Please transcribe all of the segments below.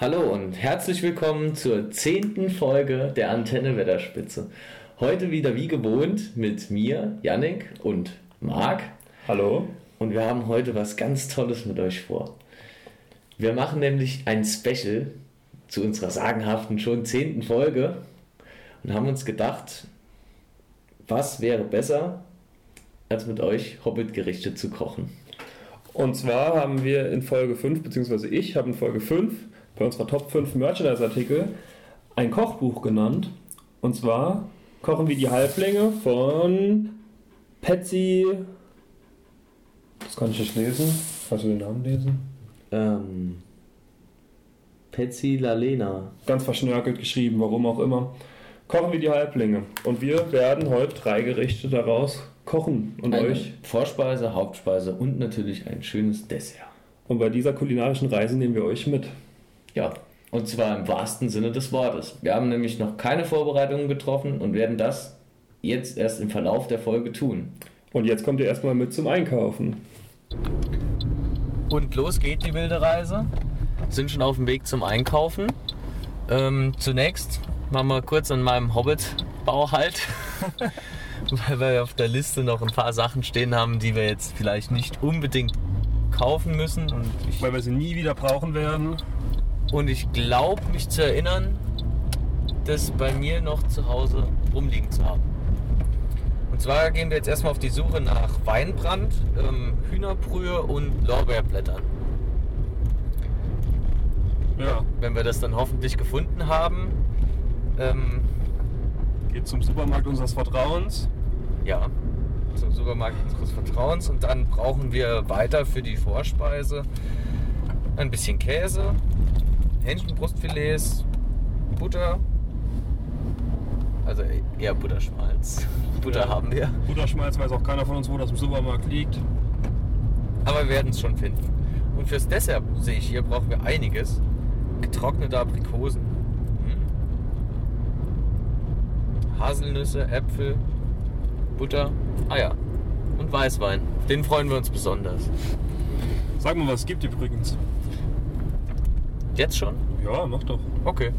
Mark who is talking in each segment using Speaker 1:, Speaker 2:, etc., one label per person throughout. Speaker 1: Hallo und herzlich willkommen zur zehnten Folge der Antenne Wetterspitze. Heute wieder wie gewohnt mit mir, Yannick und Marc.
Speaker 2: Hallo?
Speaker 1: Und wir haben heute was ganz Tolles mit euch vor. Wir machen nämlich ein Special zu unserer sagenhaften schon zehnten Folge und haben uns gedacht, was wäre besser, als mit euch Hobbit-Gerichte zu kochen.
Speaker 2: Und zwar haben wir in Folge 5, beziehungsweise ich habe in Folge 5 bei unserer Top 5 Merchandise-Artikel ein Kochbuch genannt. Und zwar kochen wir die Halblänge von Patsy. Das kann ich nicht lesen. Kannst du den Namen lesen?
Speaker 1: Ähm, Patsy Lalena.
Speaker 2: Ganz verschnörkelt geschrieben, warum auch immer. Kochen wir die Halblinge. Und wir werden heute drei Gerichte daraus kochen und
Speaker 1: Eine
Speaker 2: euch.
Speaker 1: Vorspeise, Hauptspeise und natürlich ein schönes Dessert.
Speaker 2: Und bei dieser kulinarischen Reise nehmen wir euch mit.
Speaker 1: Ja, und zwar im wahrsten Sinne des Wortes. Wir haben nämlich noch keine Vorbereitungen getroffen und werden das jetzt erst im Verlauf der Folge tun.
Speaker 2: Und jetzt kommt ihr erstmal mit zum Einkaufen.
Speaker 1: Und los geht die wilde Reise. Sind schon auf dem Weg zum Einkaufen. Ähm, zunächst machen wir kurz an meinem Hobbit-Bau halt, weil wir auf der Liste noch ein paar Sachen stehen haben, die wir jetzt vielleicht nicht unbedingt kaufen müssen. Und ich
Speaker 2: Weil wir sie nie wieder brauchen werden.
Speaker 1: Und ich glaube mich zu erinnern, das bei mir noch zu Hause rumliegen zu haben. Und zwar gehen wir jetzt erstmal auf die Suche nach Weinbrand, ähm, Hühnerbrühe und Lorbeerblättern.
Speaker 2: Ja,
Speaker 1: Wenn wir das dann hoffentlich gefunden haben, ähm,
Speaker 2: geht zum Supermarkt unseres Vertrauens.
Speaker 1: ja, zum Supermarkt unseres Vertrauens. Und dann brauchen wir weiter für die Vorspeise ein bisschen Käse, Hähnchenbrustfilets, Butter. Also eher Butterschmalz. Butter
Speaker 2: Ja.
Speaker 1: haben wir.
Speaker 2: Guter Schmalz weiß auch keiner von uns, wo das im Supermarkt liegt.
Speaker 1: Aber wir werden es schon finden. Und fürs Dessert sehe ich hier, brauchen wir einiges. Getrocknete Aprikosen. Hm. Haselnüsse, Äpfel, Butter, Eier und Weißwein. Auf Den freuen wir uns besonders.
Speaker 2: Sag mal, was es gibt übrigens.
Speaker 1: Jetzt schon?
Speaker 2: Ja, mach doch.
Speaker 1: Okay.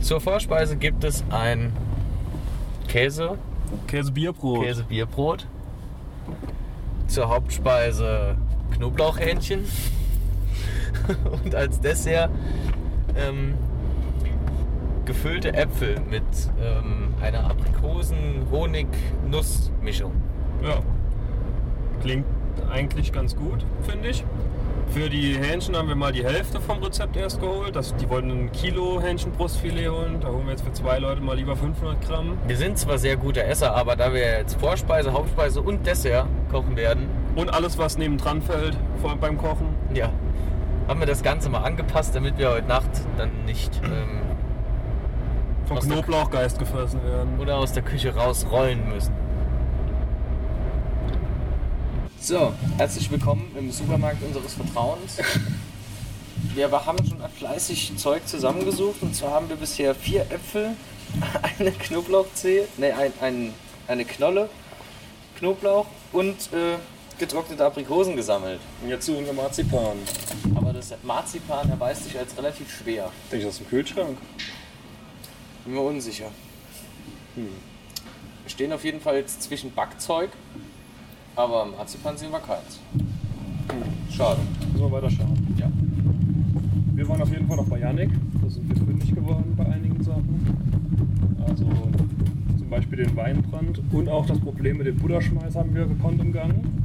Speaker 1: Zur Vorspeise gibt es ein Käse,
Speaker 2: Käsebierbrot.
Speaker 1: Käse-Bierbrot. Zur Hauptspeise Knoblauchhähnchen. Und als Dessert ähm, gefüllte Äpfel mit ähm, einer Aprikosen-Honig-Nuss-Mischung.
Speaker 3: Ja. Klingt eigentlich ganz gut, finde ich. Für die Hähnchen haben wir mal die Hälfte vom Rezept erst geholt. Das, die wollten ein Kilo Hähnchenbrustfilet holen. Da holen wir jetzt für zwei Leute mal lieber 500 Gramm.
Speaker 1: Wir sind zwar sehr gute Esser, aber da wir jetzt Vorspeise, Hauptspeise und Dessert kochen werden,
Speaker 3: Und alles, was nebendran fällt vor, beim Kochen.
Speaker 1: ja, haben wir das Ganze mal angepasst, damit wir heute Nacht dann nicht ähm,
Speaker 3: Vom
Speaker 1: Aus der-
Speaker 3: Knoblauchgeist gefressen werden.
Speaker 1: oder aus der Küche rausrollen müssen. So, herzlich willkommen im Supermarkt unseres Vertrauens. Wir aber haben schon fleißig Zeug zusammengesucht und zwar haben wir bisher vier Äpfel, eine Knoblauchzehe, ne, ein, ein, eine Knolle, Knoblauch und äh, getrocknete Aprikosen gesammelt.
Speaker 3: Und jetzt suchen wir Marzipan.
Speaker 1: Aber das Marzipan erweist sich als relativ schwer.
Speaker 3: Denke ich aus dem Kühlschrank?
Speaker 1: Bin mir unsicher. Wir stehen auf jeden Fall jetzt zwischen Backzeug, aber Marzipan sehen wir keins. Schade.
Speaker 3: Müssen wir weiter schauen.
Speaker 1: Ja.
Speaker 3: Wir waren auf jeden Fall noch bei Yannick. Da sind wir fündig geworden bei einigen Sachen. Also zum Beispiel den Weinbrand und auch das Problem mit dem Butterschmalz haben wir gekonnt umgangen.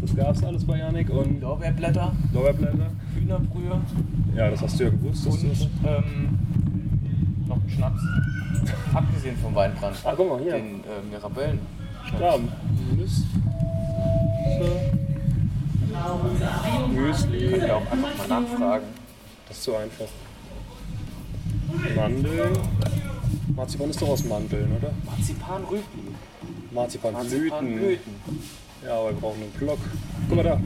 Speaker 3: Das gab es alles bei Yannick und
Speaker 1: Lorbeerblätter,
Speaker 3: Lorbeerblätter.
Speaker 1: Hühnerbrühe
Speaker 3: Ja, das hast du ja gewusst. dass du das-
Speaker 1: und ähm, noch einen Schnaps. Abgesehen vom Weinbrand.
Speaker 3: Ah, guck mal, hier.
Speaker 1: Den äh, Mirabellen.
Speaker 3: Ja, Müs- Müsli.
Speaker 1: Könnt ihr auch einfach mal nachfragen.
Speaker 3: Das ist zu einfach. Mandeln. Marzipan ist doch aus Mandeln, oder?
Speaker 1: Marzipanrüben.
Speaker 3: Marzipanblüten.
Speaker 1: Marzipanblüten.
Speaker 3: Ja, aber wir brauchen einen Block. Guck mal da.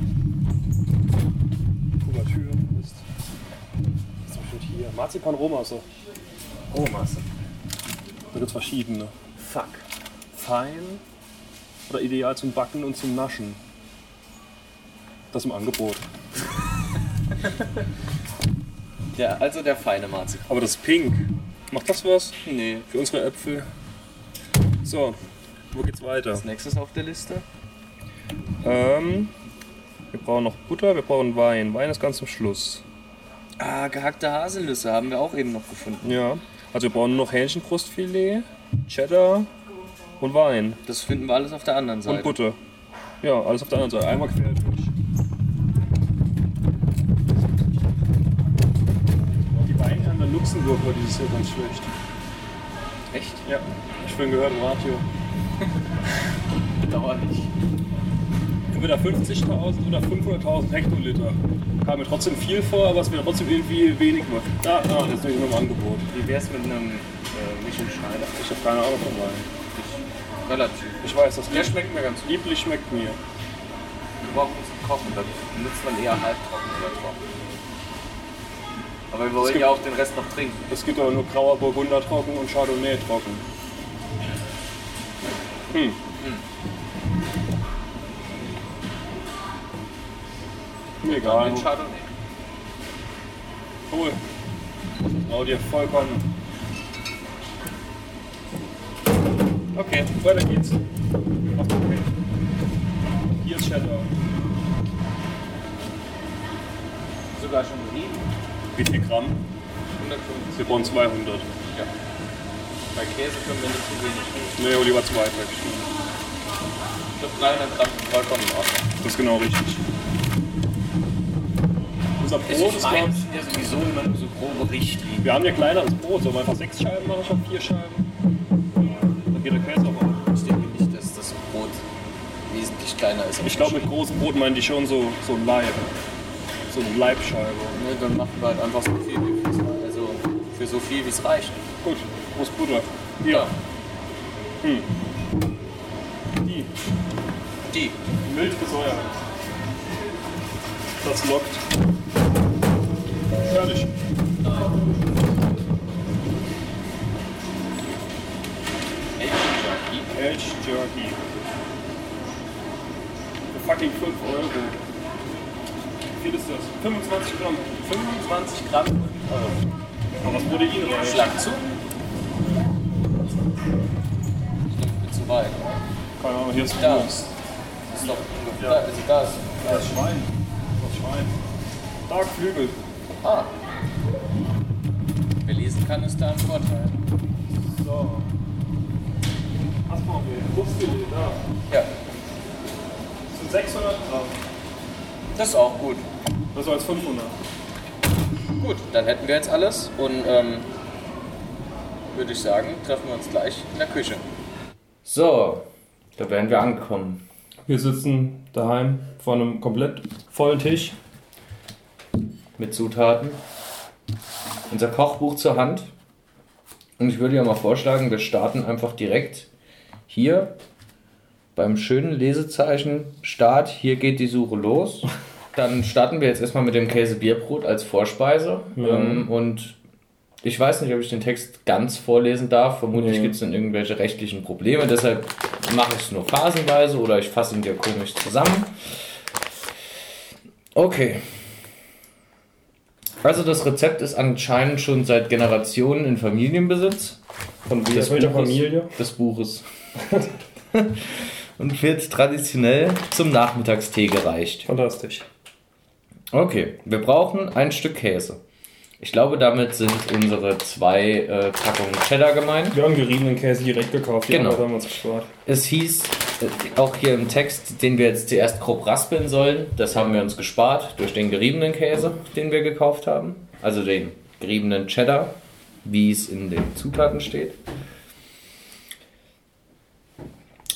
Speaker 3: Kuvertüre, Mist. Was hab ich denn hier? Marzipan Rohmasse. Rohmasse. Da gibt's verschiedene. Fuck. Fein oder ideal zum Backen und zum Naschen. Das im Angebot.
Speaker 1: Ja, also der feine Marzipan.
Speaker 3: Aber das ist pink. Macht das was
Speaker 1: Nee.
Speaker 3: für unsere Äpfel? So, wo geht's weiter?
Speaker 1: Als nächstes auf der Liste.
Speaker 3: Ähm, wir brauchen noch Butter, wir brauchen Wein. Wein ist ganz zum Schluss.
Speaker 1: Ah, gehackte Haselnüsse haben wir auch eben noch gefunden.
Speaker 3: Ja. Also wir brauchen nur noch Hähnchenbrustfilet, Cheddar und Wein
Speaker 1: Das finden wir alles auf der anderen Seite.
Speaker 3: und Butter. Ja, alles auf der anderen Seite. Einmal quer durch. Die Weine an der Luxemburg war dieses Jahr ganz schlecht.
Speaker 1: Echt?
Speaker 3: Ja, ich bin gehört im Radio.
Speaker 1: Bedauerlich.
Speaker 3: Entweder 50.000 oder 500.000 Hektoliter. Kam mir trotzdem viel vor, aber es mir trotzdem irgendwie wenig war. Ah, ah, das ist nicht nur im Angebot.
Speaker 1: Wie wär's mit einem äh, Michel Schneider?
Speaker 3: Ich habe keine Ahnung von Wein.
Speaker 1: Relativ.
Speaker 3: Ich weiß, das
Speaker 1: Der schmeckt mir ganz gut.
Speaker 3: lieblich schmeckt mir.
Speaker 1: Wir brauchen uns zum Kochen, dann nutzt man eher halbtrocken oder trocken. Aber wir wollen
Speaker 3: gibt-
Speaker 1: ja auch den Rest noch trinken.
Speaker 3: Es gibt aber nur grauer Burgunder trocken und Chardonnay trocken. Hm. Mir Hm. egal.
Speaker 1: Mit Chardonnay.
Speaker 3: Cool. Trau dir vollkommen. Okay, weiter geht's. Auf den Weg. Hier ist Shadow.
Speaker 1: Sogar schon gerieben.
Speaker 3: Wie viel Gramm?
Speaker 1: 150.
Speaker 3: Wir brauchen 200.
Speaker 1: Ja. Bei Käse können wir nicht zu wenig nehmen.
Speaker 3: Nee, Oliver 2 weg.
Speaker 1: Ich glaube 300 Gramm sind vollkommen in Ordnung.
Speaker 3: Das ist genau richtig. Unser Brot
Speaker 1: Ich
Speaker 3: ist,
Speaker 1: meine,
Speaker 3: glaub,
Speaker 1: das sind ja sowieso immer nur so grobe Richtlinien.
Speaker 3: wir haben ja kleineres Brot. Sollen wir einfach sechs Scheiben machen statt vier Scheiben? Dann geht der Käse auch auf.
Speaker 1: Ich denke nicht, dass das Brot wesentlich kleiner ist.
Speaker 3: Ich glaube, mit großem Brot meinen die schon so, so ein Leib. So eine Leibscheibe.
Speaker 1: Ne, dann machen wir halt einfach so viel, wie es Also für so viel, wie es reicht.
Speaker 3: Gut, groß Butter. Ja. Die.
Speaker 1: Die.
Speaker 3: Mild gesäuert. Das lockt. Fertig.
Speaker 1: Elchjerky.
Speaker 3: Edge Jerky. Für fucking 5 Euro. Wie viel ist das? 25 Gramm.
Speaker 1: 25 Gramm und Euro.
Speaker 3: Aber was Protein rein?
Speaker 1: Schlag zu. Ich denke, ich bin zu weit.
Speaker 3: Keine Ahnung, hier ist
Speaker 1: Da.
Speaker 3: Wurst.
Speaker 1: Das ist doch ungefähr. Also da ist.
Speaker 3: Das Schwein. Das Schwein. Dark Flügel.
Speaker 1: Ah. Wer lesen kann, ist da ein Vorteil.
Speaker 3: So. Asphalt, Brustfilet, da.
Speaker 1: Ja,
Speaker 3: Das sind 600 Gramm.
Speaker 1: das ist auch gut.
Speaker 3: Besser als 500.
Speaker 1: Gut, dann hätten wir jetzt alles und ähm, würde ich sagen, treffen wir uns gleich in der Küche. So, da wären wir angekommen.
Speaker 3: Wir sitzen daheim vor einem komplett vollen Tisch.
Speaker 1: Mit Zutaten. Unser Kochbuch zur Hand. Und ich würde ja mal vorschlagen, wir starten einfach direkt hier beim schönen Lesezeichen Start. Hier geht die Suche los. Dann starten wir jetzt erstmal mit dem Käsebierbrot als Vorspeise. Ähm, und ich weiß nicht, ob ich den Text ganz vorlesen darf. Vermutlich
Speaker 3: Nee.
Speaker 1: gibt es dann irgendwelche rechtlichen Probleme. Deshalb mache ich es nur phasenweise oder ich fasse ihn dir komisch zusammen. Okay. Also das Rezept ist anscheinend schon seit Generationen in Familienbesitz. Von
Speaker 3: Aus welcher Familie?
Speaker 1: Des Buches. Und wird traditionell zum Nachmittagstee gereicht.
Speaker 3: Fantastisch.
Speaker 1: Okay, wir brauchen ein Stück Käse. Ich glaube, damit sind unsere zwei äh, Packungen Cheddar gemeint.
Speaker 3: Wir haben geriebenen Käse direkt gekauft. Die
Speaker 1: Genau.
Speaker 3: anderen haben wir uns gespart.
Speaker 1: Es hieß äh, auch hier im Text, den wir jetzt zuerst grob raspeln sollen, das haben wir uns gespart durch den geriebenen Käse, den wir gekauft haben. Also den geriebenen Cheddar, wie es in den Zutaten steht.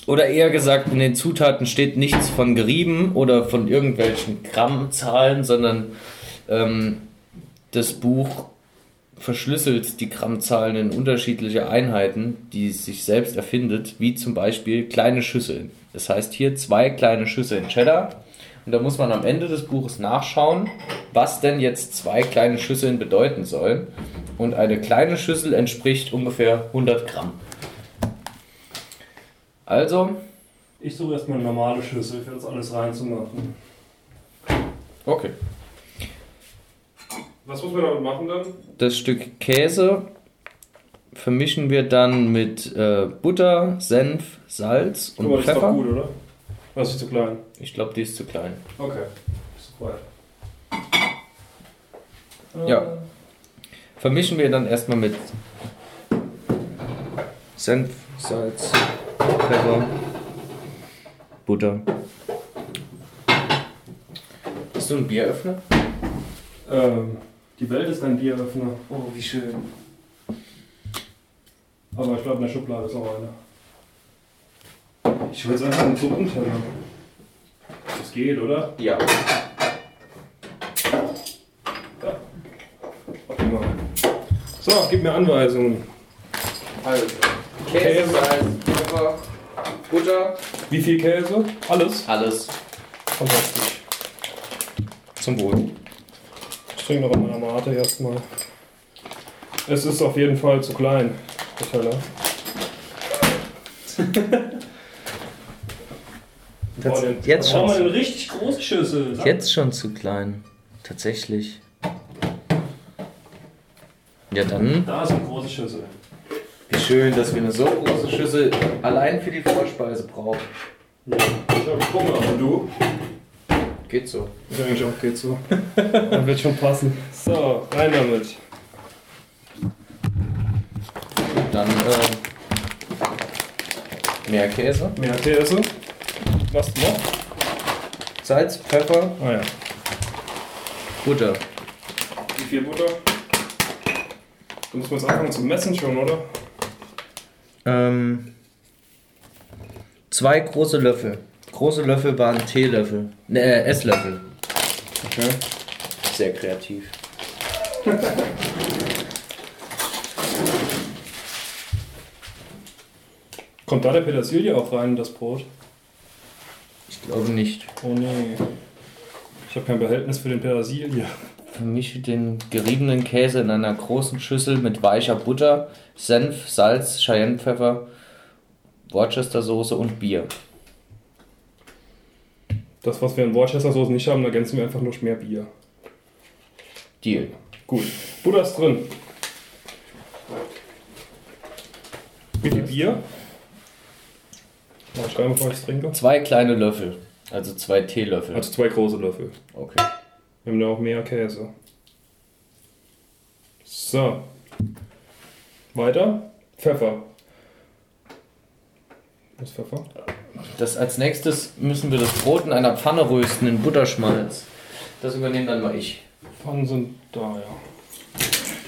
Speaker 1: Oder eher gesagt, in den Zutaten steht nichts von gerieben oder von irgendwelchen Grammzahlen, sondern ähm, das Buch verschlüsselt die Grammzahlen in unterschiedliche Einheiten, die es sich selbst erfindet, wie zum Beispiel kleine Schüsseln. Das heißt hier zwei kleine Schüsseln Cheddar. Und da muss man am Ende des Buches nachschauen, was denn jetzt zwei kleine Schüsseln bedeuten sollen. Und eine kleine Schüssel entspricht ungefähr 100 Gramm. Also,
Speaker 3: Ich suche erstmal eine normale Schüssel für das alles reinzumachen.
Speaker 1: okay.
Speaker 2: Was muss man damit machen dann?
Speaker 1: Das Stück Käse vermischen wir dann mit äh, Butter, Senf, Salz und
Speaker 2: Guck mal, die ist doch
Speaker 1: Pfeffer.
Speaker 2: gut, oder? Was ist zu klein?
Speaker 1: Ich glaube, die ist zu klein.
Speaker 2: Okay. Ist quiet.
Speaker 1: Ja. Vermischen wir dann erstmal mit Senf, Salz, Pfeffer, Butter. Hast du einen Bieröffner?
Speaker 2: Ähm, die Welt ist ein Bieröffner. Oh, wie schön. Aber ich glaube, in der Schublade ist auch einer. Ich will jetzt einfach einen Suppenteller. Das geht, oder?
Speaker 1: Ja.
Speaker 2: Optimal. So, gib mir Anweisungen.
Speaker 1: Also,
Speaker 2: Käse,
Speaker 1: Salz, Pfeffer, Butter.
Speaker 2: Wie viel Käse? Alles?
Speaker 1: Alles.
Speaker 2: Fantastisch.
Speaker 1: Zum Wohl.
Speaker 2: Ich trinke noch an meiner Mate erstmal. Es ist auf jeden Fall zu klein, der Teller.
Speaker 1: Tats-
Speaker 2: den-
Speaker 1: jetzt
Speaker 2: da brauchen
Speaker 1: schon.
Speaker 2: wir eine richtig große Schüssel. Sag-
Speaker 1: Jetzt schon zu klein. Tatsächlich. Ja, dann
Speaker 2: Da ist eine große Schüssel.
Speaker 1: Wie schön, dass wir eine so große Schüssel allein für die Vorspeise brauchen.
Speaker 2: Ja, ich hab Hunger. Und du?
Speaker 1: Geht so.
Speaker 2: Ja, eigentlich auch geht so. Dann wird schon passen. So, rein damit.
Speaker 1: Dann äh, mehr Käse,
Speaker 2: Mehr Käse. Was noch?
Speaker 1: Salz, Pfeffer,
Speaker 2: Ah ja.
Speaker 1: Butter.
Speaker 2: Wie viel Butter? Da muss man jetzt anfangen zu messen schon, oder?
Speaker 1: Ähm, zwei große Löffel. Große Löffel waren Teelöffel. Ne, äh, Esslöffel.
Speaker 2: Okay.
Speaker 1: Sehr kreativ.
Speaker 2: Kommt da der Petersilie auch rein in das Brot?
Speaker 1: Ich glaube nicht.
Speaker 2: Oh nee. Ich habe kein Behältnis für den Petersilie.
Speaker 1: Vermische den geriebenen Käse in einer großen Schüssel mit weicher Butter, Senf, Salz, Cayennepfeffer, Worcestersoße und Bier.
Speaker 2: Das, was wir in Worcester Soße nicht haben, ergänzen wir einfach durch mehr Bier.
Speaker 1: Deal.
Speaker 2: Gut. Butter ist drin. Wie viel Bier? Mal schreiben, bevor ich es trinke.
Speaker 1: Zwei kleine Löffel, also zwei Teelöffel.
Speaker 2: Also zwei große Löffel.
Speaker 1: Okay.
Speaker 2: Wir haben da auch mehr Käse. So. Weiter. Pfeffer. Was ist Pfeffer?
Speaker 1: Das als nächstes müssen wir das Brot in einer Pfanne rösten in Butterschmalz. Das übernehme dann mal ich.
Speaker 2: Pfannen sind da, ja.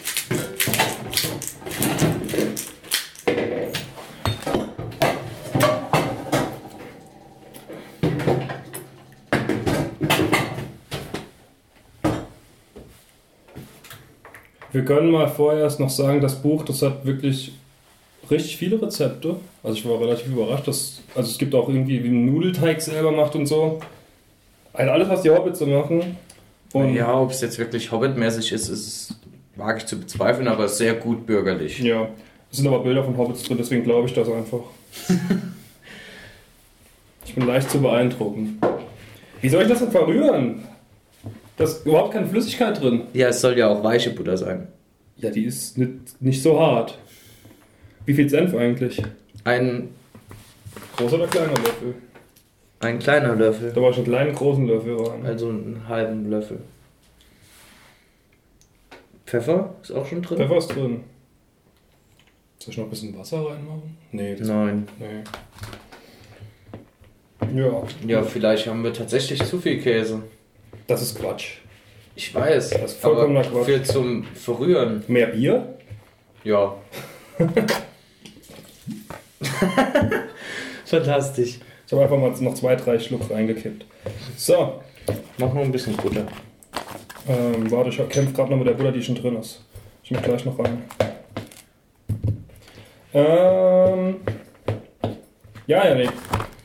Speaker 2: Wir können mal vorerst noch sagen, das Buch, das hat wirklich richtig viele Rezepte. Also ich war relativ überrascht, dass also es gibt auch irgendwie wie einen Nudelteig selber macht und so. Also alles, was die Hobbits so machen. Und
Speaker 1: ja, ob es jetzt wirklich hobbitmäßig ist, ist wage ich zu bezweifeln, aber sehr gut bürgerlich.
Speaker 2: Ja, es sind aber Bilder von Hobbits drin, deswegen glaube ich das einfach. ich bin leicht zu beeindrucken. Wie soll ich das denn verrühren? Da ist überhaupt keine Flüssigkeit drin.
Speaker 1: Ja, es soll ja auch weiche Butter sein.
Speaker 2: Ja, die ist nicht, nicht so hart. Wie viel Senf eigentlich?
Speaker 1: Ein,
Speaker 2: Großer oder kleiner Löffel?
Speaker 1: ein kleiner Löffel,
Speaker 2: Da war ich einen kleinen, großen Löffel rein.
Speaker 1: also einen halben Löffel. Pfeffer ist auch schon drin?
Speaker 2: Pfeffer ist drin. Soll ich noch ein bisschen Wasser reinmachen? Nee, das
Speaker 1: Nein.
Speaker 2: nee. Ja.
Speaker 1: Ja, vielleicht haben wir tatsächlich zu viel Käse.
Speaker 2: Das ist Quatsch.
Speaker 1: Ich weiß,
Speaker 2: Das ist vollkommener
Speaker 1: aber
Speaker 2: Quatsch.
Speaker 1: für zum Verrühren,
Speaker 2: Mehr Bier?
Speaker 1: ja. Fantastisch.
Speaker 2: Ich habe einfach mal noch zwei, drei Schluck reingekippt. So,
Speaker 1: Mach nur ein bisschen Butter.
Speaker 2: ähm, warte, ich kämpfe gerade noch mit der Butter, die schon drin ist. Ich mach gleich noch rein. Ähm, ja, Janik,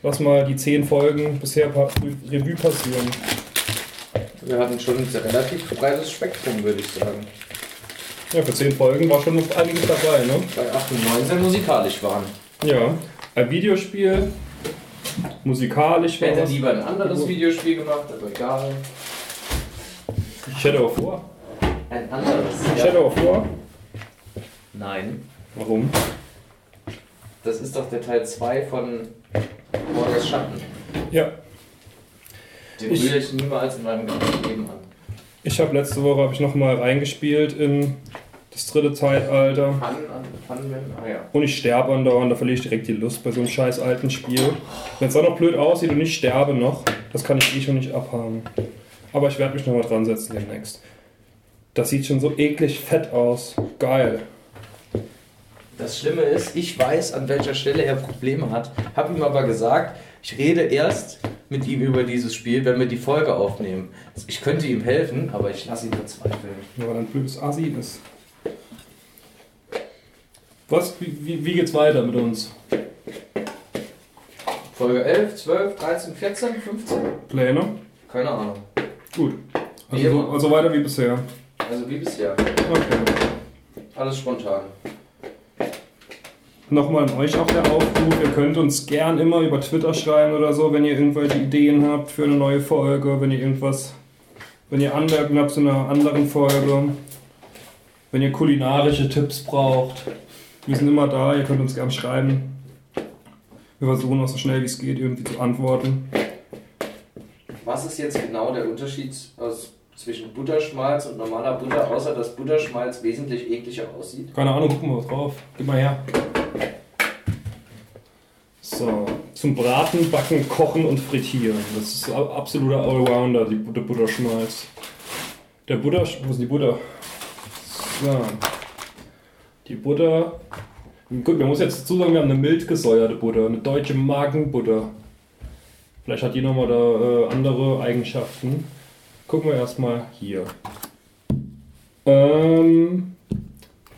Speaker 2: lass mal die zehn Folgen bisher pa- Revue passieren.
Speaker 1: Wir hatten schon ein relativ breites Spektrum, würde ich sagen.
Speaker 2: Ja, für zehn Folgen war schon noch einiges dabei, ne?
Speaker 1: Bei 8 und 9 sehr musikalisch waren.
Speaker 2: Ja, ein Videospiel, musikalisch
Speaker 1: Ich
Speaker 2: war
Speaker 1: hätte
Speaker 2: was.
Speaker 1: lieber ein anderes
Speaker 2: Gut.
Speaker 1: Videospiel gemacht, aber egal.
Speaker 2: Ich hätte auch vor.
Speaker 1: Ein ein anderes. Ja.
Speaker 2: Shadow of War?
Speaker 1: Nein.
Speaker 2: Warum?
Speaker 1: Das ist doch der Teil 2 von Mordes Schatten.
Speaker 2: Ja,
Speaker 1: Den
Speaker 2: Ich-
Speaker 1: rühre ich niemals in meinem ganzen Leben an.
Speaker 2: ich habe letzte Woche hab ich nochmal reingespielt in das dritte Zeitalter.
Speaker 1: Fun, an, Fun, wenn, ah ja.
Speaker 2: Und ich sterbe andauernd, da verliere ich direkt die Lust bei so einem scheiß alten Spiel. Wenn es dann noch blöd aussieht und ich sterbe noch, das kann ich eh schon nicht abhaben. Aber ich werde mich nochmal dran setzen demnächst. Das sieht schon so eklig fett aus. Geil.
Speaker 1: Das Schlimme ist, ich weiß, an welcher Stelle er Probleme hat. Hab ihm aber gesagt, ich rede erst mit ihm über dieses Spiel, wenn wir die Folge aufnehmen. Ich könnte ihm helfen, aber ich lasse ihn verzweifeln.
Speaker 2: Nur weil er ein blödes Asi ist. Was? Wie, wie, wie geht's weiter mit uns?
Speaker 1: Folge 11, 12, 13, 14, 15?
Speaker 2: Pläne?
Speaker 1: Keine Ahnung.
Speaker 2: Gut.
Speaker 1: Wie
Speaker 2: Also, so,
Speaker 1: immer.
Speaker 2: also weiter wie bisher.
Speaker 1: Also wie bisher.
Speaker 2: Okay.
Speaker 1: Alles spontan.
Speaker 2: Nochmal an euch auch der Aufruf. Ihr könnt uns gern immer über Twitter schreiben oder so, wenn ihr irgendwelche Ideen habt für eine neue Folge, wenn ihr irgendwas, wenn ihr Anmerkungen habt zu einer anderen Folge, wenn ihr kulinarische Tipps braucht. Wir sind immer da, ihr könnt uns gern schreiben. Wir versuchen auch so schnell wie es geht irgendwie zu antworten.
Speaker 1: Was ist jetzt genau der Unterschied aus, zwischen Butterschmalz und normaler Butter, außer dass Butterschmalz wesentlich ekliger aussieht?
Speaker 2: Keine Ahnung, gucken wir mal drauf. Gib mal her. So, zum Braten, Backen, Kochen und Frittieren. Das ist ein absoluter Allrounder, die, der Butterschmalz. Der Butter, wo ist die Butter? So. Die Butter. Gut, man muss jetzt dazu sagen, wir haben eine mild gesäuerte Butter, eine deutsche Markenbutter. Vielleicht hat die nochmal da äh, andere Eigenschaften. Gucken wir erstmal hier. Ähm,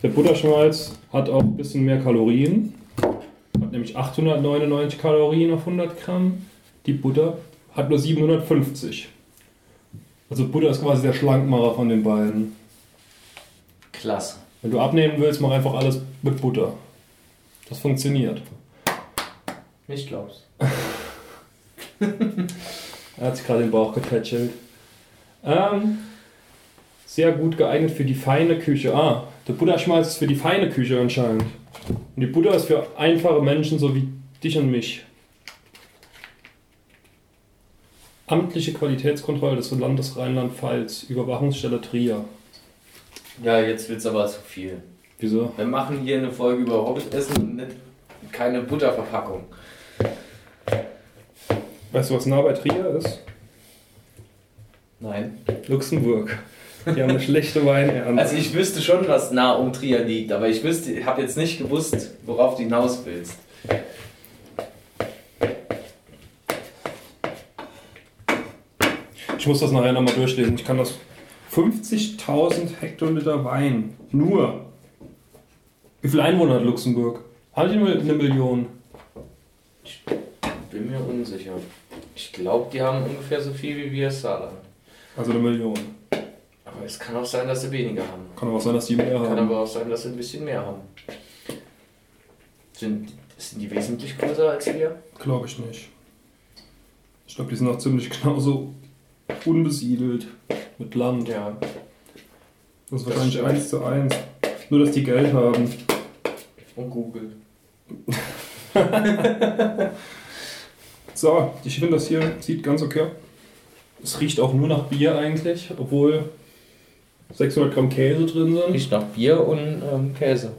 Speaker 2: der Butterschmalz hat auch ein bisschen mehr Kalorien. Hat nämlich 899 Kalorien auf 100 Gramm. Die Butter hat nur 750. Also Butter ist quasi der Schlankmacher von den beiden.
Speaker 1: Klasse.
Speaker 2: Wenn du abnehmen willst, mach einfach alles mit Butter. Das funktioniert.
Speaker 1: Ich glaub's.
Speaker 2: Er hat sich gerade den Bauch getätschelt. Ähm, sehr gut geeignet für die feine Küche. Ah, der Butterschmalz ist für die feine Küche anscheinend. Und die Butter ist für einfache Menschen so wie dich und mich. Amtliche Qualitätskontrolle des Landes Rheinland-Pfalz, Überwachungsstelle Trier.
Speaker 1: Ja, jetzt wird's aber zu viel.
Speaker 2: Wieso?
Speaker 1: Wir machen hier eine Folge über Hobbitessen und nicht, keine Butterverpackung.
Speaker 2: Weißt du, was nah bei Trier ist?
Speaker 1: Nein.
Speaker 2: Luxemburg. Die haben eine schlechte Weinernte.
Speaker 1: Also ich wüsste schon, was nah um Trier liegt, aber ich wüsste, habe jetzt nicht gewusst, worauf du hinaus willst.
Speaker 2: Ich muss das nachher nochmal durchlesen. Ich kann das. 50.000 Hektoliter Wein. Nur. Wie viele Einwohner hat Luxemburg? Haben die nur eine Million?
Speaker 1: Bin mir unsicher. Ich glaube, die haben ungefähr so viel wie wir Saarland.
Speaker 2: Also eine Million.
Speaker 1: Aber es kann auch sein, dass sie weniger haben.
Speaker 2: Kann aber auch sein, dass die mehr
Speaker 1: Kann
Speaker 2: haben.
Speaker 1: aber auch sein, dass sie ein bisschen mehr haben. Sind, sind die wesentlich größer als wir?
Speaker 2: Glaube ich nicht. Ich glaube, die sind auch ziemlich genauso unbesiedelt mit Land.
Speaker 1: Ja.
Speaker 2: Das
Speaker 1: Das
Speaker 2: ist wahrscheinlich
Speaker 1: stimmt.
Speaker 2: eins zu eins. Nur, dass die Geld haben.
Speaker 1: Und Google.
Speaker 2: So, ich finde das hier sieht ganz okay. aus. Es riecht auch nur nach Bier eigentlich, obwohl 600 Gramm Käse drin sind.
Speaker 1: Riecht nach Bier und ähm, Käse.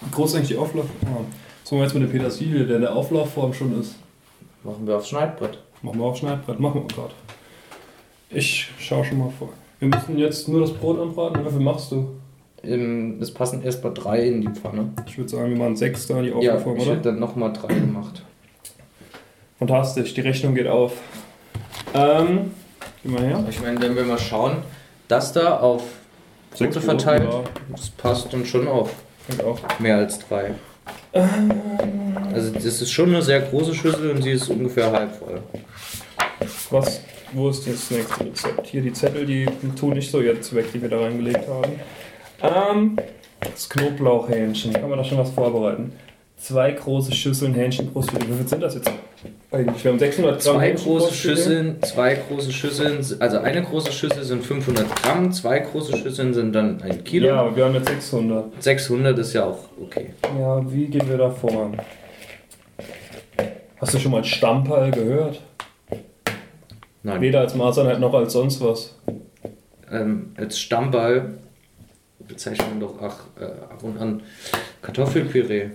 Speaker 2: Wie groß ist eigentlich die Auflaufform? Ah, Was machen wir jetzt mit dem Petersilie, der in der Auflaufform schon ist?
Speaker 1: Machen wir aufs Schneidbrett.
Speaker 2: Machen wir auf Schneidbrett, machen wir gerade. Ich schaue schon mal vor. Wir müssen jetzt nur das Brot anbraten. Wie viel machst du?
Speaker 1: Ähm, es passen erst mal drei in die Pfanne.
Speaker 2: Ich würde sagen, wir machen sechs da in die
Speaker 1: ja,
Speaker 2: Auflaufform,
Speaker 1: ich
Speaker 2: oder?
Speaker 1: hätte dann nochmal drei gemacht.
Speaker 2: Fantastisch, die Rechnung geht auf. Ähm, geh mal her.
Speaker 1: Ich meine, wenn wir mal schauen, das da auf Brote
Speaker 2: Sechs Brote,
Speaker 1: verteilt,
Speaker 2: ja.
Speaker 1: das passt dann schon auf
Speaker 2: Geht auch.
Speaker 1: mehr als drei. Also das ist schon eine sehr große Schüssel und sie ist ungefähr halb voll.
Speaker 2: Was, wo ist das nächste Rezept? Hier die Zettel, die tun ich so jetzt weg, die wir da reingelegt haben. Ähm, das Knoblauchhähnchen, kann man da schon was vorbereiten?
Speaker 3: zwei große Schüsseln Hähnchenbrustfilet. Wie viel sind das jetzt eigentlich? Wir haben 600 Gramm
Speaker 1: Zwei große
Speaker 3: Hähnchenbrustfilet.
Speaker 1: Schüsseln, zwei große Schüsseln, also eine große Schüssel sind 500 Gramm, zwei große Schüsseln sind dann ein Kilo.
Speaker 3: Ja, aber wir haben jetzt 600.
Speaker 1: 600 ist ja auch okay.
Speaker 3: Ja, wie gehen wir da voran? Hast du schon mal Stammball gehört?
Speaker 1: Nein.
Speaker 3: Weder als Maßeinheit noch als sonst was.
Speaker 1: ähm, als Stammball bezeichnet man doch ach, äh, ab und an Kartoffelpüree.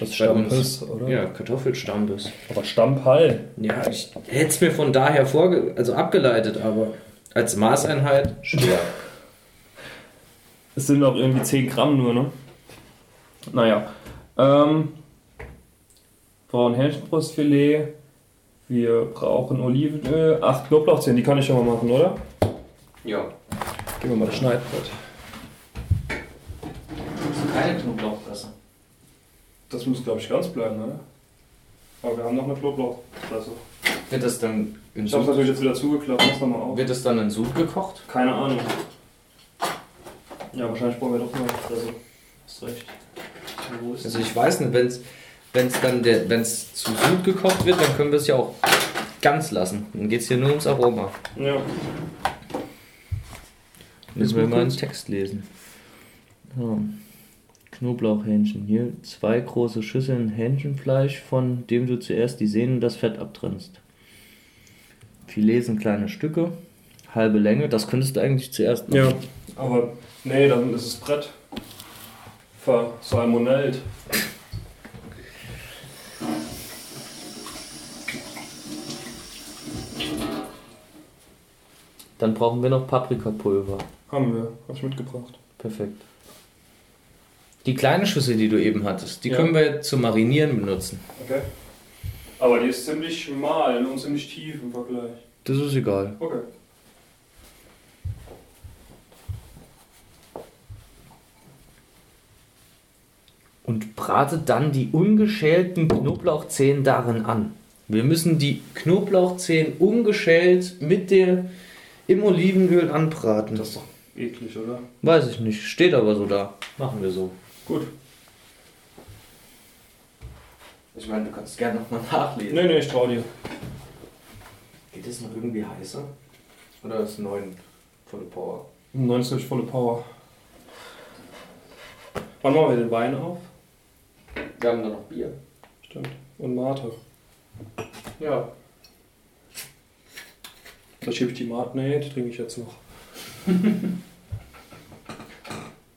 Speaker 3: Das
Speaker 1: Bei uns.
Speaker 3: Stammbus, oder?
Speaker 1: Ja, Kartoffelstammbiss.
Speaker 3: Aber Stammball.
Speaker 1: Ja, ich hätte es mir von daher vorge also abgeleitet, aber als Maßeinheit schwer.
Speaker 3: Es sind auch irgendwie 10 Gramm nur, ne? Naja. Ähm, brauchen Hähnchenbrustfilet. Wir brauchen Olivenöl. 8 Knoblauchzehen, die kann ich schon mal machen, oder?
Speaker 1: ja.
Speaker 3: Gehen wir mal das Schneidbrett.
Speaker 1: Keine Knoblauchpresse.
Speaker 3: Das muss, glaube ich, ganz bleiben, ne? Aber wir haben noch eine Knoblauchpresse.
Speaker 1: Wird das dann in
Speaker 3: Ich habe
Speaker 1: Sud,
Speaker 3: es natürlich jetzt wieder zugeklappt. Mach's nochmal auf.
Speaker 1: wird das dann in Sud gekocht?
Speaker 3: Keine Ahnung. Ja, wahrscheinlich brauchen wir doch noch eine Presse. Hast recht. Wo ist
Speaker 1: Also ich weiß nicht, wenn es wenn's dann der wenn's zu Sud gekocht wird, dann können wir es ja auch ganz lassen. Dann geht es hier nur ums Aroma.
Speaker 3: Ja.
Speaker 1: Müssen wir mal einen Text lesen.
Speaker 4: Ja. Knoblauchhähnchen. Hier zwei große Schüsseln Hähnchenfleisch, von dem du zuerst die Sehnen und das Fett abtrennst. Filet sind kleine Stücke, halbe Länge. Das könntest du eigentlich zuerst machen.
Speaker 3: Ja, aber nee, dann ist es Brett. Versalmonellt.
Speaker 4: Dann brauchen wir noch Paprikapulver.
Speaker 3: Haben wir, hab ich mitgebracht.
Speaker 4: Perfekt.
Speaker 1: Die kleine Schüssel, die du eben hattest, die
Speaker 3: Ja.
Speaker 1: können wir zum Marinieren benutzen.
Speaker 3: Okay. Aber die ist ziemlich schmal und ziemlich tief im Vergleich.
Speaker 1: Das ist egal.
Speaker 3: Okay.
Speaker 1: Und brate dann die ungeschälten Knoblauchzehen darin an. Wir müssen die Knoblauchzehen ungeschält mit der im Olivenöl anbraten.
Speaker 3: Das ist doch eklig, oder?
Speaker 1: Weiß ich nicht, steht aber so da. Machen wir so.
Speaker 3: Gut.
Speaker 1: Ich meine, du kannst gerne nochmal nachlesen.
Speaker 3: Nee, nee, ich trau dir.
Speaker 1: Geht das noch irgendwie heißer? Oder ist 9 volle Power?
Speaker 3: 19 ist volle Power. Wann machen wir den Wein auf?
Speaker 1: Wir haben da noch Bier.
Speaker 3: Stimmt. Und Mate.
Speaker 1: Ja.
Speaker 3: Da schiebe ich die Mate. Nee, die trinke ich jetzt noch.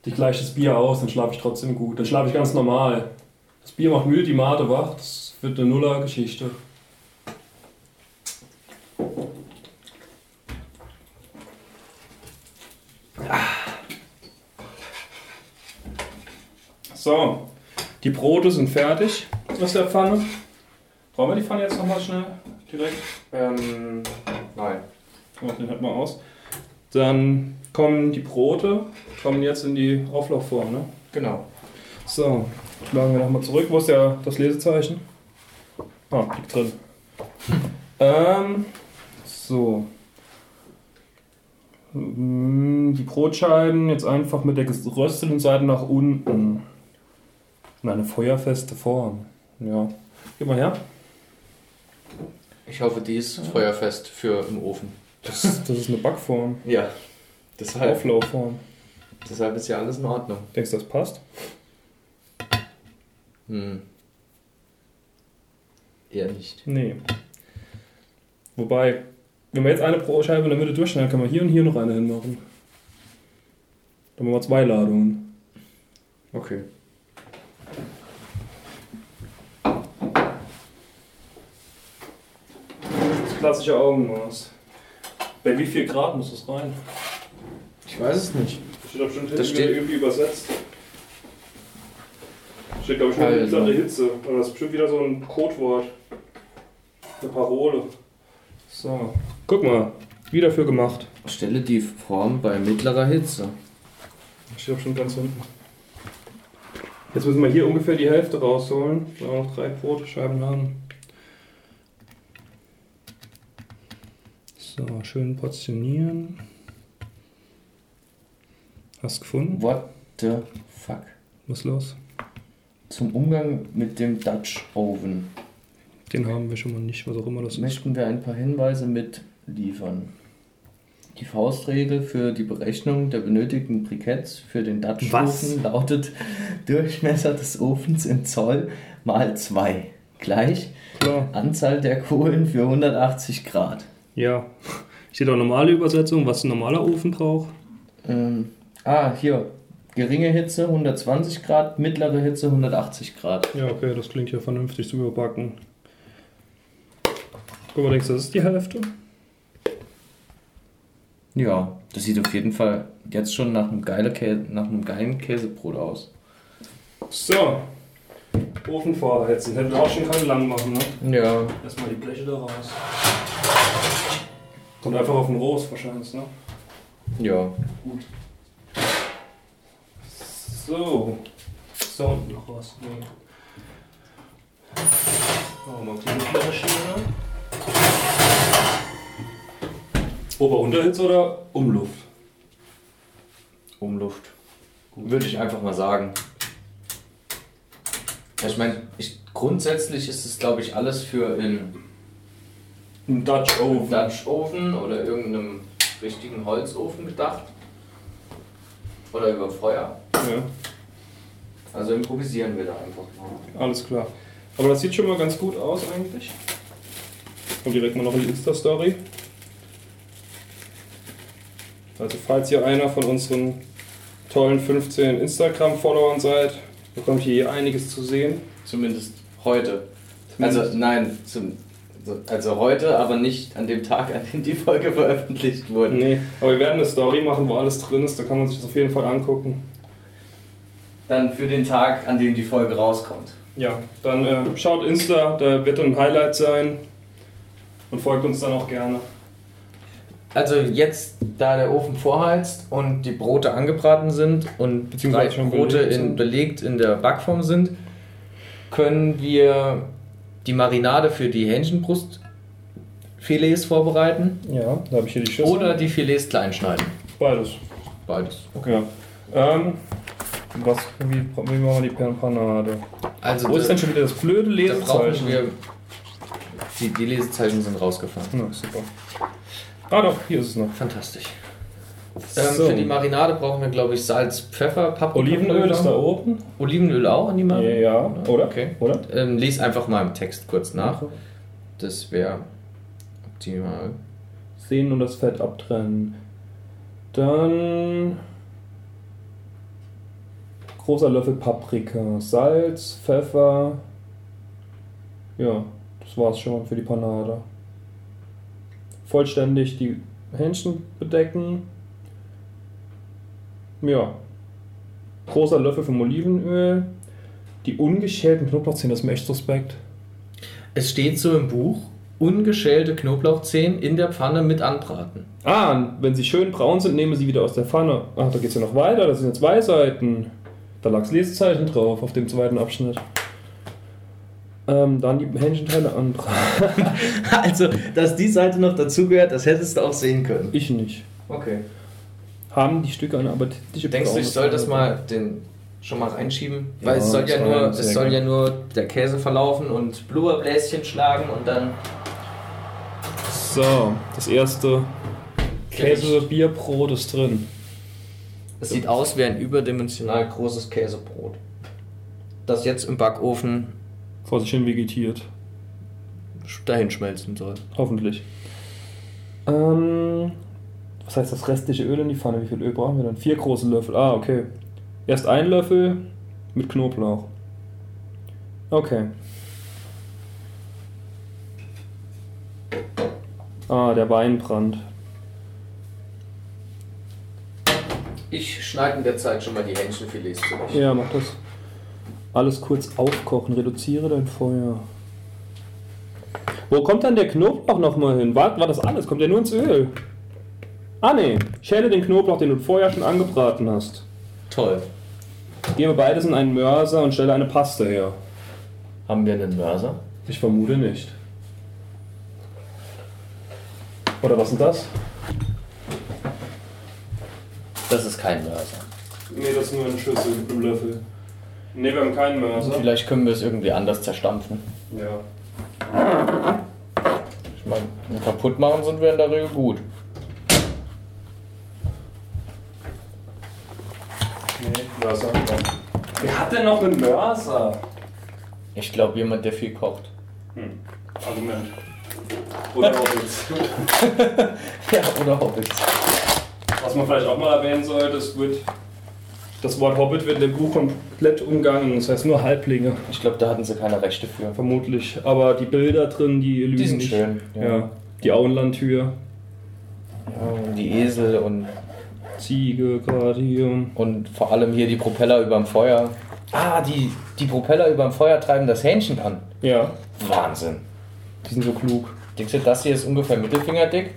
Speaker 3: die gleicht das Bier aus, dann schlafe ich trotzdem gut. Dann schlafe ich ganz normal. Das Bier macht müde, die Mate wacht. Das wird eine Nuller-Geschichte. Ah. So, die Brote sind fertig aus der Pfanne. Brauchen wir die Pfanne jetzt nochmal schnell? Direkt?
Speaker 1: Ähm, nein.
Speaker 3: Mach den halt mal aus. Dann kommen die Brote, kommen jetzt in die Auflaufform, ne?
Speaker 1: Genau.
Speaker 3: So, machen wir nochmal zurück. Wo ist ja das Lesezeichen? Ah, liegt drin. Ähm, so. Mm, Die Brotscheiben jetzt einfach mit der gerösteten Seite nach unten. In eine feuerfeste Form. Ja. Geh mal her.
Speaker 1: Ich hoffe, die ist feuerfest für im Ofen.
Speaker 3: Das, das ist eine Backform.
Speaker 1: Ja. Deshalb,
Speaker 3: Auflaufform.
Speaker 1: deshalb ist ja alles in Ordnung.
Speaker 3: Denkst du, das passt?
Speaker 1: Hm. Eher nicht.
Speaker 3: Nee. Wobei, wenn wir jetzt eine Brotscheibe in der Mitte durchschneiden, kann man hier und hier noch eine hinmachen. Dann machen wir zwei Ladungen.
Speaker 1: Okay.
Speaker 3: Das klassische Augenmaß. Bei wie viel Grad muss das rein?
Speaker 1: Ich weiß es nicht.
Speaker 3: Das steht bestimmt
Speaker 1: Das steht-
Speaker 3: irgendwie übersetzt. Steht, glaube ich,
Speaker 1: Also.
Speaker 3: mittlere Hitze. Aber das ist bestimmt wieder so ein Codewort. Eine Parole. So. Guck mal, wie dafür gemacht.
Speaker 1: Stelle die Form bei mittlerer Hitze.
Speaker 3: Ich glaube schon ganz unten. Jetzt müssen wir hier ungefähr die Hälfte rausholen. Da haben wir noch drei Brotscheiben haben. So, schön portionieren. Hast gefunden?
Speaker 1: What the fuck?
Speaker 3: Was ist los?
Speaker 5: zum Umgang mit dem Dutch Oven
Speaker 2: Den haben wir schon mal nicht, was auch immer das ist.
Speaker 5: möchten wir ein paar Hinweise mitliefern. Die Faustregel für die Berechnung der benötigten Briketts für den Dutch
Speaker 1: Was?
Speaker 5: Ofen lautet Durchmesser des Ofens in Zoll mal 2 gleich
Speaker 2: Klar.
Speaker 5: Anzahl der Kohlen für 180 Grad.
Speaker 2: Ja. Steht auch normale Übersetzung, was ein normaler Ofen braucht.
Speaker 5: Ähm, ah, hier. Geringe Hitze 120 Grad, mittlere Hitze 180 Grad.
Speaker 2: Ja, okay, das klingt ja vernünftig zu überbacken. Guck mal, denkst du, das ist die Hälfte?
Speaker 5: Ja, das sieht auf jeden Fall jetzt schon nach einem, geilen Kä- nach einem geilen Käsebrot aus.
Speaker 2: So. Ofen vorheizen. Hätten wir auch schon keine lang machen, ne?
Speaker 5: Ja,
Speaker 2: Erstmal die Bleche da raus. Kommt einfach auf den Rost wahrscheinlich, ne?
Speaker 5: ja.
Speaker 2: So. Ist da unten noch was? Nee. Machen wir mal eine kleine Maschine. Ober-Unterhitze oder Umluft?
Speaker 5: Umluft. Würde ich einfach mal sagen.
Speaker 1: Ich meine, ich, grundsätzlich ist es, glaube ich, alles für in
Speaker 2: Ein Dutch
Speaker 1: einem Dutch Oven oder irgendeinem richtigen Holzofen gedacht. Oder über Feuer.
Speaker 2: Ja.
Speaker 1: Also improvisieren wir da einfach mal.
Speaker 2: Alles klar. Aber das sieht schon mal ganz gut aus eigentlich. Und direkt mal noch in die Insta-Story. Also falls ihr einer von unseren tollen 15 Instagram-Followern seid, bekommt ihr hier einiges zu sehen.
Speaker 1: Zumindest heute. Also nein, zum, also heute, aber nicht an dem Tag, an dem die Folge veröffentlicht wurde.
Speaker 2: Nee, aber wir werden eine Story machen, wo alles drin ist, da kann man sich das auf jeden Fall angucken.
Speaker 1: Dann für den Tag, an dem die Folge rauskommt.
Speaker 2: Ja, dann äh, schaut Insta, da wird dann ein Highlight sein. Und folgt uns dann auch gerne.
Speaker 1: Also jetzt, da der Ofen vorheizt und die Brote angebraten sind und
Speaker 2: Beziehungsweise
Speaker 1: drei
Speaker 2: schon
Speaker 1: Brote
Speaker 2: belegt
Speaker 1: in,
Speaker 2: sind.
Speaker 1: belegt in der Backform sind, können wir die Marinade für die Hähnchenbrustfilets vorbereiten
Speaker 2: Ja, da habe ich hier die Schüssel.
Speaker 1: oder die Filets klein schneiden.
Speaker 2: Beides.
Speaker 1: Beides.
Speaker 2: Okay. Ähm, was, wie, wie machen wir die Panade?
Speaker 1: Also
Speaker 2: Wo ist
Speaker 1: da,
Speaker 2: denn schon wieder das blöde
Speaker 1: da brauchen
Speaker 2: Lesezeichen?
Speaker 1: wir... Die, die Lesezeichen sind rausgefallen.
Speaker 2: Na, super. Ah doch, hier ist es noch.
Speaker 1: Fantastisch. Ähm,
Speaker 2: So.
Speaker 1: Für die Marinade brauchen wir, glaube ich, Salz, Pfeffer, Paprika.
Speaker 2: Olivenöl ist da oben.
Speaker 1: Olivenöl auch in die
Speaker 2: Ja,
Speaker 1: Marinade?
Speaker 2: ja. Oder?
Speaker 1: Okay.
Speaker 2: Oder?
Speaker 1: Ähm, lies einfach mal im Text kurz nach. Das wäre optimal.
Speaker 3: Sehnen und das Fett abtrennen. Dann großer Löffel Paprika, Salz, Pfeffer. Ja, das war's schon für die Panade. Vollständig die Hähnchen bedecken. Ja. Großer Löffel vom Olivenöl. Die ungeschälten Knoblauchzehen, das ist mir echt suspekt.
Speaker 1: Es steht so im Buch: ungeschälte Knoblauchzehen in der Pfanne mit anbraten.
Speaker 3: Ah, und wenn sie schön braun sind, nehmen wir sie wieder aus der Pfanne. Ach, da geht's ja noch weiter, das sind ja zwei Seiten. Da lag's Lesezeichen drauf auf dem zweiten Abschnitt. Ähm, dann die Hähnchenteile anbraten.
Speaker 1: Also, dass die Seite noch dazugehört, das hättest du auch sehen können.
Speaker 3: Ich nicht.
Speaker 1: Okay.
Speaker 3: Haben die Stücke eine appetitliche
Speaker 1: Denkst du,
Speaker 3: braune
Speaker 1: ich soll das
Speaker 3: Farbe?
Speaker 1: mal den schon mal reinschieben? Weil es soll
Speaker 3: das
Speaker 1: ja
Speaker 3: war
Speaker 1: nur,
Speaker 3: ja
Speaker 1: es
Speaker 3: sehr
Speaker 1: soll
Speaker 3: geil.
Speaker 1: ja nur der Käse verlaufen und Blubberbläschen schlagen und dann
Speaker 3: So, das erste Käse-Bierbrot ist drin.
Speaker 1: Es sieht aus wie ein überdimensional großes Käsebrot. Das jetzt im Backofen
Speaker 3: Vor sich hin vegetiert.
Speaker 1: dahin schmelzen soll.
Speaker 3: Hoffentlich. Ähm, was heißt das restliche Öl in die Pfanne? Wie viel Öl brauchen wir denn? Vier große Löffel. Ah, okay. Erst ein Löffel mit Knoblauch. Okay. Ah, der Weinbrand.
Speaker 1: Ich schneide in der Zeit schon mal die Hähnchenfilets zurecht.
Speaker 3: Ja, mach das. Alles kurz aufkochen, reduziere dein Feuer. Wo kommt dann der Knoblauch nochmal hin? War, war das alles? Kommt der nur ins Öl? Ah ne, schäle den Knoblauch, den du vorher schon angebraten hast.
Speaker 1: Toll.
Speaker 3: Gebe beides in einen Mörser und stelle eine Paste her.
Speaker 5: Haben wir einen Mörser?
Speaker 3: Ich vermute nicht. Oder was ist denn das?
Speaker 5: Das ist kein Mörser.
Speaker 2: Nee, das ist nur eine Schüssel mit einem Löffel. Ne, wir haben keinen mehr, oder?
Speaker 1: Vielleicht können wir es irgendwie anders zerstampfen.
Speaker 2: Ja.
Speaker 1: Ich meine, kaputt machen sind wir in der Regel gut.
Speaker 2: Nee, Mörser. Wer hat denn noch einen Mörser?
Speaker 1: Ich glaube, jemand, der viel kocht.
Speaker 2: Argument. Oder Hobbits.
Speaker 1: Ja, oder Hobbits.
Speaker 2: Was man vielleicht auch mal erwähnen sollte, es wird. Das Wort Hobbit wird in dem Buch komplett umgangen. Das heißt nur Halblinge,
Speaker 1: Ich glaube, da hatten sie keine Rechte für.
Speaker 2: vermutlich. Aber die Bilder drin, die lügen
Speaker 1: Die sind
Speaker 2: nicht.
Speaker 1: schön.
Speaker 2: Ja. Die Auenlandtür,
Speaker 1: Ja, Die Esel und,
Speaker 2: Ziege, gerade hier.
Speaker 1: und vor allem hier die Propeller überm Feuer. Ah, die, die Propeller überm Feuer treiben das Hähnchen an.
Speaker 2: Ja,
Speaker 1: Wahnsinn.
Speaker 2: die sind so klug.
Speaker 1: Denkst du, das hier ist ungefähr mittelfingerdick?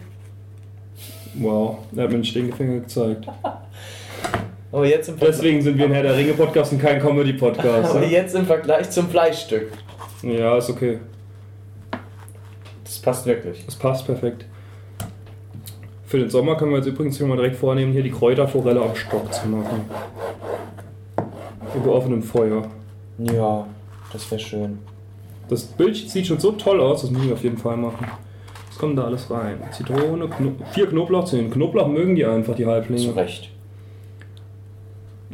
Speaker 2: Wow, er hat mir den Stinkefinger gezeigt.
Speaker 1: Aber jetzt im, Vergleich,
Speaker 2: Deswegen sind wir ein Herr der Ringe-Podcast und kein Comedy-Podcast.
Speaker 1: aber
Speaker 2: ne?
Speaker 1: jetzt im Vergleich zum Fleischstück.
Speaker 2: Ja, ist okay.
Speaker 1: Das passt wirklich.
Speaker 2: Das passt perfekt. Für den Sommer können wir jetzt übrigens hier mal direkt vornehmen, hier die Kräuterforelle am Stock zu machen. Über offenem Feuer.
Speaker 1: Ja, das wäre schön.
Speaker 2: Das Bild sieht schon so toll aus, das müssen wir auf jeden Fall machen. Was kommt da alles rein? Zitrone, Kno vier Knoblauchzehen. Knoblauch mögen die einfach, die
Speaker 1: Zu
Speaker 2: Halblinge.
Speaker 1: Recht.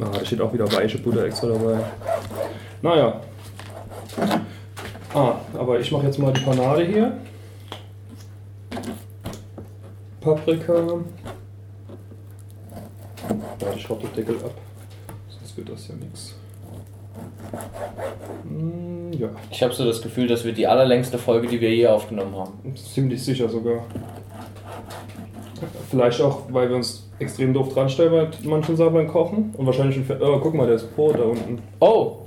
Speaker 2: Ah, da steht auch wieder weiche Butter extra dabei. Naja. Ah, aber ich mache jetzt mal die Panade hier. Paprika. Ja, ich schraube den Deckel ab. Sonst wird das ja nichts. Hm, Ja,
Speaker 1: Ich habe so das Gefühl, dass wir die allerlängste Folge, die wir je aufgenommen haben.
Speaker 2: ziemlich sicher sogar. Vielleicht auch, weil wir uns extrem doof dranstellen bei manchen Sachen beim Kochen. Und wahrscheinlich schon. Oh, guck mal, der ist Brot da unten.
Speaker 1: Oh,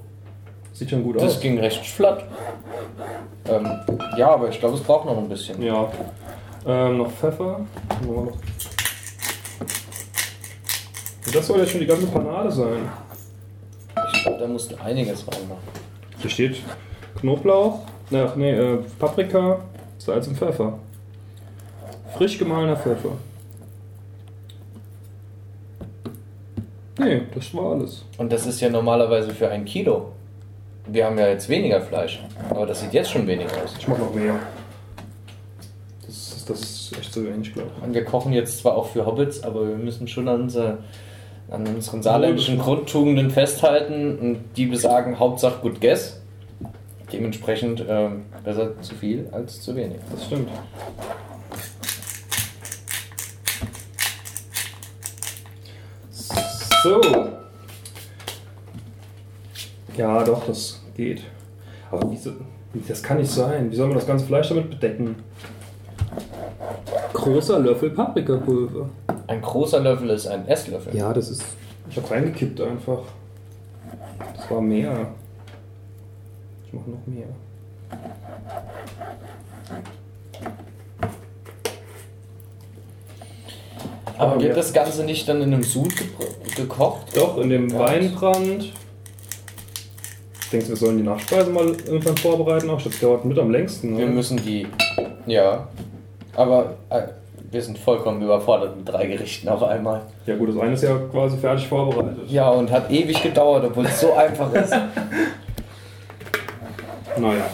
Speaker 2: Sieht schon gut
Speaker 1: das
Speaker 2: aus.
Speaker 1: ging recht flott. Ähm, ja, aber ich glaube, es braucht noch ein bisschen.
Speaker 2: Ja. Ähm, noch Pfeffer. Wo war noch? Und Das soll jetzt schon die ganze Panade sein.
Speaker 1: Ich glaube, da musst du einiges reinmachen.
Speaker 2: Hier steht Knoblauch, ach nee, äh, Paprika, Salz und Pfeffer. Frisch gemahlener Pfeffer. Nee, das war alles.
Speaker 1: Und das ist ja normalerweise für ein Kilo. Wir haben ja jetzt weniger Fleisch. Aber das sieht jetzt schon wenig aus.
Speaker 2: Ich mach noch mehr. Das, ist- das ist echt zu wenig, glaube
Speaker 1: Und wir kochen jetzt zwar auch für Hobbits, aber wir müssen schon an, unser, an unseren saarländischen Grundtugenden festhalten. Und die besagen Hauptsache gut guess. Dementsprechend ähm, besser zu viel als zu wenig.
Speaker 2: ich. Das stimmt. So. Ja, doch, das geht. Aber wieso? Das kann nicht sein. Wie soll man das ganze Fleisch damit bedecken? Großer Löffel Paprikapulver.
Speaker 1: Ein großer Löffel ist ein Esslöffel.
Speaker 2: Ja, das ist. Ich hab's reingekippt einfach. Das war mehr. Ich mach noch mehr.
Speaker 1: aber wird das Ganze nicht dann in einem Sud gepro- gekocht?
Speaker 2: Doch, in dem
Speaker 1: Ja.
Speaker 2: Weinbrand. Denkst du, wir sollen die Nachspeise mal irgendwann vorbereiten? Auch das dauert mit am längsten.
Speaker 1: Wir
Speaker 2: Ne?
Speaker 1: müssen die. Ja. Aber äh, wir sind vollkommen überfordert mit drei Gerichten auf einmal.
Speaker 2: Ja, gut, das eine ist ja quasi fertig vorbereitet.
Speaker 1: Ja, und hat ewig gedauert, obwohl es so einfach ist.
Speaker 2: Naja.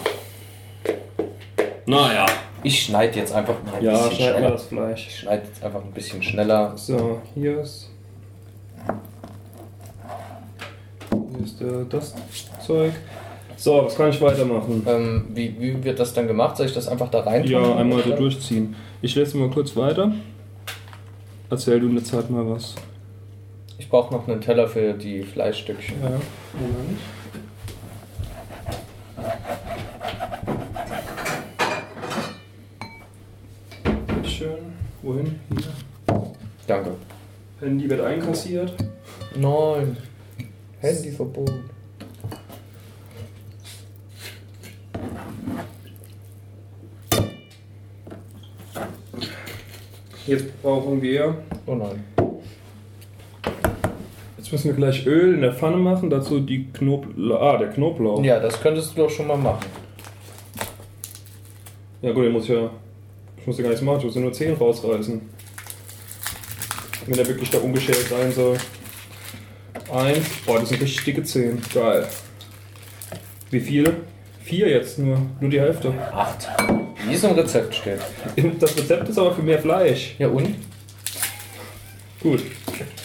Speaker 2: Naja.
Speaker 1: Ich schneide jetzt einfach mal ein
Speaker 2: Ja,
Speaker 1: bisschen
Speaker 2: schneid mal
Speaker 1: schneller.
Speaker 2: das Fleisch.
Speaker 1: Ich schneide jetzt einfach ein bisschen schneller.
Speaker 2: So, hier ist. Hier ist äh, das Zeug. So, was kann ich weitermachen?
Speaker 1: Ähm, wie, wie wird das dann gemacht? Soll ich das einfach da rein
Speaker 2: Äh, Ja, einmal so durchziehen. Ich lese mal kurz weiter. Erzähl du in der Zeit mal was.
Speaker 1: Ich brauche noch einen Teller für die Fleischstückchen.
Speaker 2: Ja, Moment. Bitteschön. Wohin? Hier.
Speaker 1: Danke.
Speaker 2: Handy wird einkassiert.
Speaker 1: Nein. Handy verboten.
Speaker 2: Jetzt brauchen wir
Speaker 1: Oh nein.
Speaker 2: Jetzt müssen wir gleich Öl in der Pfanne machen, dazu die Knoblauch. Ah, der Knoblauch.
Speaker 1: Ja, das könntest du doch schon mal machen.
Speaker 2: Ja gut, den muss ich ja. Ich muss ja gar nichts machen, ich muss ja nur Zehen rausreißen. Wenn der wirklich da ungeschält sein soll. Eins. Boah, das sind richtig dicke Zehen. Geil. Wie viele? Vier jetzt nur. Nur die Hälfte.
Speaker 1: Acht. Wie es im Rezept steht.
Speaker 2: Das Rezept ist aber für mehr Fleisch.
Speaker 1: Ja und?
Speaker 2: Gut.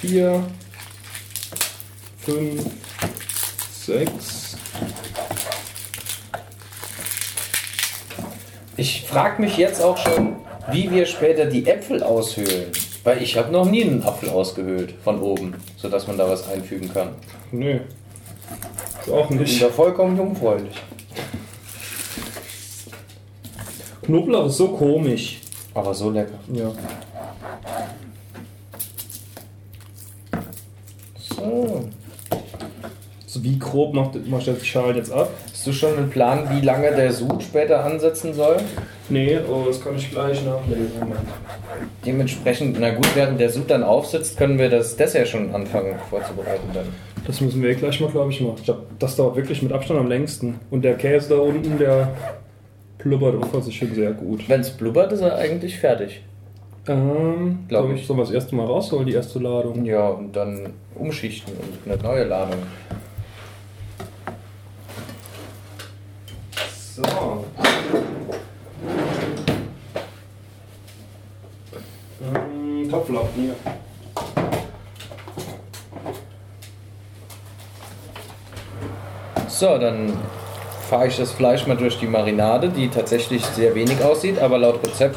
Speaker 2: Vier, fünf, sechs.
Speaker 1: Ich frage mich jetzt auch schon, wie wir später die Äpfel aushöhlen. Weil ich habe noch nie einen Apfel ausgehöhlt von oben, sodass man da was einfügen kann.
Speaker 2: Nö. Ist auch
Speaker 1: Ich bin
Speaker 2: nicht.
Speaker 1: da vollkommen jungfräulich.
Speaker 2: Knoblauch ist so komisch.
Speaker 1: Aber so lecker.
Speaker 2: Ja.
Speaker 1: So.
Speaker 2: So Also wie grob macht, macht der Schal jetzt ab?
Speaker 1: Hast du schon einen Plan, wie lange der Sud später ansetzen soll?
Speaker 2: Nee, oh, das kann ich gleich nachlesen.
Speaker 1: Dementsprechend, na gut, während der Sud dann aufsitzt, können wir das Dessert schon anfangen vorzubereiten dann.
Speaker 2: Das müssen wir gleich mal, glaube ich, machen. Ich glaub, das dauert wirklich mit Abstand am längsten. Und der Käse da unten, der blubbert auch vor sich hin sehr gut.
Speaker 1: Wenn es blubbert, ist er eigentlich fertig.
Speaker 2: Ähm,
Speaker 1: Glaub
Speaker 2: glaub
Speaker 1: ich.
Speaker 2: ich, sollen wir das erste Mal rausholen, die erste Ladung?
Speaker 1: Ja, und dann umschichten und eine neue Ladung.
Speaker 2: So. Ähm, Topflauf hier.
Speaker 1: So, dann fahre ich das Fleisch mal durch die Marinade, die tatsächlich sehr wenig aussieht, aber laut Rezept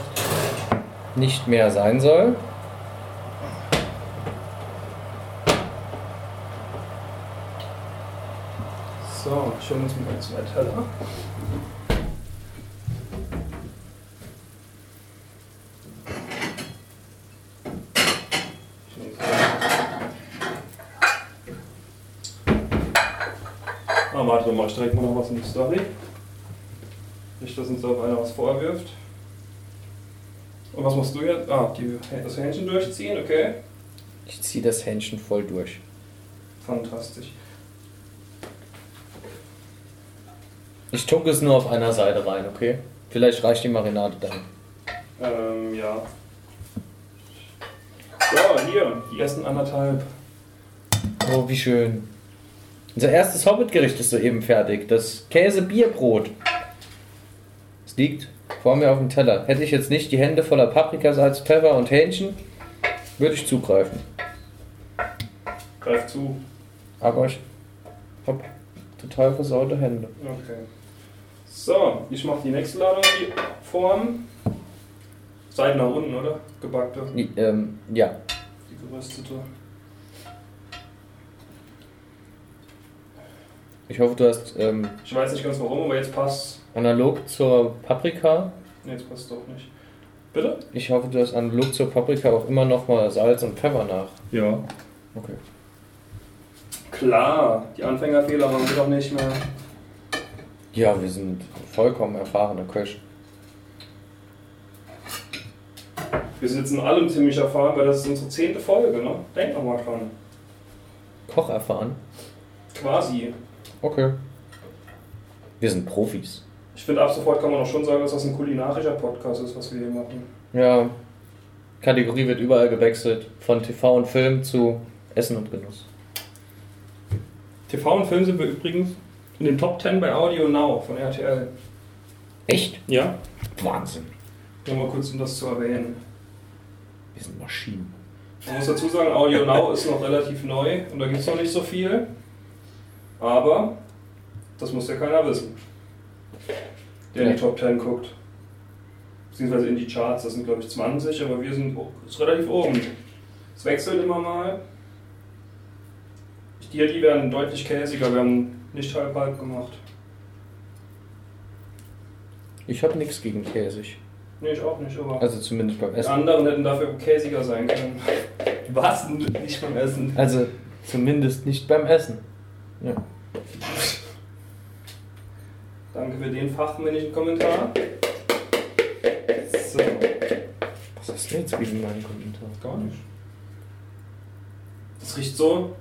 Speaker 1: nicht mehr sein soll.
Speaker 2: So, ich hole uns mal zwei Teller. Ah, warte mal, ich direkt mal noch was in die Story. Nicht, dass uns da einer was vorwirft. Und was machst du jetzt? Ah, die, das Hähnchen durchziehen, okay.
Speaker 1: Ich ziehe das Hähnchen voll durch.
Speaker 2: Fantastisch.
Speaker 1: Ich tunke es nur auf einer Seite rein, okay? Vielleicht reicht die Marinade dann.
Speaker 2: Ähm, ja. So, hier, die ersten anderthalb.
Speaker 1: Oh, wie schön. Unser erstes Hobbit-Gericht ist soeben fertig. Das Käse-Bierbrot. Es liegt vor mir auf dem Teller. Hätte ich jetzt nicht die Hände voller Paprikasalz, Pfeffer und Hähnchen, würde ich zugreifen.
Speaker 2: Greif zu.
Speaker 1: Aber ich hab total versaute Hände.
Speaker 2: Okay. So, ich mache die nächste Ladung, die Form. Seiten nach unten, oder? Gebackte,
Speaker 1: I- Ähm, ja.
Speaker 2: die geröstete.
Speaker 1: Ich hoffe, du hast ähm,
Speaker 2: Ich weiß nicht ganz warum, aber jetzt passt
Speaker 1: analog zur Paprika.
Speaker 2: Nee, jetzt passt doch nicht. Bitte?
Speaker 1: Ich hoffe, du hast analog zur Paprika auch immer nochmal Salz und Pfeffer nach.
Speaker 2: Ja.
Speaker 1: Okay.
Speaker 2: Klar, die Anfängerfehler machen wir doch nicht mehr.
Speaker 1: Ja, wir sind vollkommen erfahrene Köche.
Speaker 2: Wir sitzen alle ziemlich erfahren, weil das ist unsere zehnte Folge, ne? Denk doch mal dran.
Speaker 1: Koch erfahren.
Speaker 2: Quasi.
Speaker 1: Okay. Wir sind Profis.
Speaker 2: Ich finde, ab sofort kann man auch schon sagen, dass das ein kulinarischer Podcast ist, was wir hier machen.
Speaker 1: Ja. Kategorie wird überall gewechselt. Von TV und Film zu Essen und Genuss.
Speaker 2: TV und Film sind wir übrigens in den Top 10 bei Audio Now von RTL.
Speaker 1: Echt?
Speaker 2: Ja?
Speaker 1: Wahnsinn.
Speaker 2: Nur mal kurz, um das zu erwähnen.
Speaker 1: Wir sind Maschinen.
Speaker 2: Man muss dazu sagen, Audio Now ist noch relativ neu und da gibt es noch nicht so viel. Aber das muss ja keiner wissen, der in die
Speaker 1: Ja.
Speaker 2: Top 10 guckt. Beziehungsweise in die Charts, das sind glaube ich 20, aber wir sind o- ist relativ oben. Es wechselt immer mal. Die, die werden deutlich käsiger, wir haben nicht halb halb gemacht.
Speaker 1: Ich habe nichts gegen Käsig.
Speaker 2: Nee, ich auch nicht, aber
Speaker 1: Also zumindest beim
Speaker 2: die
Speaker 1: Essen.
Speaker 2: anderen hätten dafür käsiger sein können. Was? Nicht beim Essen.
Speaker 1: Also zumindest nicht beim Essen. Ja.
Speaker 2: Danke für den fachmännischen Kommentar. So.
Speaker 1: Was hast du jetzt gegen meinen Kommentar?
Speaker 2: Gar nicht. Das riecht so.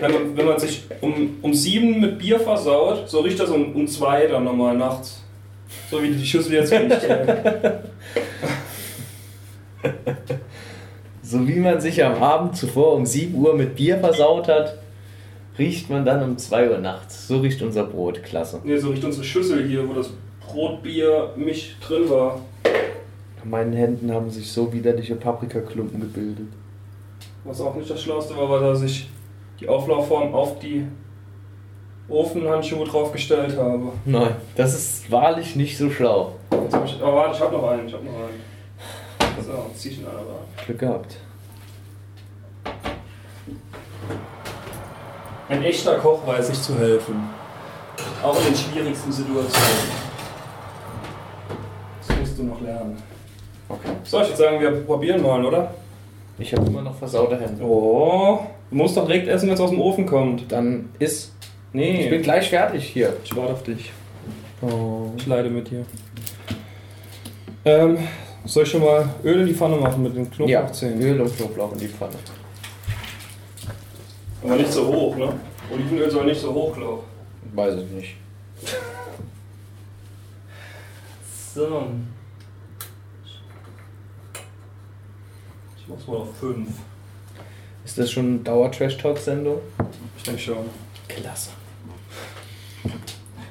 Speaker 2: Wenn man, wenn man sich um, um sieben mit Bier versaut, so riecht das um, um zwei dann nochmal nachts. So wie die Schüssel jetzt riecht. ja.
Speaker 1: So wie man sich am Abend zuvor um 7 Uhr mit Bier versaut hat, riecht man dann um 2 Uhr nachts. So riecht unser Brot. Klasse.
Speaker 2: Ne, so riecht unsere Schüssel hier, wo das Brotbier mich drin war.
Speaker 1: An meinen Händen haben sich so widerliche Paprikaklumpen gebildet.
Speaker 2: Was auch nicht das Schlauste war, war, dass ich die Auflaufform auf die Ofenhandschuhe draufgestellt habe.
Speaker 1: Nein, das ist wahrlich nicht so schlau.
Speaker 2: Jetzt hab ich, oh, warte, ich hab noch einen, ich hab noch einen. So, zieh ich ihn alle rein.
Speaker 1: Glück gehabt.
Speaker 2: Ein echter Koch weiß sich zu helfen. Auch in den schwierigsten Situationen. Das musst du noch lernen.
Speaker 1: Okay.
Speaker 2: So, ich würde sagen, wir probieren mal, oder?
Speaker 1: Ich habe immer noch versaute Hände.
Speaker 2: Oh, du musst doch direkt essen, wenn es aus dem Ofen kommt.
Speaker 1: Dann ist.
Speaker 2: Nee,
Speaker 1: Ich bin gleich fertig hier.
Speaker 2: ich warte auf dich.
Speaker 1: Oh.
Speaker 2: Ich leide mit dir. Ähm, soll ich schon mal Öl in die Pfanne machen mit den
Speaker 1: Ja,
Speaker 2: Knoblauchzehen?
Speaker 1: Öl und Knoblauch in die Pfanne.
Speaker 2: Aber nicht so hoch, ne? Olivenöl soll nicht so hoch laufen.
Speaker 1: Weiß ich nicht.
Speaker 6: So.
Speaker 2: Ich mach's mal auf 5.
Speaker 1: Ist das schon eine Dauer-Trash-Talk-Sendung?
Speaker 2: Ich denke schon.
Speaker 1: Klasse.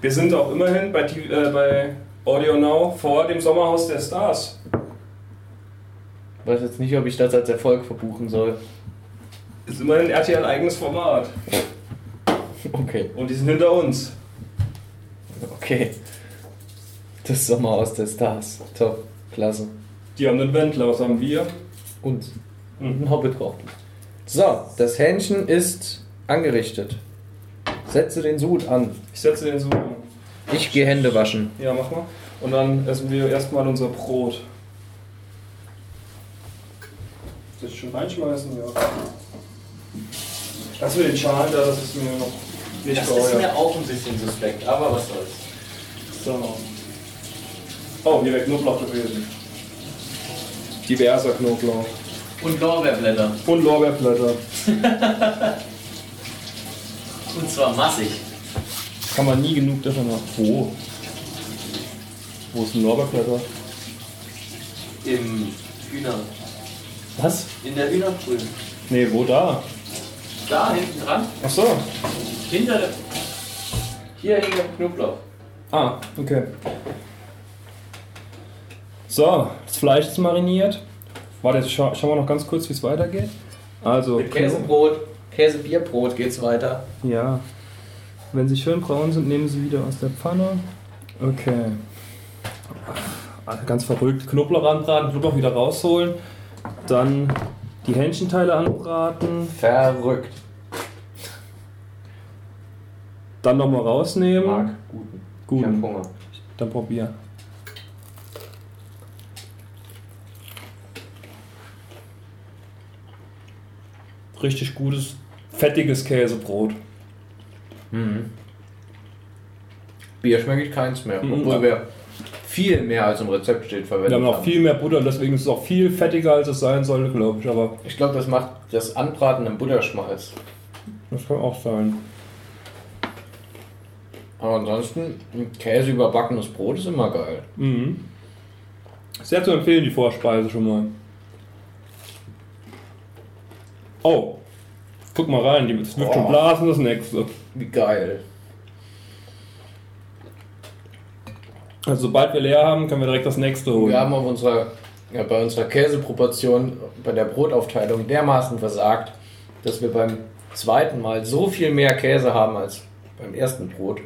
Speaker 2: Wir sind auch immerhin bei, TV, äh, bei Audio Now vor dem Sommerhaus der Stars.
Speaker 1: Ich weiß jetzt nicht, ob ich das als Erfolg verbuchen soll.
Speaker 2: Ist immerhin RTL eigenes Format.
Speaker 1: Okay.
Speaker 2: Und die sind hinter uns.
Speaker 1: Okay. Das Sommer aus der Stars. Top. Klasse.
Speaker 2: Die haben den Wendler, was haben wir?
Speaker 1: Und ein Hobbit kocht. So, das Hähnchen ist angerichtet. Setze den Sud an.
Speaker 2: Ich setze den so an.
Speaker 1: Ich gehe Hände waschen.
Speaker 2: Ja, mach mal. Und dann essen wir erstmal unser Brot. Soll ich schon reinschmeißen? Ja. Lass mir den Schal da, das ist mir noch nicht geheuer.
Speaker 1: auch ein bisschen suspekt, aber was soll's.
Speaker 2: So. Oh, hier wäre Knoblauch gewesen. Diverser Knoblauch.
Speaker 1: Und Lorbeerblätter.
Speaker 2: Und Lorbeerblätter.
Speaker 1: Und zwar massig.
Speaker 2: Kann man nie genug davon haben. Wo? Wo ist ein Lorbeerblätter?
Speaker 6: Im Hühner.
Speaker 2: Was?
Speaker 6: In der Hühnerbrühe.
Speaker 2: Nee, wo da?
Speaker 6: Da hinten dran.
Speaker 2: Ach so.
Speaker 6: Hinter. Hier hinter dem Knoblauch.
Speaker 2: Ah, okay. So, das Fleisch ist mariniert. Warte, jetzt scha schauen wir noch ganz kurz, wie es weitergeht. Also,
Speaker 1: Mit Käsebrot, Käsebierbrot geht's weiter.
Speaker 2: ja. Wenn sie schön braun sind, nehmen sie wieder aus der Pfanne. Okay. Ah, Ganz verrückt. Knoblauch anbraten, Knoblauch wieder rausholen. Dann die Hähnchenteile anbraten.
Speaker 1: Verrückt.
Speaker 2: Dann nochmal rausnehmen.
Speaker 1: Marc, guten.
Speaker 2: Gut,
Speaker 1: Ich hab Hunger.
Speaker 2: dann probier. Richtig gutes, fettiges Käsebrot.
Speaker 1: Mhm. Bier schmecke ich keins mehr,
Speaker 2: Mhm.
Speaker 1: obwohl wir viel mehr als im Rezept steht verwendet
Speaker 2: Wir haben
Speaker 1: haben.
Speaker 2: noch viel mehr Butter, deswegen ist es auch viel fettiger, als es sein sollte, glaube ich. Aber
Speaker 1: Ich glaube, das macht das Anbraten im Butterschmalz.
Speaker 2: das kann auch sein.
Speaker 1: Aber ansonsten, ein Käse überbackenes Brot ist immer geil.
Speaker 2: Mhm. Sehr zu empfehlen, die Vorspeise schon mal. Oh, guck mal rein, die das wird schon
Speaker 1: Oh.
Speaker 2: blasen, das nächste.
Speaker 1: Wie geil.
Speaker 2: Also, sobald wir leer haben, können wir direkt das nächste holen.
Speaker 1: Wir haben auf unserer, ja, bei unserer Käseproportion, bei der Brotaufteilung dermaßen versagt, dass wir beim zweiten Mal so viel mehr Käse haben als beim ersten Brot.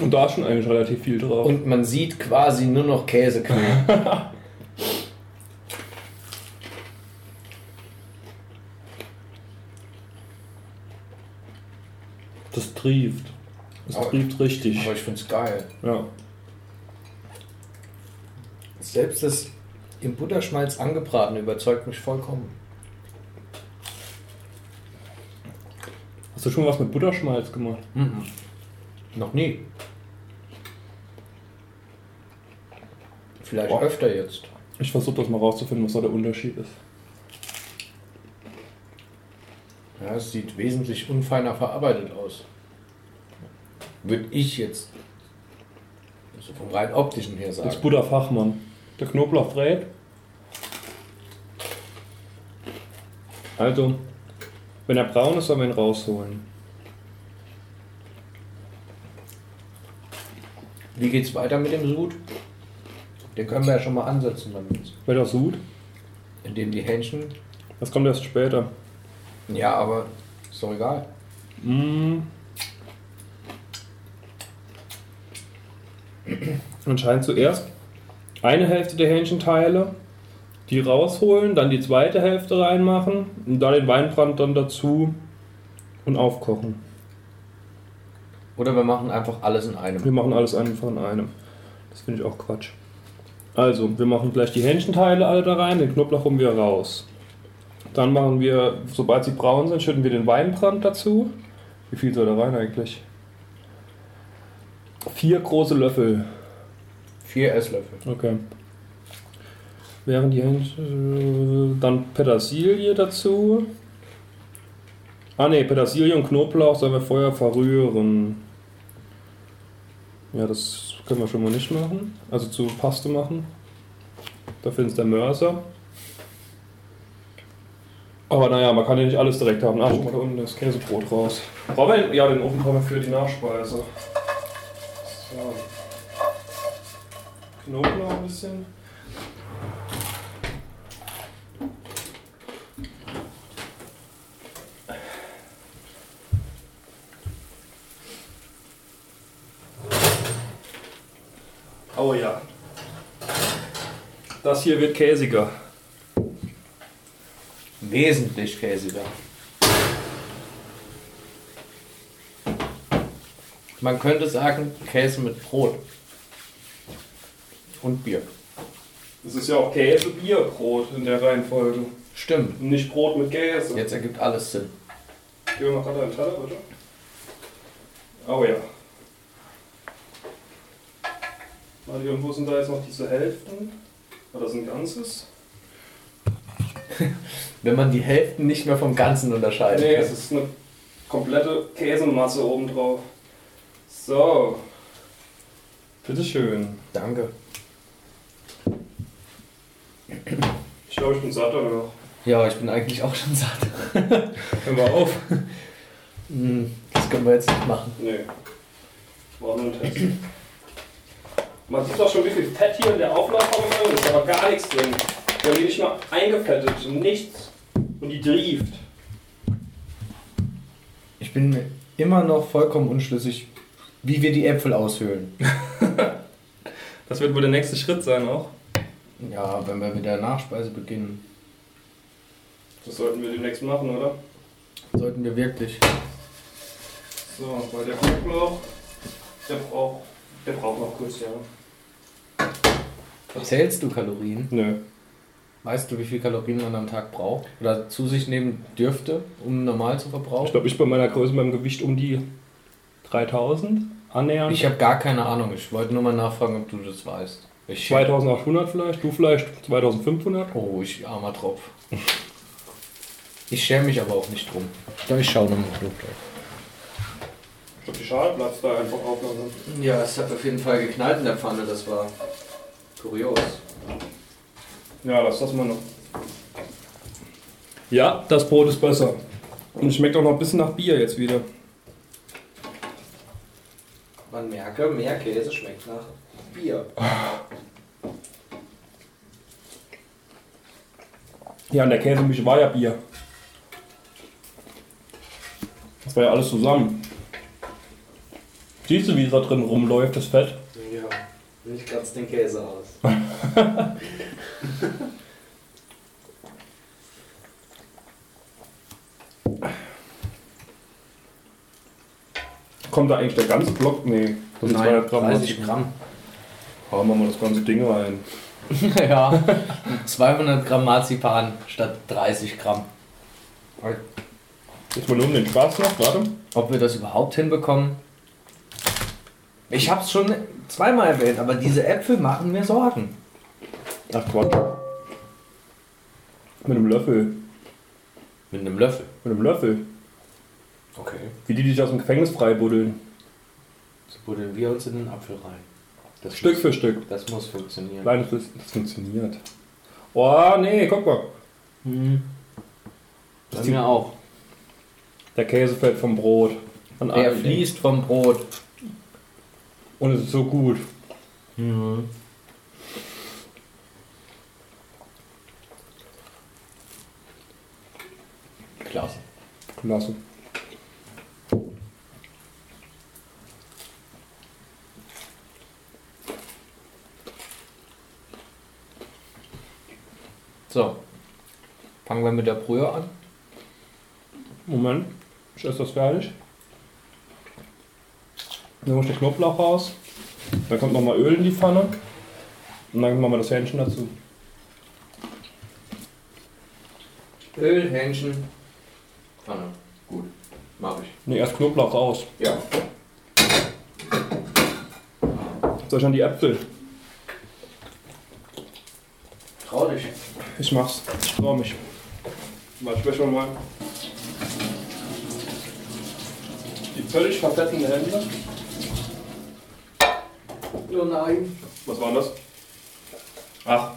Speaker 2: Und da ist schon eigentlich relativ viel drauf.
Speaker 1: Und man sieht quasi nur noch Käseknöpfe.
Speaker 2: Das trieft. Das
Speaker 1: Aber-
Speaker 2: trieft richtig.
Speaker 1: Aber ich find's geil.
Speaker 2: Ja.
Speaker 1: Selbst das im Butterschmalz angebratene überzeugt mich vollkommen.
Speaker 2: Hast du schon was mit Butterschmalz gemacht?
Speaker 1: Noch nie. Vielleicht
Speaker 2: Boah.
Speaker 1: öfter jetzt.
Speaker 2: Ich versuche das mal rauszufinden, was da der Unterschied ist.
Speaker 1: Ja, es sieht wesentlich unfeiner verarbeitet aus. Würde ich jetzt also vom rein optischen her
Speaker 2: Das ist
Speaker 1: sagen.
Speaker 2: Butterfachmann. Der Knoblauch brät. Also, wenn er braun ist, sollen wir ihn rausholen.
Speaker 1: Wie geht's weiter mit dem Sud? Den können wir ja schon mal ansetzen damit.
Speaker 2: Wird das gut?
Speaker 1: Indem die Hähnchen.
Speaker 2: Das kommt erst später.
Speaker 1: Ja, aber ist doch egal.
Speaker 2: Anscheinend zuerst eine Hälfte der Hähnchenteile, die rausholen, dann die zweite Hälfte reinmachen und dann den Weinbrand dann dazu und aufkochen.
Speaker 1: Oder wir machen einfach alles in einem.
Speaker 2: Wir machen alles einfach in einem. Das finde ich auch Quatsch. Also, wir machen gleich die Hähnchenteile alle da rein, den Knoblauch holen wir raus. Dann machen wir, sobald sie braun sind, schütten wir den Weinbrand dazu. Wie viel soll da rein eigentlich? Vier große Löffel.
Speaker 1: Vier Esslöffel.
Speaker 2: Okay. Während die Hähnchen. Dann Petersilie dazu. Ah ne, Petersilie und Knoblauch sollen wir vorher verrühren. Ja, das können wir schon mal nicht machen. Also zu Paste machen. Dafür ist der Mörser. Aber naja, man kann ja nicht alles direkt haben. Ach, schon mal da unten das Käsebrot raus. Brauchen wir den, ja, den Ofen brauchen wir für die Nachspeise. So. Knoblauch ein bisschen. Oh ja. Das hier wird käsiger.
Speaker 1: Wesentlich käsiger. Man könnte sagen, Käse mit Brot. Und Bier.
Speaker 2: Es ist ja auch Käse, Bier, Brot in der Reihenfolge.
Speaker 1: Stimmt.
Speaker 2: Und nicht Brot mit Käse.
Speaker 1: Jetzt ergibt alles Sinn.
Speaker 2: Gib mir mal gerade einen Teller, bitte. Oh ja. Warte, und wo sind da jetzt noch diese Hälften? War das ein ganzes?
Speaker 1: Wenn man die Hälften nicht mehr vom Ganzen unterscheidet.
Speaker 2: Nee, es ist eine komplette Käsemasse obendrauf. So. Bitteschön.
Speaker 1: Danke.
Speaker 2: Ich glaube, ich bin satt danach.
Speaker 1: Ja, ich bin eigentlich auch schon satt.
Speaker 2: Hör mal auf.
Speaker 1: Hm, Das können wir jetzt nicht machen.
Speaker 2: Nee. War nur ein Test. Man sieht doch schon, wie viel Fett hier in der Auflaufform drin ist, aber gar nichts drin. Wir haben die nicht mal eingefettet und nichts. Und die trieft.
Speaker 1: Ich bin mir immer noch vollkommen unschlüssig, wie wir die Äpfel aushöhlen.
Speaker 2: Das wird wohl der nächste Schritt sein auch.
Speaker 1: Ja, wenn wir mit der Nachspeise beginnen,
Speaker 2: Das sollten wir demnächst machen, oder?
Speaker 1: sollten wir wirklich.
Speaker 2: So, weil der Knoblauch, der braucht, der braucht noch kurz, ja.
Speaker 1: Zählst du Kalorien?
Speaker 2: Nö.
Speaker 1: Weißt du, wie viel Kalorien man am Tag braucht? Oder zu sich nehmen dürfte, um normal zu
Speaker 2: Ich
Speaker 1: verbrauchen?
Speaker 2: glaube, ich bei meiner Größe, meinem Gewicht um die 3000 annähernd.
Speaker 1: Ich habe gar keine Ahnung. Ich wollte nur mal nachfragen, ob du das weißt. Ich
Speaker 2: 2800 vielleicht, du vielleicht 2500.
Speaker 1: Oh, ich armer Tropf. Ich schäme mich aber auch nicht drum. Ich schaue nochmal Knoblauch.
Speaker 2: Ich glaube, die Schale platzt da einfach auf. langsam.
Speaker 1: Ja, es hat auf jeden Fall geknallt in der Pfanne. Das war kurios.
Speaker 2: Ja, lass das mal noch. Ja, das Brot ist besser. Und schmeckt auch noch ein bisschen nach Bier jetzt wieder.
Speaker 1: Man merke, mehr Käse schmeckt nach Bier.
Speaker 2: Ja, in der Käsemilch war ja Bier. Das war ja alles zusammen. Siehst du, wie es da drin rumläuft, das Fett?
Speaker 1: Ja, nicht ganz den Käse aus.
Speaker 2: Kommt da eigentlich der ganze Block? Nee. Das sind 200 Gramm.
Speaker 7: 30 Gramm.
Speaker 2: Hauen wir mal das ganze Ding rein.
Speaker 1: ja, 200 Gramm Marzipan statt 30 Gramm.
Speaker 2: Jetzt mal nur um den Spaß noch, warte.
Speaker 1: Ob wir das überhaupt hinbekommen? Ich hab's schon zweimal erwähnt, aber diese Äpfel machen mir Sorgen.
Speaker 2: Ach Quatsch. Mit einem Löffel.
Speaker 1: Mit einem Löffel.
Speaker 2: Mit einem Löffel.
Speaker 1: Okay.
Speaker 2: Wie die, die sich aus dem Gefängnis freibuddeln.
Speaker 1: So buddeln wir uns in den Apfel rein. Das
Speaker 2: Stück für Stück.
Speaker 1: Muss, das muss funktionieren.
Speaker 2: Nein, das, das funktioniert. Oh, nee, guck mal.
Speaker 1: Hm. Bei
Speaker 2: die-
Speaker 1: mir auch.
Speaker 2: Der Käse fällt vom Brot. An
Speaker 1: Er
Speaker 2: allen Ecken.
Speaker 1: fließt vom Brot.
Speaker 3: Und es ist so gut.
Speaker 1: Mhm. Klasse.
Speaker 3: Klasse.
Speaker 1: So. Fangen wir mit der Brühe an.
Speaker 3: Moment, ich esse das fertig. Dann muss der Knoblauch raus. Dann kommt nochmal Öl in die Pfanne. Und dann machen wir das Hähnchen dazu.
Speaker 7: Öl, Hähnchen.
Speaker 1: Pfanne. Ah, Gut. Mach ich.
Speaker 3: Ne, erst Knoblauch raus.
Speaker 1: Ja.
Speaker 3: Soll ich an die Äpfel?
Speaker 1: Trau dich.
Speaker 3: Ich mach's. Ich trau mich. Mal, ich möchte mal die völlig verfettende Hände.
Speaker 7: Oh nein.
Speaker 3: Was war das? Ach.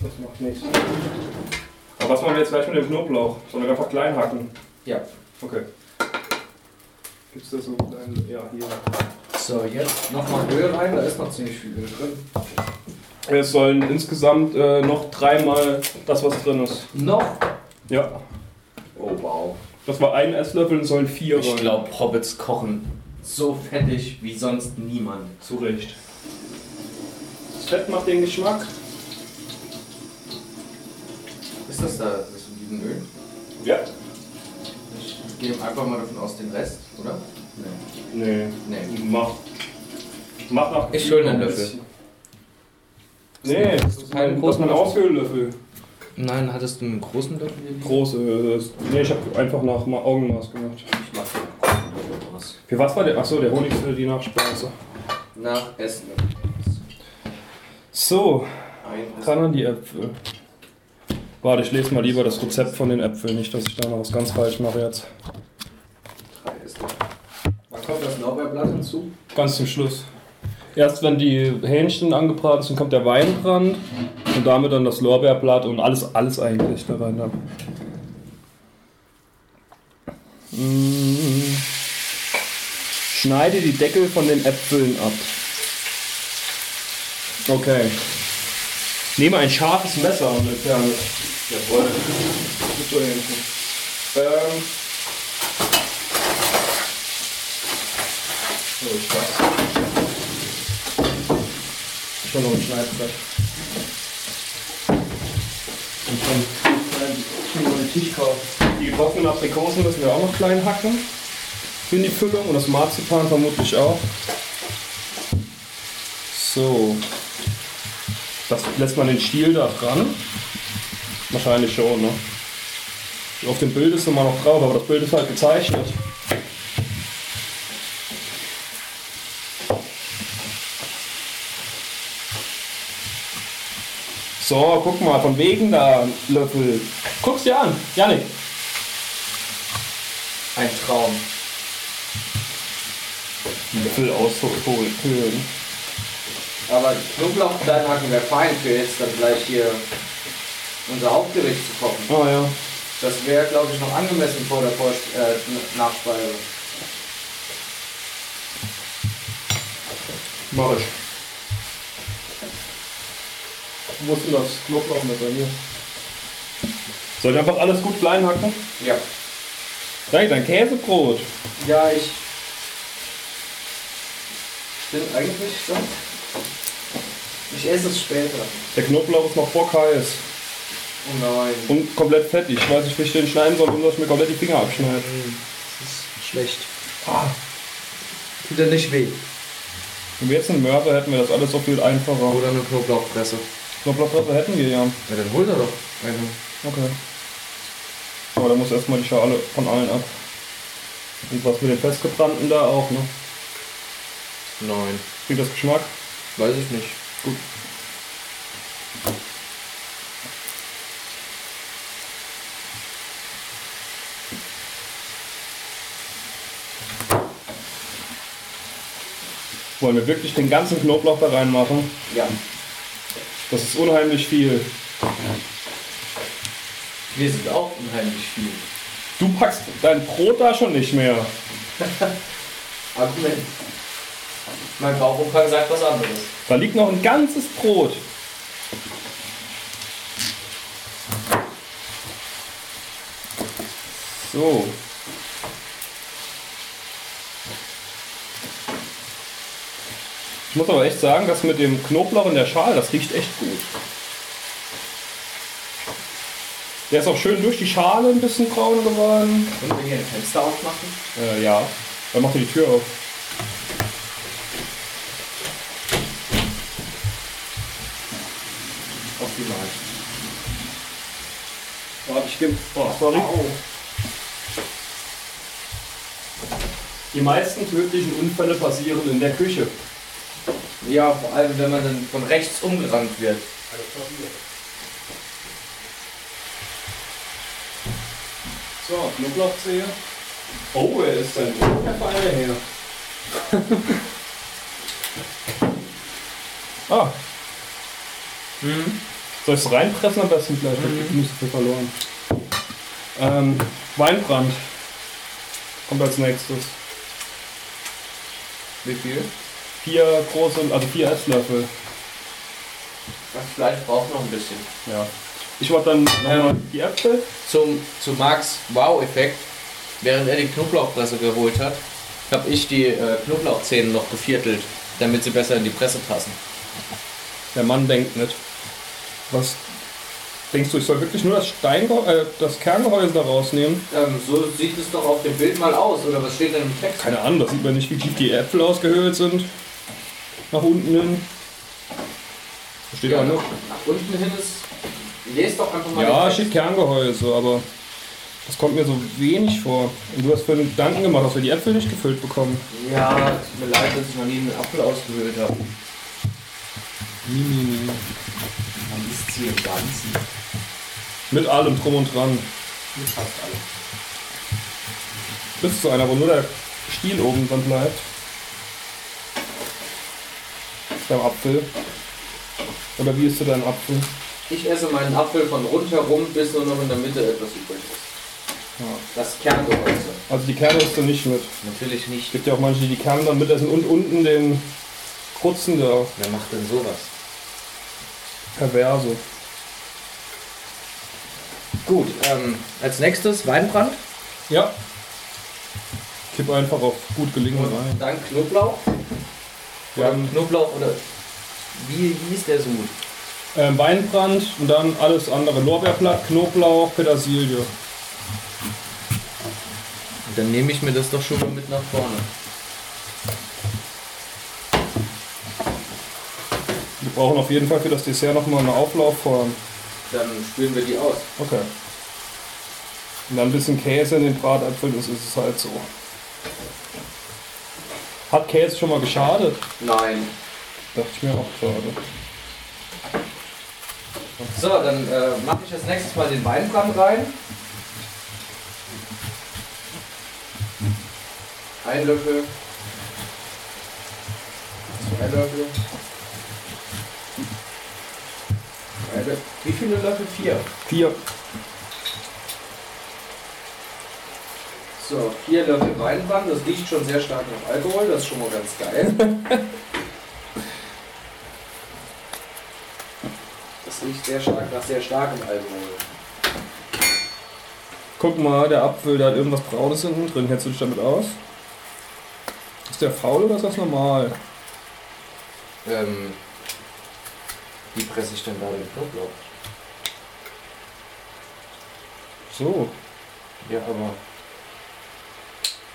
Speaker 3: Das macht nichts. Aber was machen wir jetzt gleich mit dem Knoblauch? Sollen wir einfach klein hacken?
Speaker 1: Ja.
Speaker 3: Okay. Gibt's da so kleine. Ja, hier.
Speaker 1: So, jetzt nochmal Öl rein. Da ist noch ziemlich viel Öl drin.
Speaker 3: Es sollen insgesamt äh, noch dreimal das, was drin ist.
Speaker 1: Noch?
Speaker 3: Ja.
Speaker 1: Oh, wow.
Speaker 3: Das war ein Esslöffel und es sollen vier
Speaker 1: Ich
Speaker 3: rein.
Speaker 1: glaube, Hobbits kochen so fettig wie sonst niemand.
Speaker 3: Zu Recht. Das Fett macht den Geschmack.
Speaker 1: Ist das da das Olivenöl?
Speaker 3: Ja.
Speaker 1: Ich gehe einfach mal davon aus, den Rest, oder? Nee.
Speaker 3: Nee.
Speaker 1: Nee.
Speaker 3: Mach. Mach nach.
Speaker 1: Ich hol einen Löffel.
Speaker 3: Nee, das
Speaker 7: Keinen
Speaker 3: ist mein, das ist
Speaker 7: großen
Speaker 3: mein
Speaker 7: Löffel.
Speaker 3: Aushöhllöffel.
Speaker 7: Nein, hattest du einen großen Löffel?
Speaker 3: Große. äh, Das, nee, ich habe einfach nach Ma- Augenmaß gemacht.
Speaker 1: Ich mach den Löffel raus.
Speaker 3: Für was war der? Achso, der Honig für die Nachspeise.
Speaker 1: Nach Essen.
Speaker 3: So,
Speaker 1: Ein
Speaker 3: ran an die Äpfel. Warte, ich lese mal lieber das Rezept von den Äpfeln, nicht, dass ich da noch was ganz falsch mache jetzt.
Speaker 1: drei Essen. Wann kommt das Lorbeerblatt hinzu?
Speaker 3: Ganz zum Schluss. Erst wenn die Hähnchen angebraten sind, kommt der Weinbrand und damit dann das Lorbeerblatt und alles, alles eigentlich da rein. Dann. Mm. Schneide die Deckel von den Äpfeln ab. Okay. Nehme ein scharfes Messer und entferne es. Jawohl. Gut so, Hähnchen. Ähm. So, Oh, ich weiß. Schon noch ein Schneidbrett. Und dann schon den Tisch kaufen. Die getrockneten Aprikosen müssen wir auch noch klein hacken. Für die Füllung und das Marzipan vermutlich auch. So. Das lässt man den Stiel da dran. Wahrscheinlich schon, ne? Auf dem Bild ist immer noch drauf, aber das Bild ist halt gezeichnet. So, guck mal, von wegen da Löffel. Guck's dir an, Janik.
Speaker 1: Ein Traum.
Speaker 3: Löffel ausholen.
Speaker 7: Aber Knoblauch klein hacken wäre fein für jetzt dann gleich hier unser Hauptgericht zu kochen.
Speaker 3: Ah ja.
Speaker 7: Das wäre, glaube ich, noch angemessen vor der Vorst äh, Nachspeise.
Speaker 3: Mach ich. Wo ist denn das Knoblauch mit bei mir? Soll ich einfach alles gut klein hacken?
Speaker 7: Ja.
Speaker 3: Nein, dein Käsebrot.
Speaker 7: Ja, ich bin eigentlich schon. Ich esse es später.
Speaker 3: Der Knoblauch ist noch vor heiß
Speaker 7: Oh nein.
Speaker 3: und komplett fettig. Ich weiß nicht, wie ich den schneiden soll, ohne dass ich mir komplett die Finger abschneide.
Speaker 7: Hm. Das ist schlecht. Ah. Tut er nicht weh.
Speaker 3: Wenn wir jetzt einen Mörser hätten, wir das alles so viel einfacher.
Speaker 7: Oder eine Knoblauchpresse.
Speaker 3: Knoblauchpresse hätten wir ja.
Speaker 7: Ja, dann holt er doch eine.
Speaker 3: Okay. Aber da muss erstmal die Schale von allen ab. Und was mit den festgebrannten da auch, ne?
Speaker 1: Nein.
Speaker 3: Kriegt das Geschmack?
Speaker 1: Weiß ich nicht.
Speaker 3: Wollen wir wirklich den ganzen Knoblauch da reinmachen?
Speaker 7: Ja.
Speaker 3: Das ist unheimlich viel.
Speaker 1: Wir sind auch unheimlich viel.
Speaker 3: Du packst dein Brot da schon nicht mehr.
Speaker 7: Argument.
Speaker 1: Mein Bauchumfang sagt was anderes.
Speaker 2: Da liegt noch ein ganzes Brot. So. Ich muss aber echt sagen, das mit dem Knoblauch in der Schale, das riecht echt gut. Der ist auch schön durch die Schale ein bisschen braun geworden.
Speaker 1: Können wir hier ein Fenster aufmachen?
Speaker 2: Äh, ja. Dann macht ihr die Tür auf.
Speaker 1: Optimal.
Speaker 2: Warte, ich gebe. Oh, sorry. Die meisten tödlichen Unfälle passieren in der Küche.
Speaker 1: Ja, vor allem wenn man dann von rechts umgerannt wird.
Speaker 2: So, Knoblauchzehe. Oh, er ist ein Feine her. ah. Mhm. Soll ich es reinpressen am besten gleich? Mhm. Ich muss viel verloren. Ähm, Weinbrand. Kommt als nächstes.
Speaker 1: Wie viel?
Speaker 2: Vier große, also vier Esslöffel.
Speaker 1: Das Fleisch braucht noch ein bisschen.
Speaker 2: Ja. Ich wollte dann nochmal die Äpfel.
Speaker 1: Zum, zu Marks Wow-Effekt, während er die Knoblauchpresse geholt hat, habe ich die äh, Knoblauchzehen noch geviertelt, damit sie besser in die Presse passen.
Speaker 2: Der Mann denkt nicht. Was denkst du, ich soll wirklich nur das, Steingehäu- äh, das Kerngehäuse da rausnehmen?
Speaker 1: Ähm, so sieht es doch auf dem Bild mal aus, oder was steht denn im Text?
Speaker 2: Keine Ahnung, das sieht man nicht, wie tief die Äpfel ausgehöhlt sind. Nach unten hin. Da Steht
Speaker 1: Ja,
Speaker 2: auch
Speaker 1: noch
Speaker 2: noch.
Speaker 1: nach unten hin ist. Lest doch einfach mal.
Speaker 2: Ja,
Speaker 1: den
Speaker 2: steht Kerngehäuse, aber das kommt mir so wenig vor. Und du hast für einen Gedanken gemacht, dass wir die Äpfel nicht gefüllt bekommen.
Speaker 1: Text. ja, tut mir leid, dass ich noch nie einen Apfel ausgehöhlt habe. Man isst sie im Ganzen.
Speaker 2: Mit allem drum und dran.
Speaker 1: Mit fast allem.
Speaker 2: Bis zu einer, wo nur der Stiel oben dran bleibt. Beim Apfel. Oder wie isst du deinen Apfel?
Speaker 1: Ich esse meinen Apfel von rundherum, bis nur noch in der Mitte etwas übrig ist.
Speaker 2: Ja.
Speaker 1: Das Kerngehäuse.
Speaker 2: Also die Kerne isst du nicht mit.
Speaker 7: Natürlich
Speaker 2: Es
Speaker 7: nicht.
Speaker 2: gibt ja auch manche, die die Kerne dann mitessen und unten den Krutzen der
Speaker 7: Wer macht denn sowas?
Speaker 2: Perverse.
Speaker 7: Gut, ähm, als nächstes Weinbrand.
Speaker 2: Ja. Kipp einfach auf gut gelingen rein.
Speaker 1: Dann Knoblauch.
Speaker 2: Wir haben
Speaker 7: Knoblauch oder wie hieß der Sud?
Speaker 2: ähm, Weinbrand und dann alles andere. Lorbeerblatt, Knoblauch, Petersilie.
Speaker 7: Und dann nehme ich mir das doch schon mal mit nach vorne.
Speaker 2: Wir brauchen auf jeden Fall für das Dessert nochmal eine Auflaufform.
Speaker 1: Dann spülen wir die aus.
Speaker 2: Okay. Und dann ein bisschen Käse in den Bratapfel, das ist es halt so. Hat Käse schon mal geschadet?
Speaker 1: Nein.
Speaker 2: Dachte ich mir auch gerade.
Speaker 1: So, dann äh, mache ich als nächstes mal den Weinbrand rein. Ein Löffel. Zwei Löffel. Drei Löffel. Wie viele Löffel? Vier.
Speaker 2: Vier.
Speaker 1: So, vier Löffel Weinbrand. Das riecht schon sehr stark nach Alkohol. Das ist schon mal ganz geil. Das riecht sehr stark nach sehr starkem Alkohol.
Speaker 2: Guck mal, der Apfel, der hat irgendwas Braunes hinten drin. Kennst du dich damit aus? Ist der faul oder ist das normal?
Speaker 7: Ähm, wie presse ich denn da den Knoblauch?
Speaker 2: So,
Speaker 7: Ja, aber.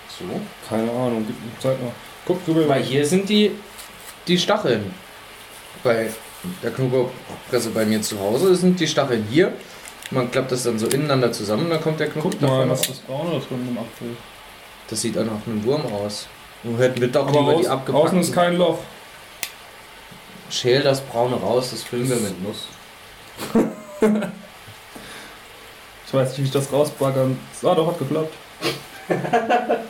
Speaker 7: So?
Speaker 2: keine Ahnung. Gib mir Zeit mal. Guck, google
Speaker 7: Weil
Speaker 2: mal.
Speaker 7: hier sind die, die Stacheln. Bei der Knoblauchpresse bei mir zu Hause sind die Stacheln hier. Man klappt das dann so ineinander zusammen, dann kommt der Knoblauch
Speaker 2: Guck mal,
Speaker 7: davon.
Speaker 2: was ist das Braune da drin im Apfel?
Speaker 7: Das sieht auch nach einem Wurm aus. Nun hätten wir doch
Speaker 2: Aber
Speaker 7: lieber die
Speaker 2: aus, außen ist
Speaker 7: abgepackten.
Speaker 2: kein Loch.
Speaker 7: Schäl das Braune raus, das füllen wir mit Nuss.
Speaker 2: Ich weiß nicht, wie ich das rausbaggern. Ah, doch, hat geklappt.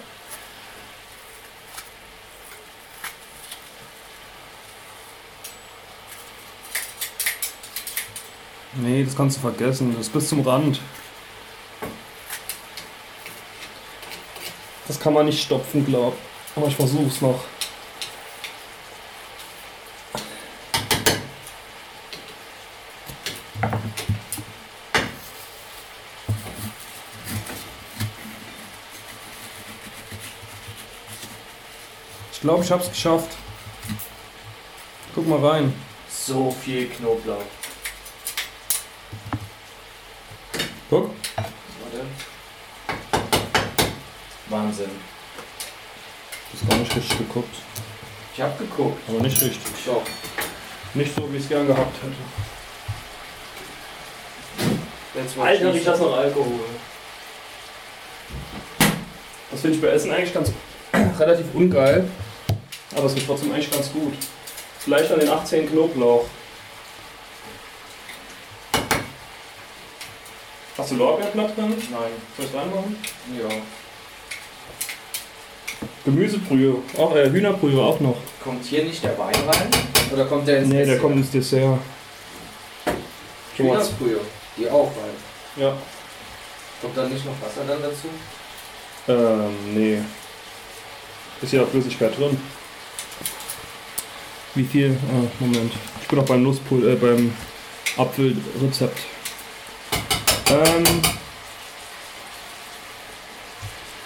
Speaker 2: nee, das kannst du vergessen. Das ist bis zum Rand. Das kann man nicht stopfen, glaub. Aber ich versuch's noch. glaube, ich habe es geschafft. Guck mal rein.
Speaker 8: So viel Knoblauch.
Speaker 2: Guck.
Speaker 8: Warte. Wahnsinn.
Speaker 2: Das ist gar nicht richtig geguckt.
Speaker 8: Ich hab geguckt.
Speaker 2: Aber nicht richtig.
Speaker 8: Doch.
Speaker 2: Nicht so, wie ich es gern gehabt hätte.
Speaker 8: Jetzt
Speaker 3: Alter, riecht das noch Alkohol. Das finde ich bei Essen eigentlich ganz relativ ungeil. Aber es geht trotzdem eigentlich ganz gut. Vielleicht an den 18 Knoblauch. Hast du Lorbeerblatt drin? Nein. Soll ich reinmachen?
Speaker 8: Ja.
Speaker 3: Gemüsebrühe, auch äh, Hühnerbrühe auch noch.
Speaker 8: Kommt hier nicht der Wein rein? Oder kommt der ins
Speaker 3: Nee, der
Speaker 8: Essen?
Speaker 3: kommt ins Dessert. Schon mal-
Speaker 8: Hühnerbrühe. Die auch rein.
Speaker 3: Ja.
Speaker 8: Kommt dann nicht noch Wasser dann dazu?
Speaker 3: Ähm, nee. Ist ja auch Flüssigkeit drin. Wie viel? Ah, Moment. Ich bin auch beim Nusspul, äh, beim Apfelrezept. Ähm.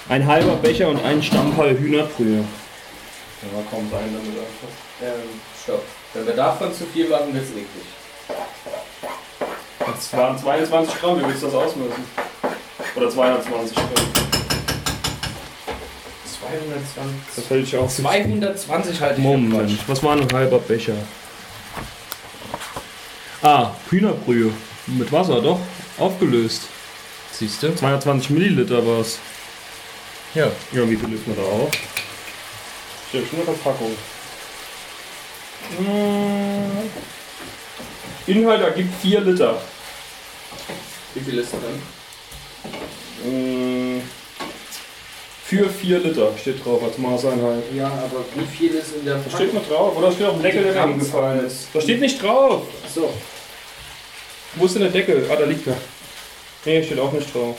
Speaker 3: Ein halber Becher und ein Stammball Hühnerbrühe.
Speaker 2: Ja, kommt rein damit einfach.
Speaker 8: Ähm, stopp. Wenn wir davon zu viel machen, wird's eklig.
Speaker 3: Das waren 22 Gramm, wie willst du das ausmessen? Oder 220 Gramm.
Speaker 8: 220.
Speaker 3: Das hätte ich auch
Speaker 8: 220 halt ich
Speaker 3: Moment, was war ein halber Becher? Ah, Hühnerbrühe. Mit Wasser, doch. Aufgelöst.
Speaker 1: Siehst du?
Speaker 3: 220 Milliliter war es.
Speaker 1: Ja.
Speaker 3: Ja, wie viel löst man da auf? Ich habe schon eine Verpackung. Mm. Inhalt ergibt 4 Liter.
Speaker 8: Wie viel ist drin?
Speaker 3: Mm. Für 4 Liter steht drauf als Maßeinheit.
Speaker 8: Ja, aber wie viel ist in der
Speaker 3: Da steht noch drauf, oder? Da steht auf dem Deckel, der mir
Speaker 8: Gramm
Speaker 3: angefallen ist. Da steht nicht drauf!
Speaker 8: So.
Speaker 3: Wo ist denn der Deckel? Ah, da liegt er. Nee, steht auch nicht drauf.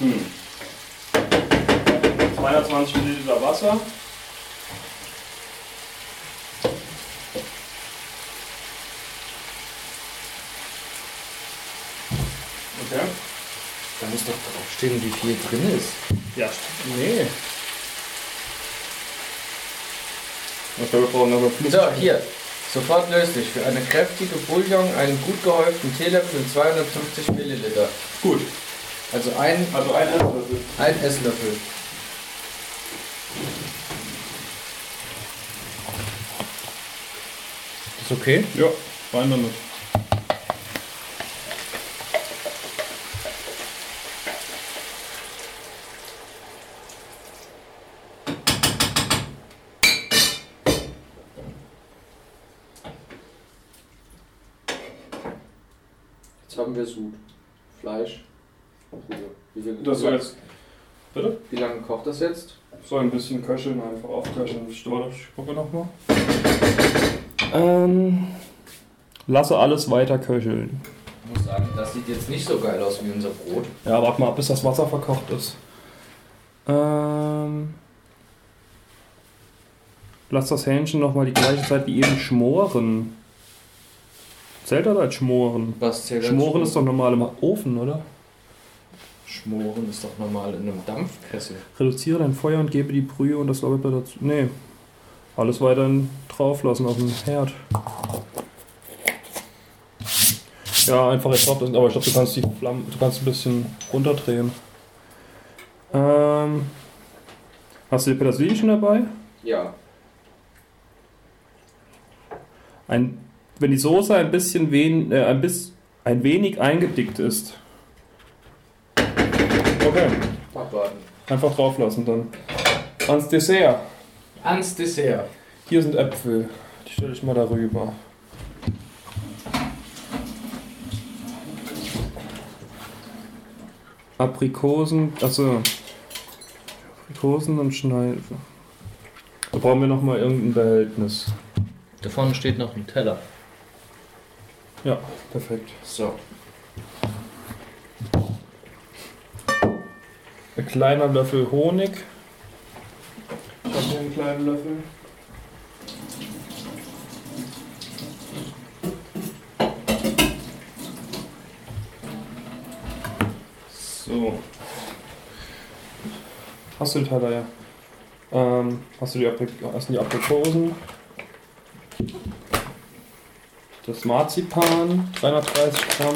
Speaker 3: Hm. 220 Milliliter Wasser. Okay.
Speaker 1: Da muss doch draufstehen, wie viel drin ist.
Speaker 3: Ja, nee. Ich glaube, wir brauchen aber
Speaker 1: So, hier. Sofort löslich. Für eine kräftige Bouillon einen gut gehäuften Teelöffel und 250 Milliliter.
Speaker 3: Gut.
Speaker 1: Also ein,
Speaker 3: Also ein Esslöffel.
Speaker 1: ein Esslöffel. Ist okay?
Speaker 3: Ja, rein damit.
Speaker 8: Jetzt haben wir Sud. Fleisch. Brühe. Wie, viel,
Speaker 3: Das soll jetzt
Speaker 8: wie lange kocht das jetzt?
Speaker 3: soll ein bisschen köcheln, einfach aufköcheln. Ich gucke nochmal. Ähm, lasse alles weiter köcheln.
Speaker 1: Ich muss sagen, das sieht jetzt nicht so geil aus wie unser Brot.
Speaker 3: Ja, warte mal, bis das Wasser verkocht ist. Ähm, lass das Hähnchen nochmal die gleiche Zeit wie eben schmoren. Zählt das als schmoren?
Speaker 1: Was zählt
Speaker 3: Schmoren ist doch normal im Ofen, oder?
Speaker 1: Schmoren ist doch normal in einem Dampfkessel.
Speaker 3: Reduziere dein Feuer und gebe die Brühe und das Lorbeerblatt dazu. Nee. Alles weiterhin drauf lassen auf dem Herd. Ja, einfach jetzt drauf lassen, aber ich glaube, du kannst die Flammen, du kannst ein bisschen runterdrehen. Ähm, hast du die Petersilie schon dabei?
Speaker 8: Ja.
Speaker 3: Ein, wenn die Soße ein bisschen wen, äh, ein, bis, ein wenig eingedickt ist. Okay,
Speaker 8: Abwarten.
Speaker 3: einfach drauf lassen dann. Ans Dessert.
Speaker 1: Ans Dessert.
Speaker 3: Hier sind Äpfel. Die stelle ich mal darüber. Aprikosen, also Aprikosen und Schneide. Da brauchen wir nochmal irgendein Behältnis.
Speaker 1: Da vorne steht noch ein Teller.
Speaker 3: Ja, perfekt.
Speaker 1: So.
Speaker 3: Ein kleiner Löffel Honig. Ich habe hier einen kleinen Löffel. So. Hast du den Teller, ja.
Speaker 2: Ähm, hast du die, Apri hast du die Aprikosen? Das Marzipan, 330 Gramm.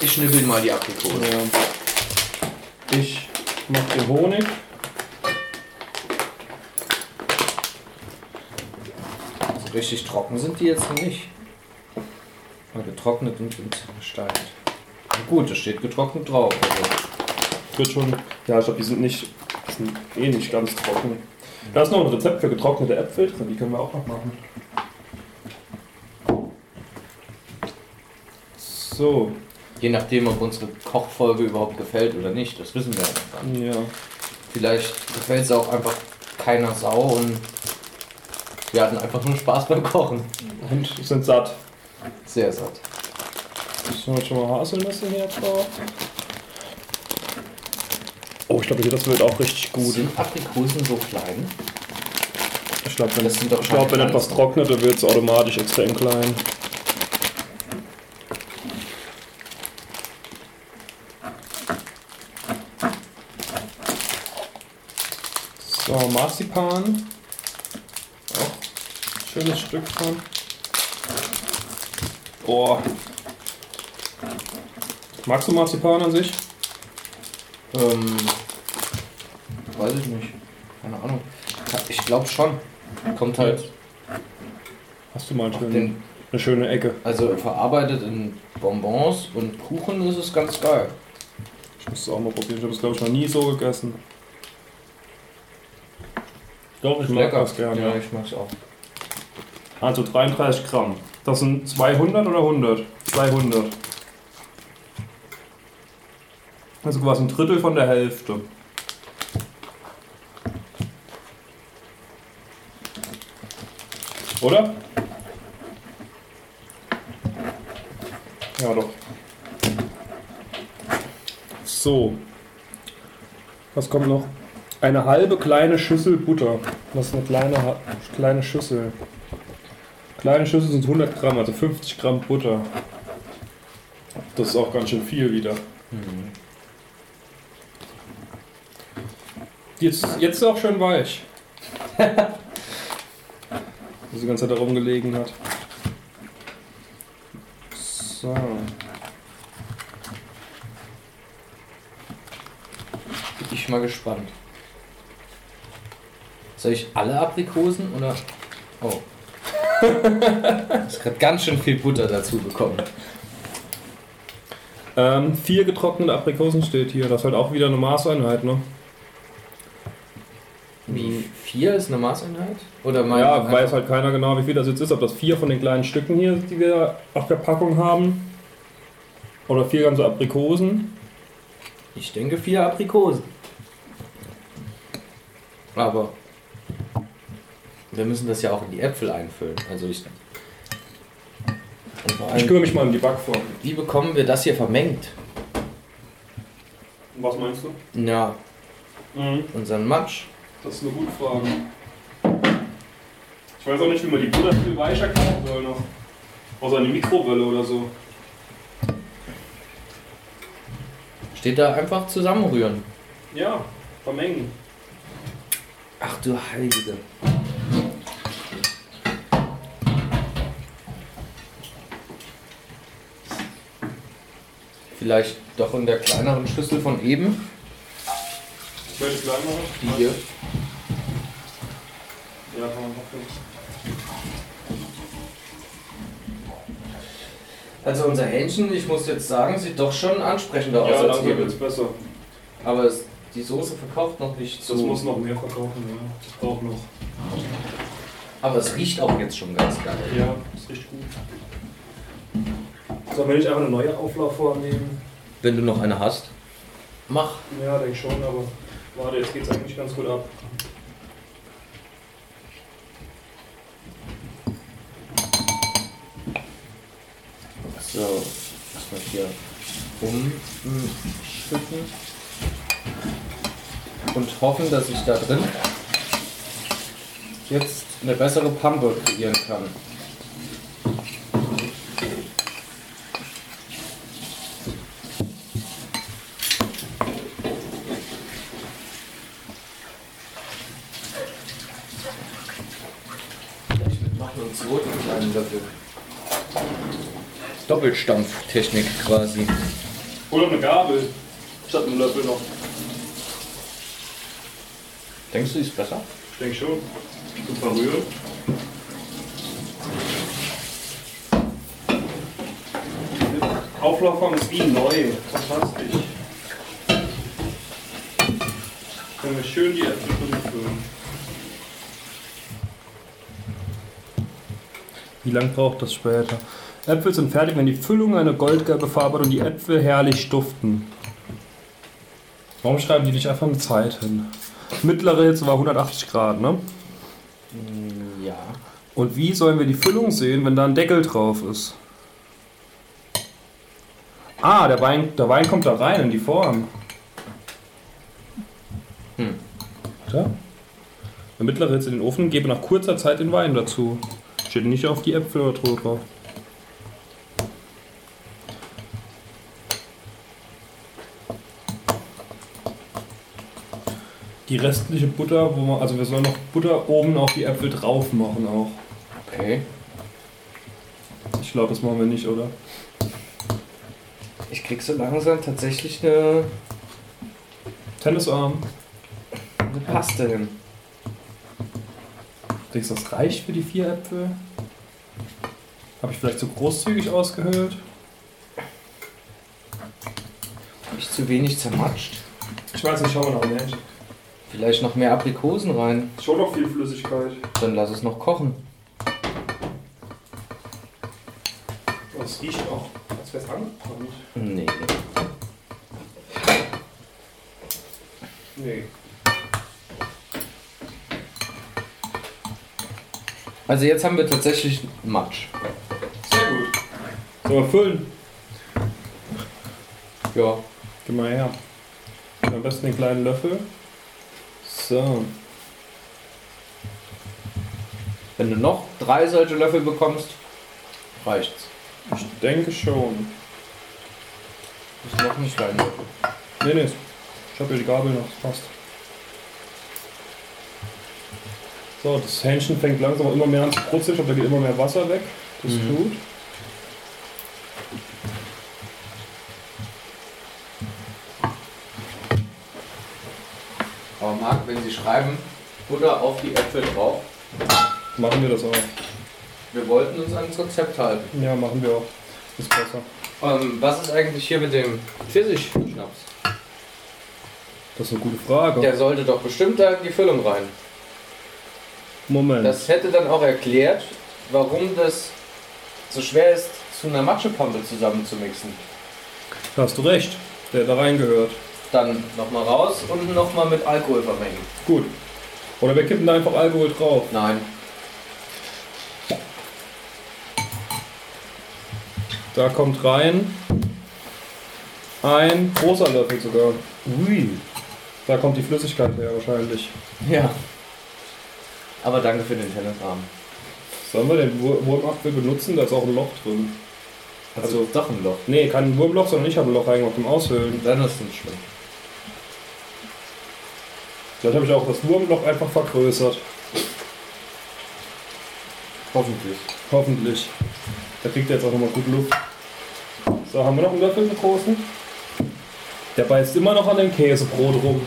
Speaker 7: Ich schnippel mal die Aprikose.
Speaker 2: Ja. Ich mach dir Honig.
Speaker 1: Also
Speaker 7: So richtig trocken sind die jetzt nicht. Mal getrocknet und gesteigt.
Speaker 1: Gut, das steht getrocknet drauf. Also,
Speaker 2: Wird schon. Ja, ich glaube, die sind nicht. Die sind eh nicht ganz trocken. Da ist noch ein Rezept für getrocknete Äpfel drin, die können wir auch noch machen. So,
Speaker 1: je nachdem, ob unsere Kochfolge überhaupt gefällt oder nicht, das wissen wir ja noch gar nicht.
Speaker 2: ja.
Speaker 1: Vielleicht gefällt es auch einfach keiner Sau und wir hatten einfach nur Spaß beim Kochen.
Speaker 2: Und sind satt.
Speaker 1: Sehr satt.
Speaker 2: Sollen wir schon mal Haselnüsse hier drauf? Oh, ich glaube, hier, das wird auch richtig gut.
Speaker 1: Sind Aprikosen so klein?
Speaker 2: Ich glaube, wenn,
Speaker 1: Das sind doch
Speaker 2: ich glaub, wenn
Speaker 1: keine
Speaker 2: etwas
Speaker 1: Pflanzen.
Speaker 2: trocknet, dann wird es automatisch extrem klein. So, Marzipan. Auch ein schönes Stück von. Boah. Magst du Marzipan an sich?
Speaker 1: Ähm, weiß ich nicht. Keine Ahnung. Ich glaube schon. Kommt halt
Speaker 2: Hast du mal einen
Speaker 1: auf
Speaker 2: schönen,
Speaker 1: den,
Speaker 2: eine schöne Ecke.
Speaker 1: also verarbeitet in Bonbons und Kuchen ist es ganz geil.
Speaker 2: Ich muss es auch mal probieren. Ich habe es, glaube ich, noch nie so gegessen. Doch, ich mag das gerne.
Speaker 1: Ja, ich mag's auch.
Speaker 2: Also 33 Gramm. Das sind 200 oder 100? 200. Also quasi ein Drittel von der Hälfte. Oder? Ja, doch. So. Was kommt noch? Eine halbe kleine Schüssel Butter. Was ist eine kleine, Ha- kleine Schüssel? Kleine Schüssel sind 100 Gramm, also 50 Gramm Butter. Das ist auch ganz schön viel wieder. Mhm. Jetzt, jetzt ist auch schön weich. Dass die ganze Zeit darum gelegen hat. So.
Speaker 1: Bin ich mal gespannt. Soll ich alle Aprikosen oder. Oh. Ich habe ganz schön viel Butter dazu bekommen.
Speaker 2: Ähm, vier getrocknete Aprikosen steht hier. Das ist halt auch wieder eine Maßeinheit, ne?
Speaker 1: Wie vier ist eine Maßeinheit? Oder mein
Speaker 2: Mhm. Ja, weiß halt keiner genau, wie viel das jetzt ist. Ob das vier von den kleinen Stücken hier, die wir auf der Packung haben. Oder vier ganze Aprikosen.
Speaker 1: Ich denke vier Aprikosen. Aber wir müssen das ja auch in die Äpfel einfüllen. Also ich. Und vor
Speaker 2: Ich
Speaker 1: allem,
Speaker 2: kümmere mich mal um die Backform.
Speaker 1: wie bekommen wir das hier vermengt?
Speaker 2: Was meinst du?
Speaker 1: Ja,
Speaker 2: Mhm.
Speaker 1: unseren Matsch.
Speaker 2: Das ist eine gute Frage. Ich weiß auch nicht, wie man die Butter viel weicher kaufen soll noch. Außer eine Mikrowelle oder so.
Speaker 1: Steht da einfach zusammenrühren.
Speaker 2: Ja, vermengen.
Speaker 1: Ach du Heilige. Vielleicht doch in der kleineren Schüssel von eben.
Speaker 2: Welche klein machen?
Speaker 1: Die hier.
Speaker 2: Ja, kann man machen.
Speaker 1: Also unser Hähnchen, ich muss jetzt sagen, sieht doch schon ansprechender aus
Speaker 2: Ja,
Speaker 1: als
Speaker 2: dann wird
Speaker 1: eben.
Speaker 2: es besser.
Speaker 1: Aber es, die Soße verkauft noch nicht so.
Speaker 2: Das muss noch mehr verkaufen, ja. Das braucht noch.
Speaker 1: Aber es riecht auch jetzt schon ganz geil.
Speaker 2: Ja, ist richtig gut. Sollen wir nicht einfach eine neue Auflaufform nehmen?
Speaker 1: Wenn du noch eine hast, mach.
Speaker 2: Ja, denke schon, aber warte, jetzt geht's eigentlich ganz gut ab.
Speaker 1: So, erstmal hier umschütten. Und hoffen, dass ich da drin jetzt eine bessere Pampe kreieren kann. Brot und einen Löffel. Doppelstampftechnik quasi.
Speaker 3: Oder eine Gabel. Statt einem Löffel noch.
Speaker 1: Denkst du, die ist besser?
Speaker 3: Ich denke schon. Super rühren. Auflaufform ist wie neu. Fantastisch. Können wir schön die Äpfel zurückführen. Wie lange braucht das später? Äpfel sind fertig, wenn die Füllung eine goldgelbe Farbe hat und die Äpfel herrlich duften. Warum schreiben die nicht einfach eine Zeit hin? Mittlere Hitze war 180 Grad, ne?
Speaker 1: Ja.
Speaker 3: Und wie sollen wir die Füllung sehen, wenn da ein Deckel drauf ist? Ah, der Wein, der Wein kommt da rein in die Form.
Speaker 1: Hm.
Speaker 3: Oder? Der mittlere Hitze in den Ofen, gebe nach kurzer Zeit den Wein dazu. Steht nicht auf die Äpfel oder so drauf. Die restliche Butter, wo man, also wir sollen noch Butter oben auf die Äpfel drauf machen auch.
Speaker 1: Okay.
Speaker 3: Ich glaube, das machen wir nicht, oder?
Speaker 1: Ich krieg so langsam tatsächlich ne, eine,
Speaker 3: Tennisarm.
Speaker 1: eine ne Paste hin.
Speaker 3: Denkst du, das reicht für die vier Äpfel? Habe ich vielleicht zu großzügig ausgehöhlt?
Speaker 1: Hab ich zu wenig zermatscht?
Speaker 3: Ich weiß nicht, schauen wir noch nicht.
Speaker 1: Vielleicht noch mehr Aprikosen rein.
Speaker 3: Schon noch viel Flüssigkeit.
Speaker 1: Dann lass es noch kochen.
Speaker 3: Das riecht auch, als wäre es angebrannt.
Speaker 1: Nee.
Speaker 3: Nee.
Speaker 1: Also jetzt haben wir tatsächlich Matsch.
Speaker 3: Sehr gut. Sollen wir füllen?
Speaker 1: Ja.
Speaker 3: Geh mal her. Am besten den kleinen Löffel. So.
Speaker 1: Wenn du noch drei solche Löffel bekommst, reicht's.
Speaker 3: Ich denke schon.
Speaker 1: Ist noch nicht rein.
Speaker 3: Nee, nee. Ich habe ja die Gabel noch, das passt. So, das Hähnchen fängt langsam immer mehr an zu brutzeln, aber da geht immer mehr Wasser weg. Das ist
Speaker 1: Mhm.
Speaker 3: gut.
Speaker 1: Aber Marc, wenn sie schreiben, Butter auf die Äpfel drauf,
Speaker 3: Machen wir das auch.
Speaker 1: wir wollten uns ans Rezept halten.
Speaker 3: Ja, machen wir auch. Ist besser.
Speaker 1: Ähm, was ist eigentlich hier mit dem Pfirsichschnaps?
Speaker 3: Das ist eine gute Frage.
Speaker 1: Der sollte doch bestimmt da in die Füllung rein.
Speaker 3: Moment.
Speaker 1: Das hätte dann auch erklärt, warum das so schwer ist, zu einer Matschepampe zusammenzumixen.
Speaker 3: da hast du recht. Der hat da reingehört.
Speaker 1: Dann nochmal raus und nochmal mit Alkohol vermengen.
Speaker 3: Gut. Oder wir kippen da einfach Alkohol drauf.
Speaker 1: Nein.
Speaker 3: Da kommt rein ein großer Löffel sogar.
Speaker 1: Ui.
Speaker 3: Da kommt die Flüssigkeit her wahrscheinlich.
Speaker 1: Ja. Aber danke für den Tennisarm.
Speaker 3: Sollen wir den Wur- Wurmapfel benutzen? Da ist auch ein Loch drin. Also-
Speaker 1: Also doch ein Loch.
Speaker 3: Nee, kein Wurmloch, sondern ich habe ein Loch reingemacht zum Aushöhlen.
Speaker 1: Dann ist es nicht schlimm.
Speaker 3: Vielleicht habe ich auch das Wurmloch einfach vergrößert.
Speaker 1: Hoffentlich.
Speaker 3: Hoffentlich. Da kriegt er jetzt auch nochmal gut Luft. So, haben wir noch einen Löffel, einen großen? Der beißt immer noch an dem Käsebrot rum.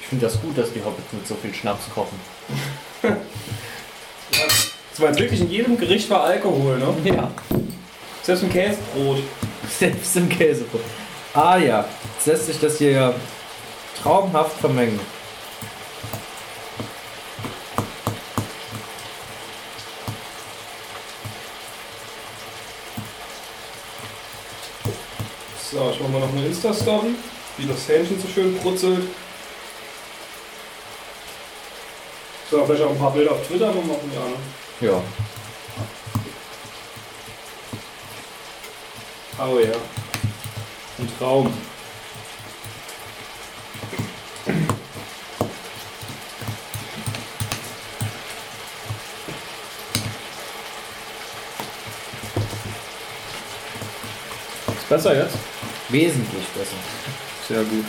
Speaker 1: Ich finde das gut, dass die Hobbits mit so viel Schnaps kochen.
Speaker 3: Das war jetzt wirklich in jedem Gericht war Alkohol, ne?
Speaker 1: Ja.
Speaker 3: Selbst im Käsebrot.
Speaker 1: Selbst im Käsebrot. Ah ja, jetzt lässt sich das hier ja traumhaft vermengen.
Speaker 3: So, ich mache mal noch eine Insta-Story, wie das Hähnchen so schön brutzelt. So, vielleicht auch ein paar Bilder auf Twitter mal machen, ja. Ne?
Speaker 1: Ja.
Speaker 3: Oh ja. Ein Traum. Besser jetzt?
Speaker 1: Wesentlich besser.
Speaker 3: Sehr gut.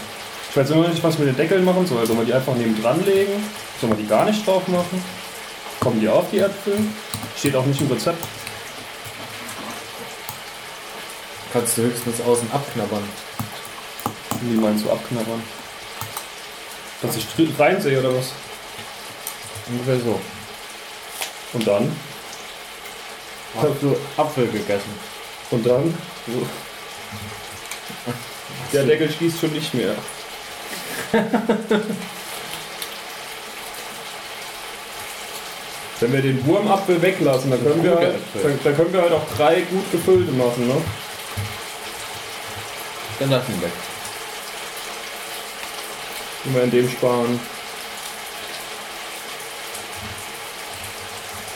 Speaker 3: Ich weiß immer noch nicht, was wir mit den Deckeln machen sollen. Sollen wir die einfach neben dran legen? Sollen wir die gar nicht drauf machen? Kommen die auf die Äpfel? Steht auch nicht im Rezept.
Speaker 1: Kannst du höchstens außen abknabbern.
Speaker 3: Wie meinst du abknabbern? Dass ich dr- reinsehe oder was?
Speaker 1: Ungefähr so.
Speaker 3: Und dann?
Speaker 1: Hast du Apfel gegessen?
Speaker 3: Und dann? Der Deckel schließt schon nicht mehr. Wenn wir den Wurmapfel weglassen, dann können, wir
Speaker 1: Guter
Speaker 3: halt,
Speaker 1: Apfel.
Speaker 3: dann, dann können wir halt auch drei gut gefüllte machen, ne?
Speaker 1: Dann lass ihn weg.
Speaker 3: Immer in dem sparen.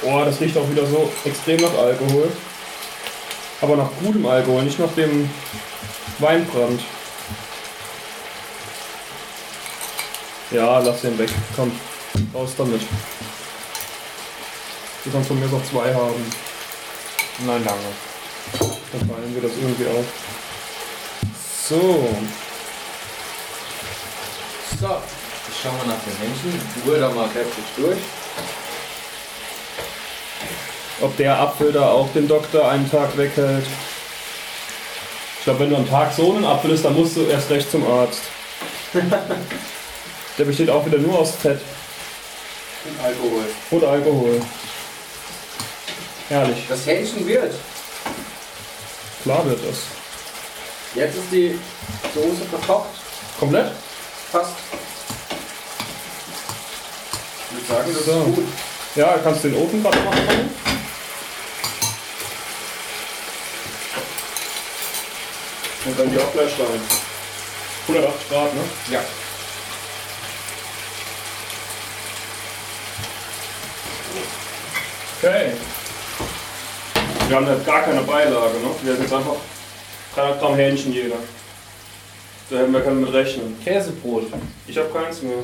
Speaker 3: Oh, das riecht auch wieder so extrem nach Alkohol. Aber nach gutem Alkohol, nicht nach dem Weinbrand. Ja, lass den weg. Komm, raus damit. Du kannst von mir noch zwei haben.
Speaker 1: Nein, danke.
Speaker 3: Dann teilen wir das irgendwie auf. So.
Speaker 1: So, ich schau mal nach den Händchen. Rühr da mal kräftig durch.
Speaker 3: ob der Apfel da auch den Doktor einen Tag weghält. Ich glaube, wenn du am Tag so einen Apfel isst, dann musst du erst recht zum Arzt. der besteht auch wieder nur aus Fett
Speaker 1: Und Alkohol.
Speaker 3: und Alkohol. Herrlich,
Speaker 1: Das Hähnchen wird.
Speaker 3: klar wird das.
Speaker 1: Jetzt ist die Soße gekocht.
Speaker 3: Komplett?
Speaker 1: Passt. Ich würde sagen, das
Speaker 3: So.
Speaker 1: ist gut.
Speaker 3: Ja, kannst du den Ofen gerade mal anmachen? Und dann die auch gleich rein. 180 Grad, ne?
Speaker 1: Ja.
Speaker 3: Okay. Wir haben halt gar keine Beilage, ne? Wir sind jetzt einfach 300 Gramm Hähnchen jeder. Da hätten wir können mit rechnen.
Speaker 1: Käsebrot.
Speaker 3: Ich habe keins mehr.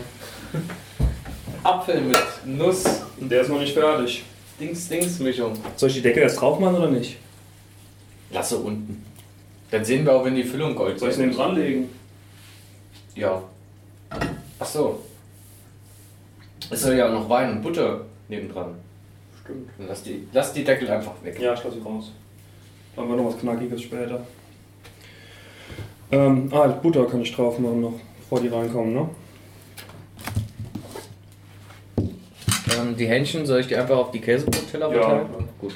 Speaker 1: Apfel mit Nuss.
Speaker 3: Und der ist noch nicht fertig.
Speaker 1: Dings-Dings-Mischung.
Speaker 3: Soll ich die Decke erst drauf machen oder nicht?
Speaker 1: Lasse unten. Dann sehen wir auch, wenn die Füllung gold
Speaker 3: Soll ich es neben dran legen?
Speaker 1: Ja. Ach so. Es soll ja auch noch Wein und Butter nebendran.
Speaker 3: Stimmt.
Speaker 1: Dann lass die, lass die Deckel einfach weg.
Speaker 3: Ja, ich lasse sie raus. Dann haben wir noch was Knackiges später. Ähm, ah, Butter kann ich drauf machen noch, bevor die reinkommen, ne?
Speaker 1: Ähm, die Hähnchen, soll ich die einfach auf die Käsebrotteller
Speaker 3: Ja.
Speaker 1: verteilen? Gut.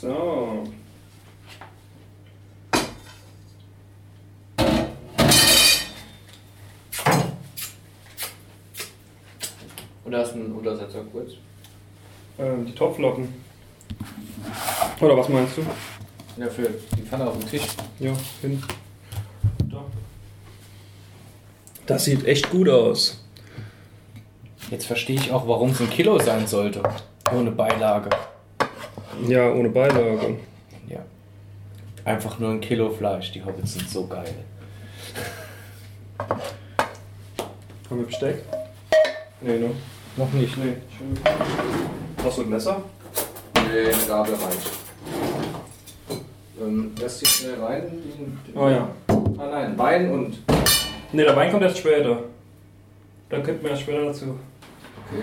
Speaker 3: So.
Speaker 1: Oder hast du einen Untersetzer kurz?
Speaker 3: Ähm, die Topflocken. Oder was meinst du?
Speaker 1: Ja, für die Pfanne auf dem Tisch.
Speaker 3: Ja, hin. Da. Das sieht echt gut aus.
Speaker 1: Jetzt verstehe ich auch, warum es ein Kilo sein sollte. Ohne Beilage.
Speaker 3: Ja, ohne Beilage.
Speaker 1: Ja. Einfach nur ein Kilo Fleisch. Die Hobbits sind so geil.
Speaker 3: Haben wir Besteck? Nee, ne?
Speaker 1: Noch nicht.
Speaker 3: Nee. Hast du ein Messer?
Speaker 1: Nee, eine Gabel halt. reicht. Ähm, lass die schnell rein.
Speaker 3: Oh ja.
Speaker 1: Ah nein, Wein und.
Speaker 3: Nee, der Wein kommt erst später. Dann könnten wir erst später dazu.
Speaker 1: Okay.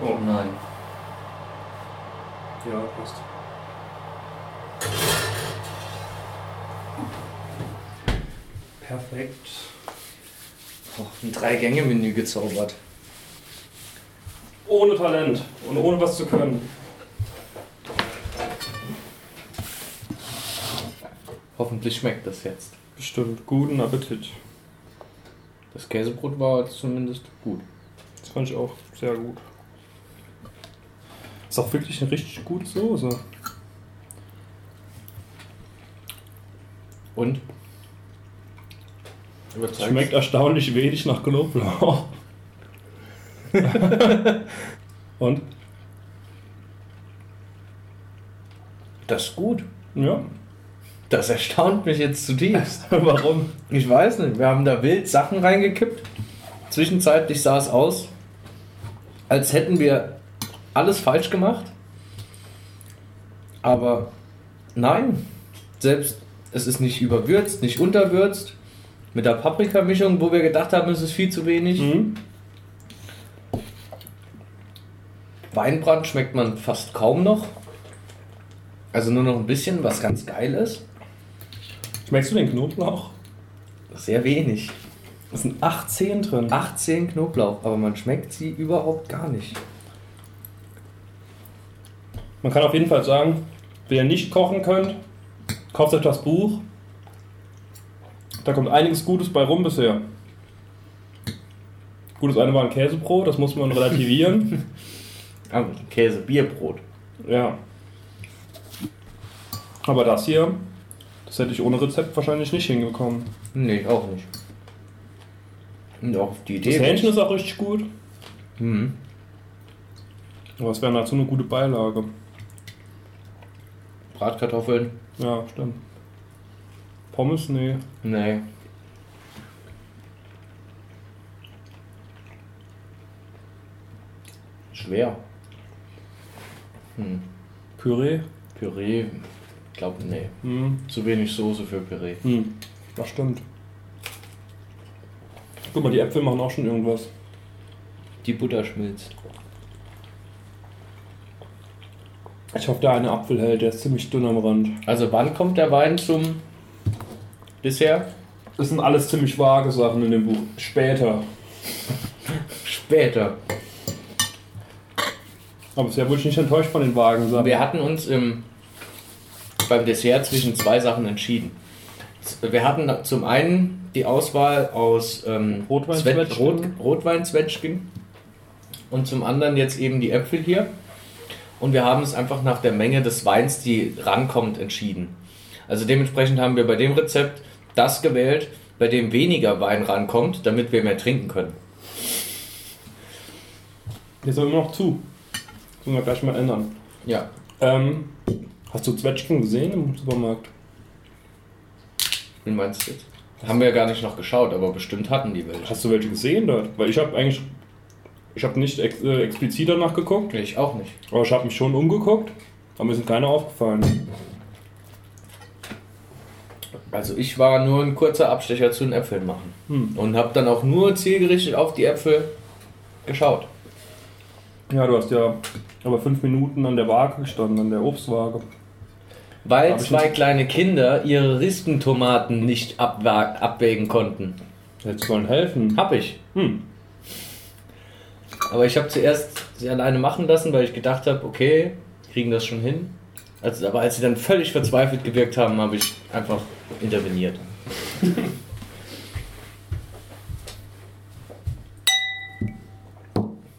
Speaker 1: Oh nein.
Speaker 3: Ja, passt. Perfekt.
Speaker 1: Oh, ein Drei-Gänge-Menü gezaubert.
Speaker 3: Ohne Talent und ohne was zu können.
Speaker 1: Hoffentlich schmeckt das jetzt.
Speaker 3: Bestimmt. Guten Appetit.
Speaker 1: Das Käsebrot war jetzt zumindest gut.
Speaker 3: Das fand ich auch sehr gut. Ist auch wirklich eine richtig gute Soße.
Speaker 1: Und?
Speaker 3: Es
Speaker 1: Überzeugt.
Speaker 3: Schmeckt erstaunlich wenig nach Knoblauch. Und?
Speaker 1: das ist gut.
Speaker 3: Ja.
Speaker 1: Das erstaunt mich jetzt zutiefst.
Speaker 3: Warum?
Speaker 1: Ich weiß nicht, wir haben da wild Sachen reingekippt. Zwischenzeitlich sah es aus, als hätten wir alles falsch gemacht. Aber nein, selbst es ist nicht überwürzt, nicht unterwürzt. Mit der Paprikamischung, wo wir gedacht haben, es ist viel zu wenig.
Speaker 2: Mhm.
Speaker 3: Hm?
Speaker 1: Weinbrand schmeckt man fast kaum noch. Also nur noch ein bisschen, was ganz geil ist.
Speaker 2: Schmeckst du den Knoblauch?
Speaker 1: Sehr wenig.
Speaker 2: Es sind 18 drin.
Speaker 1: 18 Knoblauch, aber man schmeckt sie überhaupt gar nicht.
Speaker 2: Man kann auf jeden Fall sagen, wenn ihr nicht kochen könnt, kauft euch das Buch. Da kommt einiges Gutes bei rum bisher. Gut, das eine war ein Käsebrot, das muss man relativieren.
Speaker 1: Ah, Käse, Bierbrot.
Speaker 2: ja. Aber das hier, das hätte ich ohne Rezept wahrscheinlich nicht hingekommen.
Speaker 1: Nee, auch nicht. Und auch auf die Idee.
Speaker 2: Das Hähnchen ist auch richtig gut,
Speaker 1: Hm.
Speaker 2: aber es wäre dazu eine gute Beilage.
Speaker 1: Bratkartoffeln.
Speaker 2: Ja, stimmt. Pommes? Nee.
Speaker 1: Nee. Schwer. Hm.
Speaker 2: Püree?
Speaker 1: Püree, glaub, nee.
Speaker 2: Hm.
Speaker 1: Zu wenig Soße für Püree.
Speaker 2: Hm, das stimmt. Guck mal, die Äpfel machen auch schon irgendwas.
Speaker 1: Die Butter schmilzt.
Speaker 2: Ich hoffe, der eine Apfel hält, der ist ziemlich dünn am Rand.
Speaker 1: Also wann kommt der Wein zum Dessert?
Speaker 2: Das sind alles ziemlich vage Sachen in dem Buch. Später.
Speaker 1: Später.
Speaker 2: Aber bisher wurde ich nicht enttäuscht von den vagen Sachen.
Speaker 1: Wir hatten uns im, beim Dessert zwischen zwei Sachen entschieden. Wir hatten zum einen die Auswahl aus ähm,
Speaker 2: Rotweinzwetschgen.
Speaker 1: Zwe- Rot, Rotweinzwetschgen und zum anderen jetzt eben die Äpfel hier. Und wir haben es einfach nach der Menge des Weins, die rankommt, entschieden. Also dementsprechend haben wir bei dem Rezept das gewählt, bei dem weniger Wein rankommt, damit wir mehr trinken können.
Speaker 2: Hier ist aber immer noch zu. Das müssen wir gleich mal ändern.
Speaker 1: Ja,
Speaker 2: Ähm, hast du Zwetschgen gesehen im Supermarkt?
Speaker 1: wie meinst du jetzt? Haben wir gar nicht noch geschaut, aber bestimmt hatten die welche.
Speaker 2: Hast du welche gesehen dort? Weil ich habe eigentlich. Ich habe nicht ex äh, explizit danach geguckt,
Speaker 1: Ich auch nicht.
Speaker 2: aber ich habe mich schon umgeguckt. Aber mir sind keine aufgefallen.
Speaker 1: Also ich war nur ein kurzer Abstecher zu den Äpfeln machen
Speaker 2: Hm.
Speaker 1: und habe dann auch nur zielgerichtet auf die Äpfel geschaut.
Speaker 2: Ja, du hast ja aber fünf Minuten an der Waage gestanden, an der Obstwaage.
Speaker 1: Weil
Speaker 2: Hab ich
Speaker 1: zwei
Speaker 2: nicht-
Speaker 1: kleine Kinder ihre Rispentomaten nicht abwa- abwägen konnten.
Speaker 2: Jetzt sollen helfen.
Speaker 1: Hab ich.
Speaker 2: Hm.
Speaker 1: Aber ich habe zuerst sie alleine machen lassen, weil ich gedacht habe, okay, kriegen das schon hin. Also, aber als sie dann völlig verzweifelt gewirkt haben, habe ich einfach interveniert.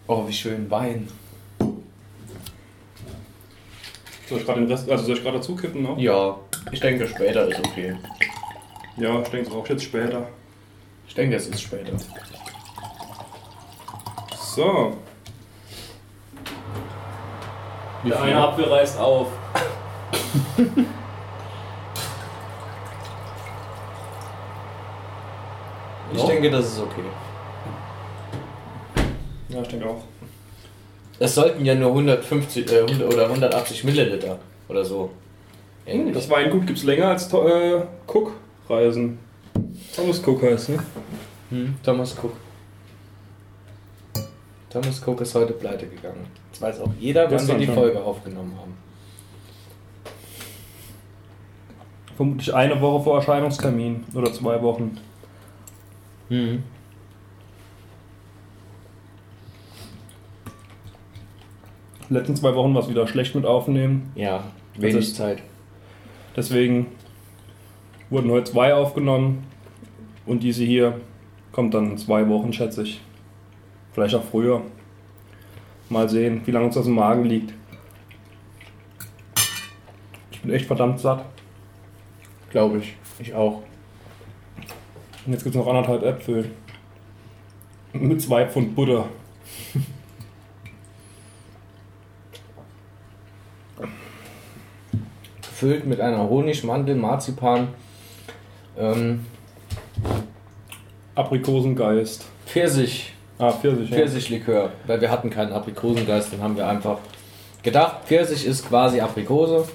Speaker 1: oh, wie schön Wein.
Speaker 2: Soll ich gerade den Rest, also soll ich gerade dazu kippen noch?
Speaker 1: Ja, ich denke später ist okay.
Speaker 2: Ja, ich denke, es auch jetzt später.
Speaker 1: Ich denke, es ist später.
Speaker 2: So.
Speaker 1: Wie
Speaker 2: Der eine Apfel reißt auf.
Speaker 1: Ich
Speaker 2: Noch?
Speaker 1: denke, das ist okay.
Speaker 2: Ja, ich denke auch.
Speaker 1: Es sollten ja nur 150 äh, 100 oder 180 Milliliter oder so. Ähnlich.
Speaker 2: Das Weingut gibt's länger als To- äh, Cook-Reisen. Thomas Cook heißt, ne?
Speaker 1: Hm, Thomas Cook. Thomas Cook ist heute pleite gegangen. Jetzt weiß auch jeder, wann wir
Speaker 2: Gestern
Speaker 1: die
Speaker 2: schon.
Speaker 1: Folge aufgenommen haben.
Speaker 2: Vermutlich eine Woche vor Erscheinungstermin oder zwei Wochen. Die letzten zwei Wochen war es wieder schlecht mit Aufnehmen.
Speaker 1: Ja,
Speaker 2: wenig
Speaker 1: wenig Zeit.
Speaker 2: Deswegen wurden heute zwei aufgenommen. Und diese hier kommt dann in zwei Wochen, schätze ich. Vielleicht auch früher. Mal sehen, wie lange uns das im Magen liegt. Ich bin echt verdammt satt.
Speaker 1: Glaube ich. Ich auch.
Speaker 2: Und jetzt gibt es noch anderthalb Äpfel. Mit zwei Pfund Butter.
Speaker 1: Gefüllt mit einer Honig, Mandel, Marzipan, ähm,
Speaker 2: Aprikosengeist.
Speaker 1: Pfirsich,
Speaker 2: Ah, Pfirsich, ja.
Speaker 1: Pfirsichlikör, weil wir hatten keinen Aprikosengeist, dann haben wir einfach gedacht, Pfirsich ist quasi Aprikose.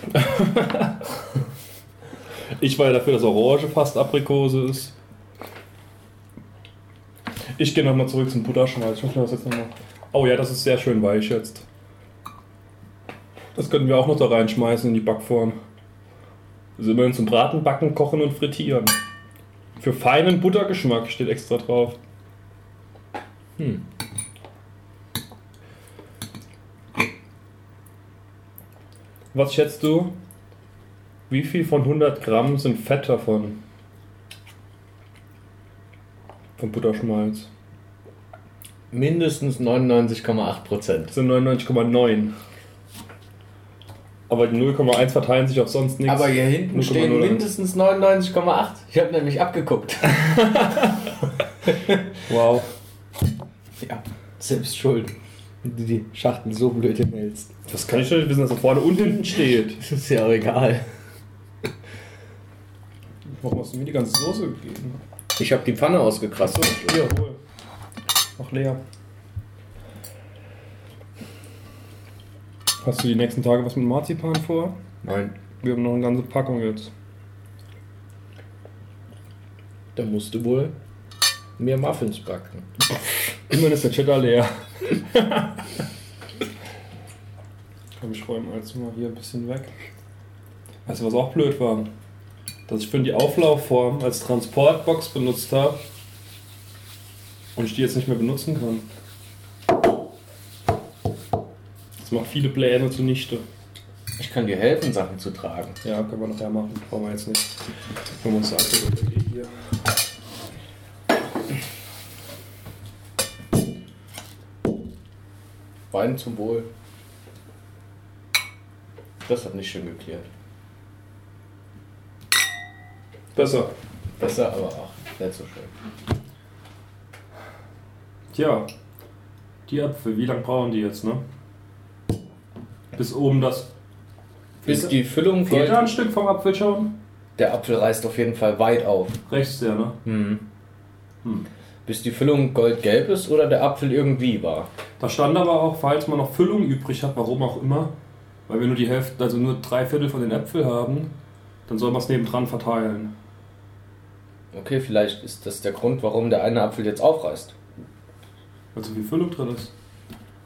Speaker 2: Ich war ja dafür, dass Orange fast Aprikose ist. Ich gehe nochmal zurück zum Butterschmalz. Ich muss mir das jetzt nochmal. Oh ja, das ist sehr schön weich jetzt. Das könnten wir auch noch da reinschmeißen in die Backform. Also immerhin zum Braten, Backen, Kochen und Frittieren. Für feinen Buttergeschmack steht extra drauf. Was schätzt du? Wie viel von 100 Gramm sind Fett davon? Vom Butterschmalz.
Speaker 1: Mindestens 99,8 Prozent.
Speaker 2: Das sind 99,9. Aber die 0,1 verteilen sich auf sonst nichts.
Speaker 1: Aber hier hinten
Speaker 2: 0,01.
Speaker 1: stehen mindestens 99,8. Ich habe nämlich abgeguckt.
Speaker 2: Wow.
Speaker 1: ja, selbst schuld. Wenn du die Schachtel so blöd hältst.
Speaker 2: Das kann ich schon nicht wissen, dass da vorne und hinten steht.
Speaker 1: Das ist ja auch egal.
Speaker 2: Warum hast du mir die ganze Soße gegeben?
Speaker 1: Ich habe die Pfanne ausgekratzt.
Speaker 2: Hier, hol. Noch leer. Hast du die nächsten Tage was mit Marzipan vor?
Speaker 1: Nein,
Speaker 2: Wir haben noch eine ganze Packung jetzt.
Speaker 1: da musst du wohl mir Muffins backen.
Speaker 2: Immerhin ist der Cheddar leer. Komm, ich räume jetzt mal hier ein bisschen weg. Weißt du, was auch blöd war? Dass ich für die Auflaufform als Transportbox benutzt habe und ich die jetzt nicht mehr benutzen kann. Das macht viele Pläne zunichte.
Speaker 1: Ich kann dir helfen, Sachen zu tragen.
Speaker 2: Ja, können wir nachher machen. Brauchen wir jetzt nicht. Wenn wir uns da aktuell hier.
Speaker 1: Wein zum Wohl. Das hat nicht schön geklärt.
Speaker 2: Besser.
Speaker 1: Besser, aber auch nicht so schön.
Speaker 2: Tja, die Äpfel, wie lange brauchen die jetzt, ne? Bis oben das.
Speaker 1: Bis die Füllung
Speaker 2: Fehlt da ein
Speaker 1: fehlt.
Speaker 2: Stück vom Apfelschaum?
Speaker 1: Der Apfel reißt auf jeden Fall weit auf.
Speaker 2: Rechts der, ne?
Speaker 1: Bis die Füllung goldgelb ist oder der Apfel irgendwie war.
Speaker 2: Da stand aber auch, falls man noch Füllung übrig hat, warum auch immer, weil wir nur die Hälfte, also nur drei Viertel von den Äpfel haben, dann soll man es nebendran verteilen.
Speaker 1: Okay, vielleicht ist das der Grund, warum der eine Apfel jetzt aufreißt.
Speaker 2: Weil so viel Füllung drin ist.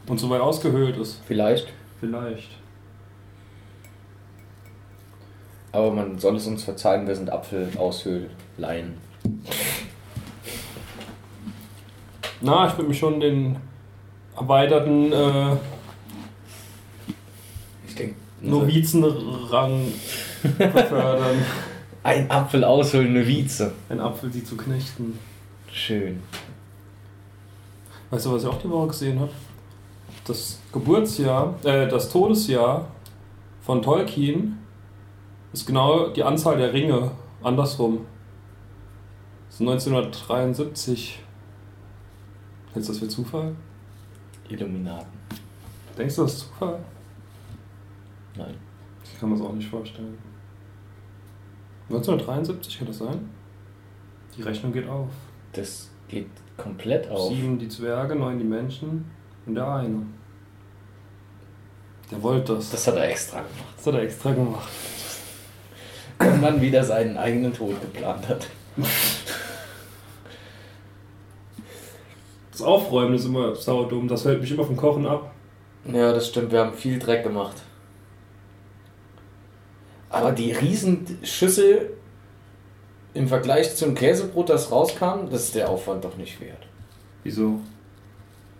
Speaker 2: Und so weit ausgehöhlt ist.
Speaker 1: Vielleicht.
Speaker 2: Vielleicht.
Speaker 1: Aber man soll es uns verzeihen, wir sind Apfel aushöhlen. Laien.
Speaker 2: Na, ich würde mich schon den erweiterten äh,
Speaker 1: Ich denke.
Speaker 2: Novizenrang befördern.
Speaker 1: Ein Apfel aushöhlen, eine Wieze.
Speaker 2: Ein Apfel, sie zu knechten.
Speaker 1: Schön.
Speaker 2: Weißt du, was ich auch die Woche gesehen habe? Das Geburtsjahr, äh, das Todesjahr von Tolkien ist genau die Anzahl der Ringe andersrum. Das ist 1973. Hältst du das für Zufall?
Speaker 1: Illuminaten.
Speaker 2: Denkst du, das ist Zufall?
Speaker 1: Nein.
Speaker 2: Ich kann mir das auch nicht vorstellen. 1973 kann das sein? Die Rechnung geht auf.
Speaker 1: Das geht komplett auf.
Speaker 2: Sieben die Zwerge, neun die Menschen und der eine. Der wollte das.
Speaker 1: Das hat er extra gemacht.
Speaker 2: Das hat er extra gemacht.
Speaker 1: Der Mann wieder seinen eigenen Tod geplant hat.
Speaker 2: Das Aufräumen ist immer saudumm. Das hält mich immer vom Kochen ab.
Speaker 1: Ja, das stimmt, wir haben viel Dreck gemacht. Aber die Riesenschüssel im Vergleich zum Käsebrot, das rauskam, das ist der Aufwand doch nicht wert.
Speaker 2: Wieso?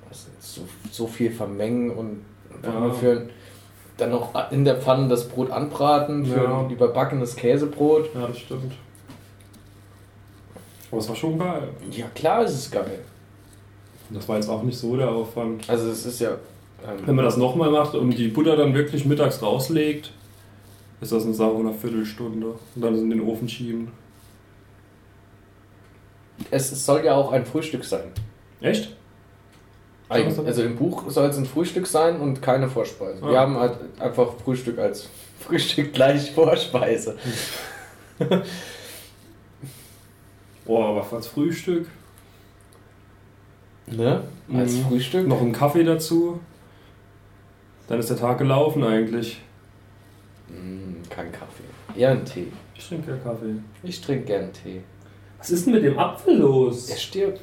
Speaker 1: Das ist so, so viel vermengen und
Speaker 2: Ja.
Speaker 1: nur für dann noch in der Pfanne das Brot anbraten, für
Speaker 2: Ja.
Speaker 1: ein überbackenes Käsebrot.
Speaker 2: Ja, das stimmt. Aber es war schon geil.
Speaker 1: Ja, klar ist es geil.
Speaker 2: Das war jetzt auch nicht so der Aufwand.
Speaker 1: Also es ist ja... ähm,
Speaker 2: Wenn man das nochmal macht und die Butter dann wirklich mittags rauslegt, ist das eine Sache von einer Viertelstunde. Und dann in den Ofen schieben.
Speaker 1: es, es soll ja auch ein Frühstück sein.
Speaker 2: Echt?
Speaker 1: Eigen- Also im Buch soll es ein Frühstück sein und keine Vorspeise. Wir
Speaker 2: Ah.
Speaker 1: haben halt einfach Frühstück als Frühstück gleich Vorspeise.
Speaker 2: Oh, Boah, aber als Frühstück?
Speaker 1: Ne? Als
Speaker 2: Mhm.
Speaker 1: Frühstück.
Speaker 2: Noch einen Kaffee dazu. Dann ist der Tag gelaufen eigentlich.
Speaker 1: Mm, kein Kaffee. Eher einen Tee.
Speaker 2: Ich trinke ja Kaffee.
Speaker 1: Ich trinke gern Tee.
Speaker 2: Was ist denn mit dem Apfel los?
Speaker 1: Er stirbt.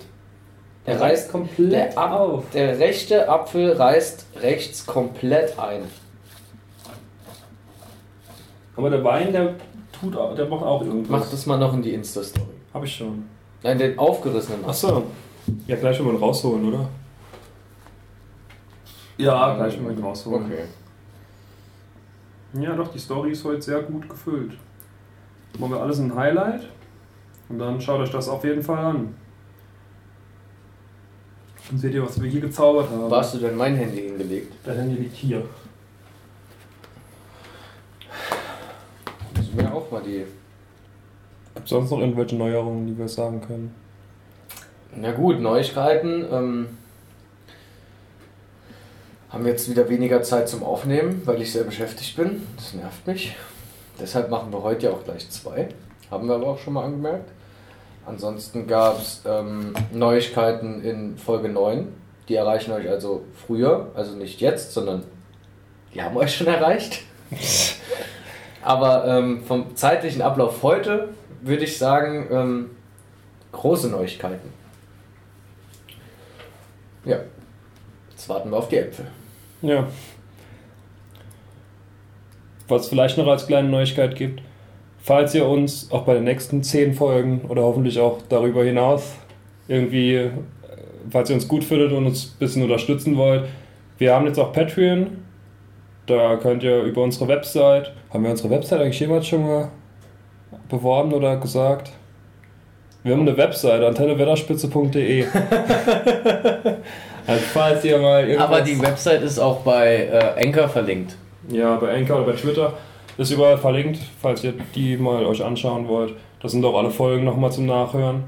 Speaker 1: Er reißt komplett
Speaker 2: ab. auf.
Speaker 1: Der rechte Apfel reißt rechts komplett ein.
Speaker 2: Aber der Wein, der tut, au- der macht auch irgendwas.
Speaker 1: Mach das mal noch in die Insta-Story.
Speaker 2: Hab ich schon.
Speaker 1: Nein, den aufgerissenen Apfel.
Speaker 2: Achso. Ja, gleich mal rausholen, oder? Ja, gleich mal rausholen.
Speaker 1: Okay.
Speaker 2: Ja, doch, die Story ist heute sehr gut gefüllt. Machen wir alles ein Highlight und dann schaut euch das auf jeden Fall an. Dann seht ihr, was wir hier gezaubert haben.
Speaker 1: Wo hast du denn mein Handy hingelegt?
Speaker 2: Das Handy liegt hier.
Speaker 1: Müssen wir auch mal die.
Speaker 2: Gibt es sonst noch irgendwelche Neuerungen, die wir sagen können?
Speaker 1: Na gut, Neuigkeiten. Ähm, haben jetzt wieder weniger Zeit zum Aufnehmen, weil ich sehr beschäftigt bin. Das nervt mich. Deshalb machen wir heute ja auch gleich zwei. Haben wir aber auch schon mal angemerkt. Ansonsten gab es ähm, Neuigkeiten in Folge 9. Die erreichen euch also früher, also nicht jetzt, sondern die haben euch schon erreicht. aber ähm, vom zeitlichen Ablauf heute würde ich sagen, ähm, große Neuigkeiten. Ja. Jetzt warten wir auf die Äpfel.
Speaker 2: Ja. Was vielleicht noch als kleine Neuigkeit gibt, falls ihr uns auch bei den nächsten zehn Folgen oder hoffentlich auch darüber hinaus irgendwie, äh, falls ihr uns gut findet und uns ein bisschen unterstützen wollt, wir haben jetzt auch Patreon. Da könnt ihr über unsere Website, haben wir unsere Website eigentlich jemals schon mal beworben oder gesagt? Wir haben eine Website, antennewetterspitze.de. also falls ihr mal
Speaker 7: Aber
Speaker 2: irgendwas-
Speaker 7: die Website ist auch bei äh, Anchor verlinkt.
Speaker 2: ja, bei Anchor oder bei Twitter ist überall verlinkt, falls ihr die mal euch anschauen wollt. Das sind auch alle Folgen nochmal zum Nachhören.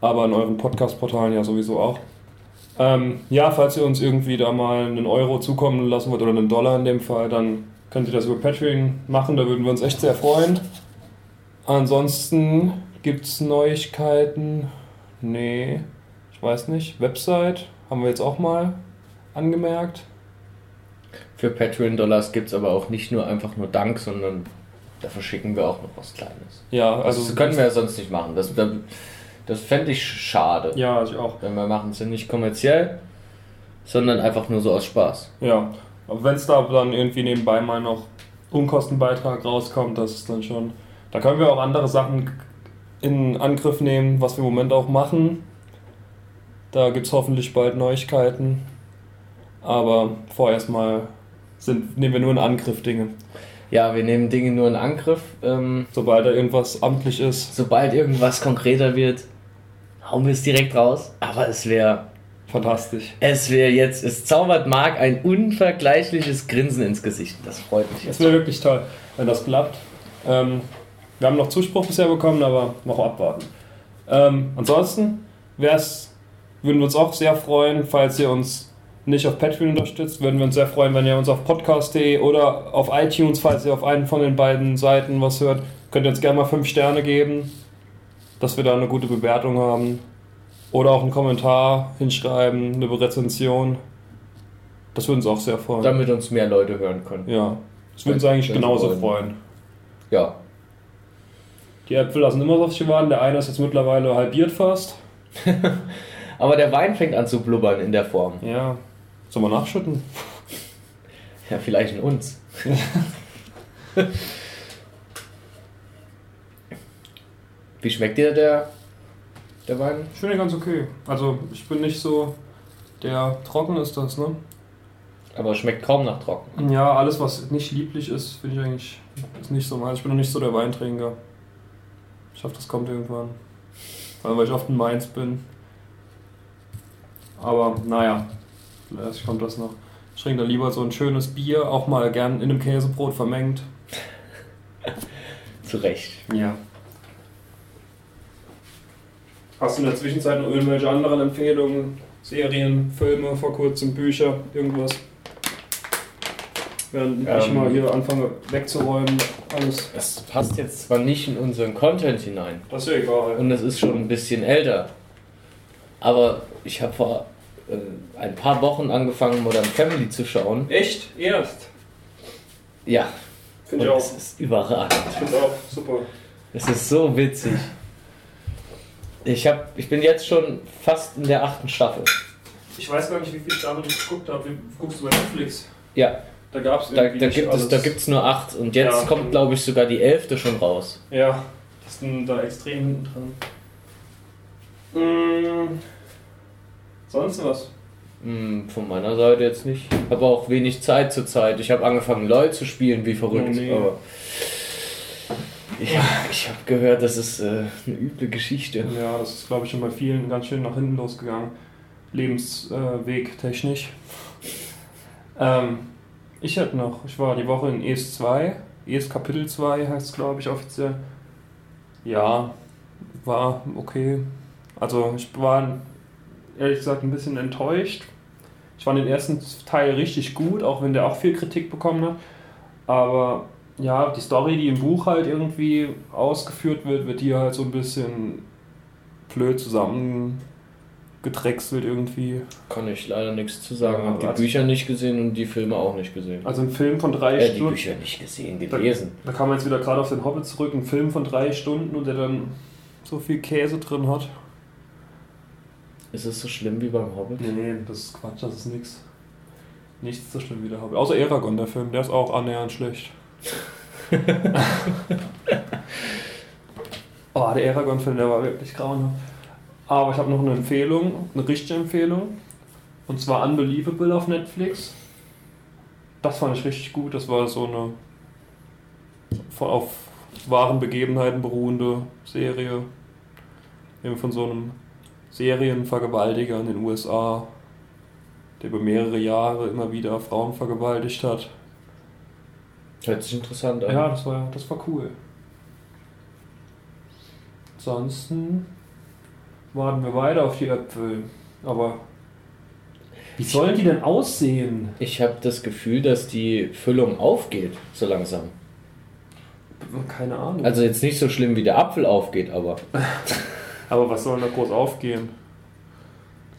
Speaker 2: Aber in euren Podcast-Portalen ja sowieso auch. Ähm, ja, falls ihr uns irgendwie da mal einen Euro zukommen lassen wollt oder einen Dollar in dem Fall, dann könnt ihr das über Patreon machen, da würden wir uns echt sehr freuen. Ansonsten gibt's Neuigkeiten. Nee, ich weiß nicht. Website haben wir jetzt auch mal angemerkt.
Speaker 7: Für Patreon-Dollars gibt es aber auch nicht nur einfach nur Dank, sondern da verschicken wir auch noch was Kleines.
Speaker 2: Ja,
Speaker 7: Also
Speaker 2: also.
Speaker 7: das können wir ja sonst nicht machen. Das, das, das fände ich schade.
Speaker 2: Ja, also ich auch.
Speaker 7: Denn wir machen es ja nicht kommerziell, sondern einfach nur so aus Spaß.
Speaker 2: Ja, aber wenn es da dann irgendwie nebenbei mal noch Unkostenbeitrag rauskommt, das ist dann schon. Da können wir auch andere Sachen in Angriff nehmen, was wir im Moment auch machen. Da gibt es hoffentlich bald Neuigkeiten. Aber vorerst mal sind, nehmen wir nur in Angriff Dinge.
Speaker 7: Ja, wir nehmen Dinge nur in Angriff. Ähm,
Speaker 2: Sobald da irgendwas amtlich ist,
Speaker 7: sobald irgendwas konkreter wird, hauen wir es direkt raus. Aber es wäre
Speaker 2: fantastisch.
Speaker 7: Es wäre jetzt, es zaubert Marc ein unvergleichliches Grinsen ins Gesicht. Das freut mich
Speaker 2: Das
Speaker 7: jetzt.
Speaker 2: wäre wirklich toll, wenn das klappt. Ähm, wir haben noch Zuspruch bisher bekommen, aber noch abwarten. Ähm, ansonsten wär's, würden wir uns auch sehr freuen, falls ihr uns nicht auf Patreon unterstützt, würden wir uns sehr freuen, wenn ihr uns auf podcast.de oder auf iTunes, falls ihr auf einen von den beiden Seiten was hört, könnt ihr uns gerne mal 5 Sterne geben, dass wir da eine gute Bewertung haben. Oder auch einen Kommentar hinschreiben, eine Rezension. Das würde uns auch sehr freuen.
Speaker 7: Damit uns mehr Leute hören können.
Speaker 2: Ja, das würde uns eigentlich
Speaker 7: Wenn sie
Speaker 2: genauso
Speaker 7: wollen.
Speaker 2: freuen.
Speaker 7: Ja.
Speaker 2: Die Äpfel lassen immer so auf sich warten. Der eine ist jetzt mittlerweile halbiert fast.
Speaker 7: Aber der Wein fängt an zu blubbern in der Form.
Speaker 2: Ja. Sollen wir nachschütten?
Speaker 7: Ja, vielleicht in uns. Wie schmeckt dir der, der Wein?
Speaker 2: Ich finde den ganz okay. Also, ich bin nicht so. Der trocken ist das, ne?
Speaker 7: Aber schmeckt kaum nach trocken.
Speaker 2: Ja, alles, was nicht lieblich ist, finde ich eigentlich ist nicht so meins. Ich bin noch nicht so der Weintrinker. Ich hoffe, das kommt irgendwann. Vor allem, Weil ich oft in Mainz bin. Aber naja, vielleicht kommt das noch. Ich trinke dann lieber so ein schönes Bier, auch mal gern in einem Käsebrot vermengt.
Speaker 7: Zu Recht.
Speaker 2: Ja. Hast du in der Zwischenzeit noch irgendwelche anderen Empfehlungen? Serien, Filme, vor kurzem Bücher, irgendwas? Während ich
Speaker 7: Ähm.
Speaker 2: mal hier anfange wegzuräumen, alles.
Speaker 7: Das passt jetzt zwar nicht in unseren Content hinein.
Speaker 2: Das ist ja egal.
Speaker 7: Und es ist schon ein bisschen älter.
Speaker 1: Aber ich habe vor äh, ein paar Wochen angefangen, Modern Family zu schauen.
Speaker 2: Echt? Erst?
Speaker 1: Ja,
Speaker 2: Finde
Speaker 1: und
Speaker 2: ich
Speaker 1: es
Speaker 2: auch.
Speaker 1: ist überragend.
Speaker 2: Finde ich auch. Super.
Speaker 1: Es ist so witzig. Ich, hab, ich bin jetzt schon fast in der achten Staffel.
Speaker 2: Ich weiß gar nicht, wie viele Staffeln ich geguckt habe. Wie- Guckst du bei Netflix?
Speaker 1: Ja,
Speaker 2: Da gab es
Speaker 1: da, da, gibt es, da gibt's nur acht. Und jetzt
Speaker 2: Ja.
Speaker 1: kommt, glaube ich, sogar die elfte schon raus.
Speaker 2: Ja, das sind da extrem hinten dran. Mm, sonst was?
Speaker 1: Hm, von meiner Seite jetzt nicht. Habe auch wenig Zeit zur Zeit. Ich habe angefangen, LOL zu spielen, wie verrückt.
Speaker 2: Oh, nee.
Speaker 1: Aber ja, ich habe gehört, das ist äh, eine üble Geschichte.
Speaker 2: Ja, das ist, glaube ich, schon bei vielen ganz schön nach hinten losgegangen. Lebensweg technisch. Ähm, ich hätte noch, ich war die Woche in E ES 2, ES E Kapitel 2 heißt es, glaube ich, offiziell. Ja, war okay. Also ich war ehrlich gesagt ein bisschen enttäuscht. Ich fand den ersten Teil richtig gut, auch wenn der auch viel Kritik bekommen hat. Aber ja, die Story, die im Buch halt irgendwie ausgeführt wird, wird hier halt so ein bisschen blöd zusammengedrechselt irgendwie.
Speaker 1: Kann ich leider nichts zu sagen.
Speaker 2: Ja,
Speaker 1: Hab
Speaker 2: aber-
Speaker 1: die Bücher nicht gesehen und die Filme auch nicht gesehen.
Speaker 2: Also ein Film von drei
Speaker 1: äh, die
Speaker 2: Stunden.
Speaker 1: Bücher nicht gesehen,
Speaker 2: Da,
Speaker 1: gelesen.
Speaker 9: Lesen.
Speaker 2: da kam man jetzt wieder gerade auf den Hobbit zurück, ein Film von drei Stunden und der dann so viel Käse drin hat.
Speaker 1: Ist es so schlimm wie beim Hobbit?
Speaker 2: Nee, nee, das ist Quatsch, das ist nix. Nichts so schlimm wie der Hobbit. Außer Eragon, der Film, der ist auch annähernd schlecht. oh, der Eragon-Film, der war wirklich grauenhaft. Aber ich habe noch eine Empfehlung, eine richtige Empfehlung. Und zwar Unbelievable auf Netflix. Das fand ich richtig gut. Das war so eine von auf wahren Begebenheiten beruhende Serie. Eben von so einem Serienvergewaltiger in den USA, der über mehrere Jahre immer wieder Frauen vergewaltigt hat.
Speaker 1: Hört sich interessant an.
Speaker 2: Ja, das war, das war cool. Ansonsten warten wir weiter auf die Äpfel. Aber wie sollen die denn aussehen?
Speaker 1: Ich habe das Gefühl, dass die Füllung aufgeht, so langsam.
Speaker 2: Keine Ahnung.
Speaker 1: Also jetzt nicht so schlimm, wie der Apfel aufgeht, aber
Speaker 2: Aber was soll denn da groß aufgehen?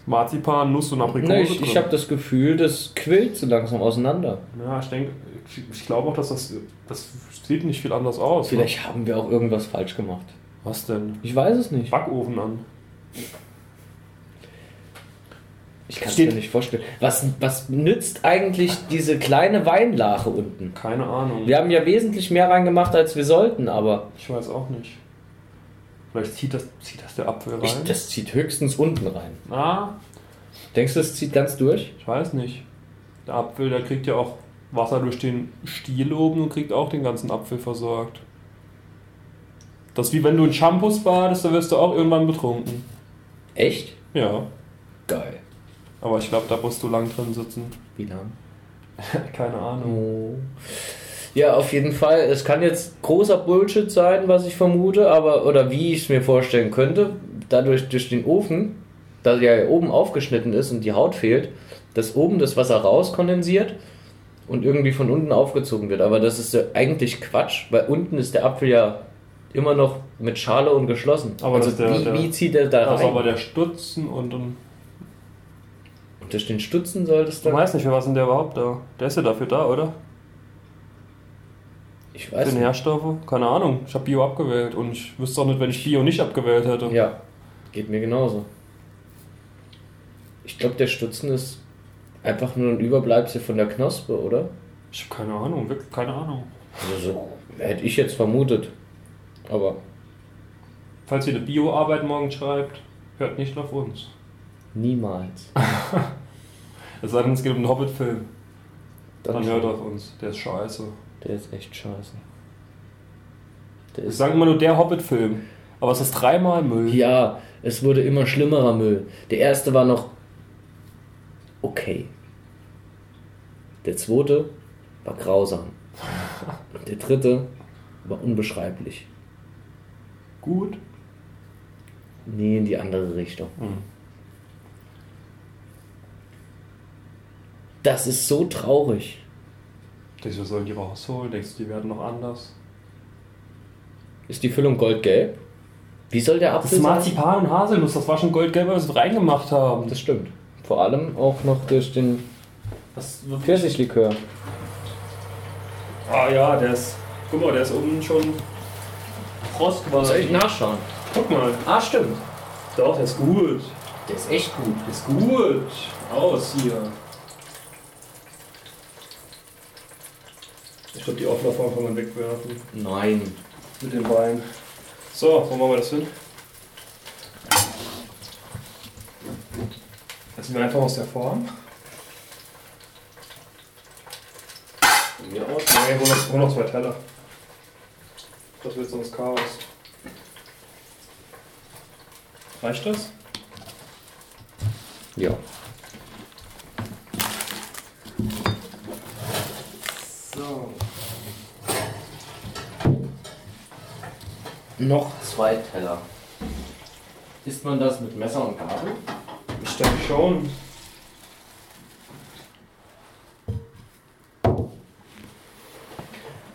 Speaker 2: Marzipan, Nuss und Aprikose
Speaker 1: ne, ich,
Speaker 2: drin.
Speaker 1: ich habe das Gefühl, das quillt so langsam auseinander.
Speaker 2: ja, ich denke, ich, ich glaube auch, dass das, das sieht nicht viel anders aus. ne?
Speaker 1: Vielleicht haben wir auch irgendwas falsch gemacht.
Speaker 2: Was denn?
Speaker 1: Ich weiß es nicht.
Speaker 2: Backofen an.
Speaker 1: Ich kann es
Speaker 2: Steht-
Speaker 1: mir nicht vorstellen. Was, was nützt eigentlich diese kleine Weinlache unten?
Speaker 2: Keine Ahnung.
Speaker 1: Wir haben ja wesentlich mehr reingemacht, als wir sollten, aber
Speaker 2: Ich weiß auch nicht. Vielleicht zieht das, zieht das der Apfel rein.
Speaker 1: ich, das zieht höchstens unten rein.
Speaker 2: ah,
Speaker 1: Denkst du, es zieht ganz durch?
Speaker 2: ich weiß nicht. Der Apfel, der kriegt ja auch Wasser durch den Stiel oben und kriegt auch den ganzen Apfel versorgt. Das ist wie wenn du in Shampoos badest, dann wirst du auch irgendwann betrunken.
Speaker 1: Echt?
Speaker 2: Ja,
Speaker 1: Geil.
Speaker 2: aber ich glaube, da musst du lang drin sitzen.
Speaker 1: Wie lang?
Speaker 2: Keine Ahnung.
Speaker 1: Oh. Ja, auf jeden Fall. Es kann jetzt großer Bullshit sein, was ich vermute, aber oder wie ich es mir vorstellen könnte, dadurch durch den Ofen, da der ja oben aufgeschnitten ist und die Haut fehlt, dass oben das Wasser rauskondensiert und irgendwie von unten aufgezogen wird. Aber das ist ja eigentlich Quatsch, weil unten ist der Apfel ja immer noch mit Schale und geschlossen.
Speaker 2: Aber
Speaker 1: also
Speaker 2: das ist der-
Speaker 1: wie,
Speaker 2: der-
Speaker 1: wie zieht er da
Speaker 2: Da ist
Speaker 1: rein?
Speaker 2: aber der Stutzen und dann.
Speaker 1: Und durch den Stutzen soll das
Speaker 2: Du
Speaker 1: dann.
Speaker 2: weißt nicht, für was ist denn der überhaupt da? Der ist ja dafür da, oder?
Speaker 1: Ich
Speaker 2: Für
Speaker 1: weiß
Speaker 2: den
Speaker 1: nicht.
Speaker 2: Nährstoffe? Keine Ahnung. Ich habe Bio abgewählt und ich wüsste auch nicht, wenn ich Bio nicht abgewählt hätte.
Speaker 1: Ja, geht mir genauso. Ich glaube, der Stutzen ist einfach nur ein Überbleibsel von der Knospe, oder?
Speaker 2: Ich habe keine Ahnung, wirklich keine Ahnung.
Speaker 1: Also so, hätte ich jetzt vermutet. Aber
Speaker 2: Falls ihr eine Bio-Arbeit morgen schreibt, hört nicht auf uns.
Speaker 1: niemals.
Speaker 2: Es sei denn, es geht um einen Hobbit-Film. Dann,
Speaker 1: Dann
Speaker 2: hört
Speaker 1: schon.
Speaker 2: auf uns. Der ist scheiße.
Speaker 1: Der ist echt scheiße. Der
Speaker 2: Ich
Speaker 1: ist
Speaker 2: sage immer nur der Hobbit-Film. Aber es ist dreimal Müll.
Speaker 1: ja, es wurde immer schlimmerer Müll. Der erste war noch okay. Der zweite war grausam. Und der dritte war unbeschreiblich.
Speaker 2: Gut.
Speaker 1: Nee, in die andere Richtung.
Speaker 2: Mhm.
Speaker 1: Das ist so traurig.
Speaker 2: Denkst du, wir sollen die rausholen? Denkst du, die werden noch anders?
Speaker 1: Ist die Füllung goldgelb?
Speaker 3: Wie soll der
Speaker 2: Das ist
Speaker 3: Apfel sein?
Speaker 2: Marzipan und Haselnuss, das war schon goldgelb, als wir reingemacht haben.
Speaker 1: Das stimmt. Vor allem auch noch durch den
Speaker 2: Das wird
Speaker 1: Pfirsichlikör.
Speaker 2: Ah ja, der ist. Guck mal, der ist oben schon
Speaker 3: Soll ich
Speaker 2: frostweich.
Speaker 3: nachschauen?
Speaker 2: Guck mal.
Speaker 3: Ah, stimmt.
Speaker 2: Doch, der ist gut.
Speaker 3: Der ist echt gut.
Speaker 2: Der ist gut. Aus hier. Ich glaube, die offene Form kann man wegwerfen.
Speaker 3: Nein.
Speaker 2: Mit den Beinen. So, wo machen wir das hin? Das sind wir einfach aus der Form.
Speaker 3: Mir auch.
Speaker 2: Nee, hol noch, hol noch zwei Teller. Das wird sonst Chaos. Reicht das?
Speaker 1: Ja.
Speaker 10: So.
Speaker 3: Noch zwei Teller. Isst man das mit Messer und Gabel?
Speaker 2: Ich denke schon.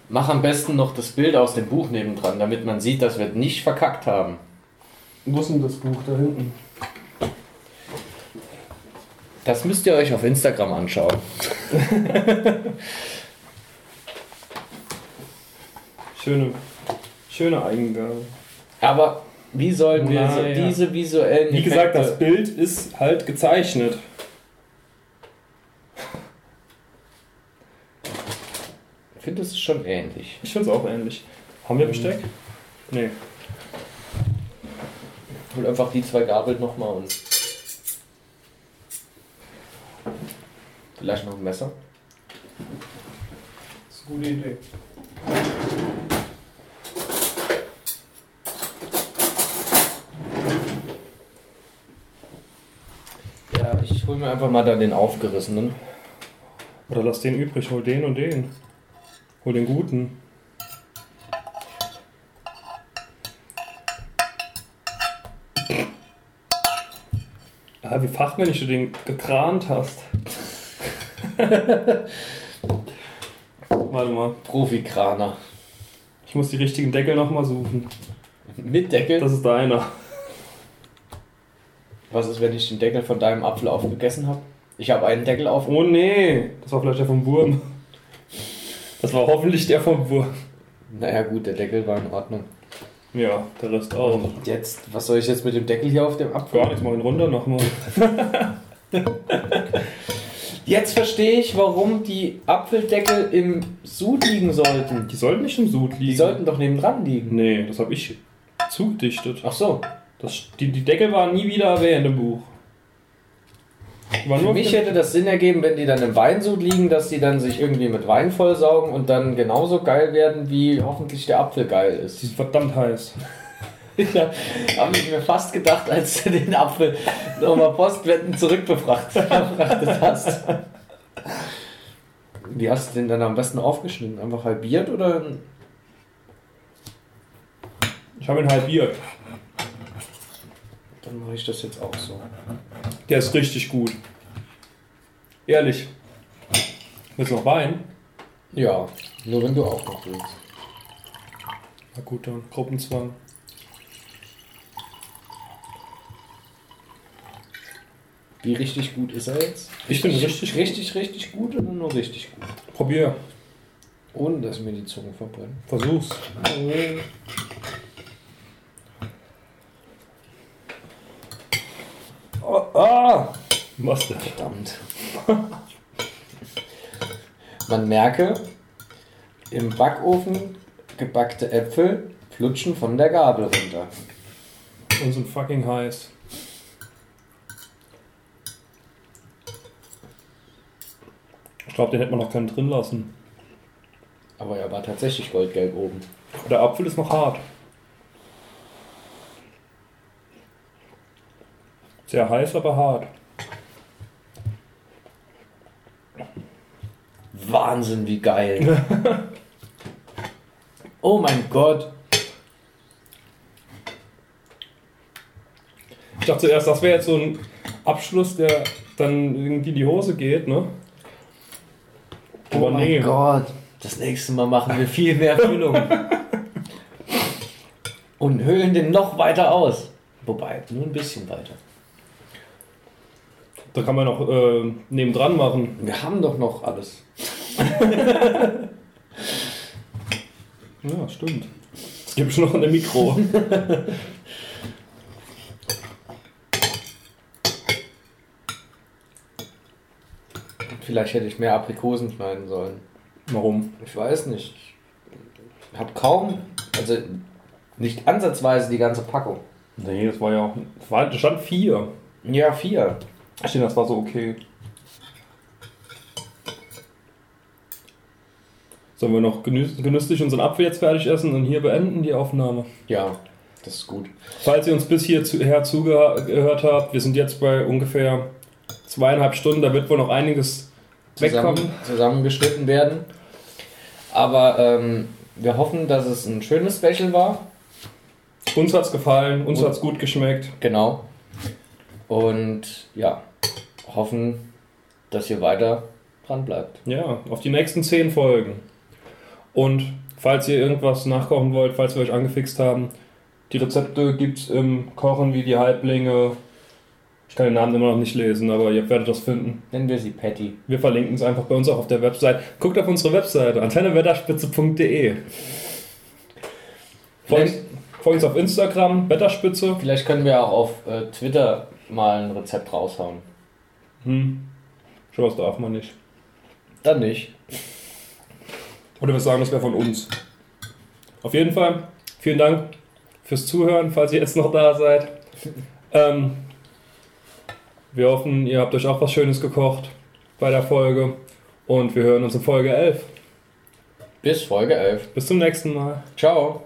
Speaker 1: Mach am besten noch das Bild aus dem Buch nebendran, damit man sieht, dass wir nicht verkackt haben.
Speaker 2: Wo ist denn das Buch da hinten?
Speaker 1: Das müsst ihr euch auf Instagram anschauen.
Speaker 2: Schöne, schöne Eigengabe.
Speaker 1: Aber wie sollen wir so
Speaker 2: Na ja.
Speaker 1: diese visuellen
Speaker 2: Wie gesagt,
Speaker 1: Effekte-
Speaker 2: das Bild ist halt gezeichnet.
Speaker 1: Ich finde es ist schon ähnlich.
Speaker 2: Ich finde es auch ähnlich. Haben wir Besteck? Nee.
Speaker 1: Hol einfach die zwei Gabeln nochmal und vielleicht noch ein Messer.
Speaker 2: Das ist eine gute Idee.
Speaker 1: Ja, ich hole mir einfach mal dann den aufgerissenen.
Speaker 2: Oder lass den übrig, hol den und den. Hol den guten. Ah, wie fachmännisch du den gekrant hast. Warte mal,
Speaker 1: Profikraner.
Speaker 2: ich muss die richtigen Deckel nochmal suchen.
Speaker 1: Mit Deckel.
Speaker 2: Das ist deiner.
Speaker 1: Was ist, wenn ich den Deckel von deinem Apfel aufgegessen habe? Ich habe einen Deckel auf.
Speaker 2: Oh nee, das war vielleicht der vom Wurm. Das war hoffentlich der vom Wurm.
Speaker 1: Naja gut, der Deckel war in Ordnung.
Speaker 2: Ja, der Rest auch.
Speaker 1: Und jetzt, was soll ich jetzt mit dem Deckel hier auf dem Apfel?
Speaker 2: Gar nichts, mach ihn runter nochmal.
Speaker 1: Jetzt verstehe ich, warum die Apfeldeckel im Sud liegen sollten.
Speaker 2: Die sollten nicht im Sud liegen.
Speaker 1: Die sollten doch nebendran liegen.
Speaker 2: Nee, das habe ich zugedichtet.
Speaker 1: Ach so,
Speaker 2: Das, die, die Deckel waren nie wieder erwähnt im Buch. Die waren
Speaker 1: Für
Speaker 2: nur
Speaker 1: mich hätte das Sinn ergeben, wenn die dann im Weinsud liegen, dass die dann sich irgendwie mit Wein vollsaugen und dann genauso geil werden, wie hoffentlich der Apfel geil
Speaker 2: Die
Speaker 1: ist.
Speaker 2: sind verdammt heiß.
Speaker 1: Ja, habe ich mir fast gedacht, als du den Apfel nochmal postwendend zurückbefrachtet verfrachtet hast. Wie hast du den dann am besten aufgeschnitten? Einfach halbiert oder?
Speaker 2: Ich habe ihn halbiert.
Speaker 1: Dann mache ich das jetzt auch so.
Speaker 2: Der ist richtig gut. Ehrlich. Willst du noch Wein?
Speaker 1: Ja, nur wenn du auch noch willst.
Speaker 2: Na gut, dann Gruppenzwang.
Speaker 1: Wie richtig gut ist er jetzt?
Speaker 2: Ich bin richtig gut.
Speaker 1: richtig, richtig gut oder nur richtig gut?
Speaker 2: Probier.
Speaker 1: Ohne dass mir die Zunge verbrennt.
Speaker 2: Versuch's. Oh, ah! Was denn?
Speaker 1: Verdammt. Man merke, im Backofen gebackte Äpfel flutschen von der Gabel runter.
Speaker 2: Und sind fucking heiß. Ich glaube, den hätte man noch keinen drin lassen.
Speaker 1: Aber er war tatsächlich goldgelb oben.
Speaker 2: Aber Der Apfel ist noch hart. Sehr heiß, aber hart.
Speaker 1: Wahnsinn, wie geil. oh mein Gott.
Speaker 2: Ich dachte zuerst, das wäre jetzt so ein Abschluss, der dann irgendwie in die Hose geht, ne?
Speaker 1: Oh
Speaker 2: Aber
Speaker 1: mein
Speaker 2: nee.
Speaker 1: Gott. Das nächste Mal machen wir viel mehr Füllung. und höhlen den noch weiter aus. Wobei, nur ein bisschen weiter.
Speaker 2: Da kann man noch äh, nebendran machen.
Speaker 1: Wir haben doch noch alles.
Speaker 2: Ja, stimmt. Es gibt schon noch eine Mikro.
Speaker 1: Vielleicht hätte ich mehr Aprikosen schneiden sollen.
Speaker 2: Warum?
Speaker 1: Ich weiß nicht. Ich habe kaum, also nicht ansatzweise die ganze Packung.
Speaker 2: Nee, das war ja auch. Das war, das stand vier.
Speaker 1: Ja, vier.
Speaker 2: Ich denke, das war so okay. Sollen wir noch genüss- genüsslich unseren Apfel jetzt fertig essen und hier beenden die Aufnahme?
Speaker 1: Ja, das ist gut.
Speaker 2: Falls ihr uns bis hierher zugehört habt, wir sind jetzt bei ungefähr zweieinhalb Stunden, da wird wohl noch einiges
Speaker 1: Zusammen,
Speaker 2: wegkommen.
Speaker 1: zusammengeschnitten werden. Aber ähm, wir hoffen, dass es ein schönes Special war.
Speaker 2: Uns hat's gefallen, uns
Speaker 1: Und-
Speaker 2: hat's gut geschmeckt.
Speaker 1: Genau. Und ja, hoffen, dass ihr weiter dran bleibt.
Speaker 2: Ja, auf die nächsten zehn Folgen. Und falls ihr irgendwas nachkochen wollt, falls wir euch angefixt haben, die Rezepte gibt's im Kochen wie die Halblinge. Ich kann den Namen immer noch nicht lesen, aber ihr werdet das finden.
Speaker 1: Nennen wir sie Patty.
Speaker 2: Wir verlinken es einfach bei uns auch auf der Website. Guckt auf unsere Webseite antennewetterspitze.de. Folgt, folgt uns auf Instagram, Wetterspitze.
Speaker 1: Vielleicht können wir auch auf äh, Twitter mal ein Rezept raushauen.
Speaker 2: Hm. Sowas darf man nicht.
Speaker 1: Dann nicht.
Speaker 2: Oder wir sagen, das wäre von uns. Auf jeden Fall, vielen Dank fürs Zuhören, falls ihr jetzt noch da seid. Ähm, wir hoffen, ihr habt euch auch was Schönes gekocht bei der Folge. Und wir hören uns in Folge 11.
Speaker 1: Bis Folge 11.
Speaker 2: Bis zum nächsten Mal.
Speaker 1: Ciao.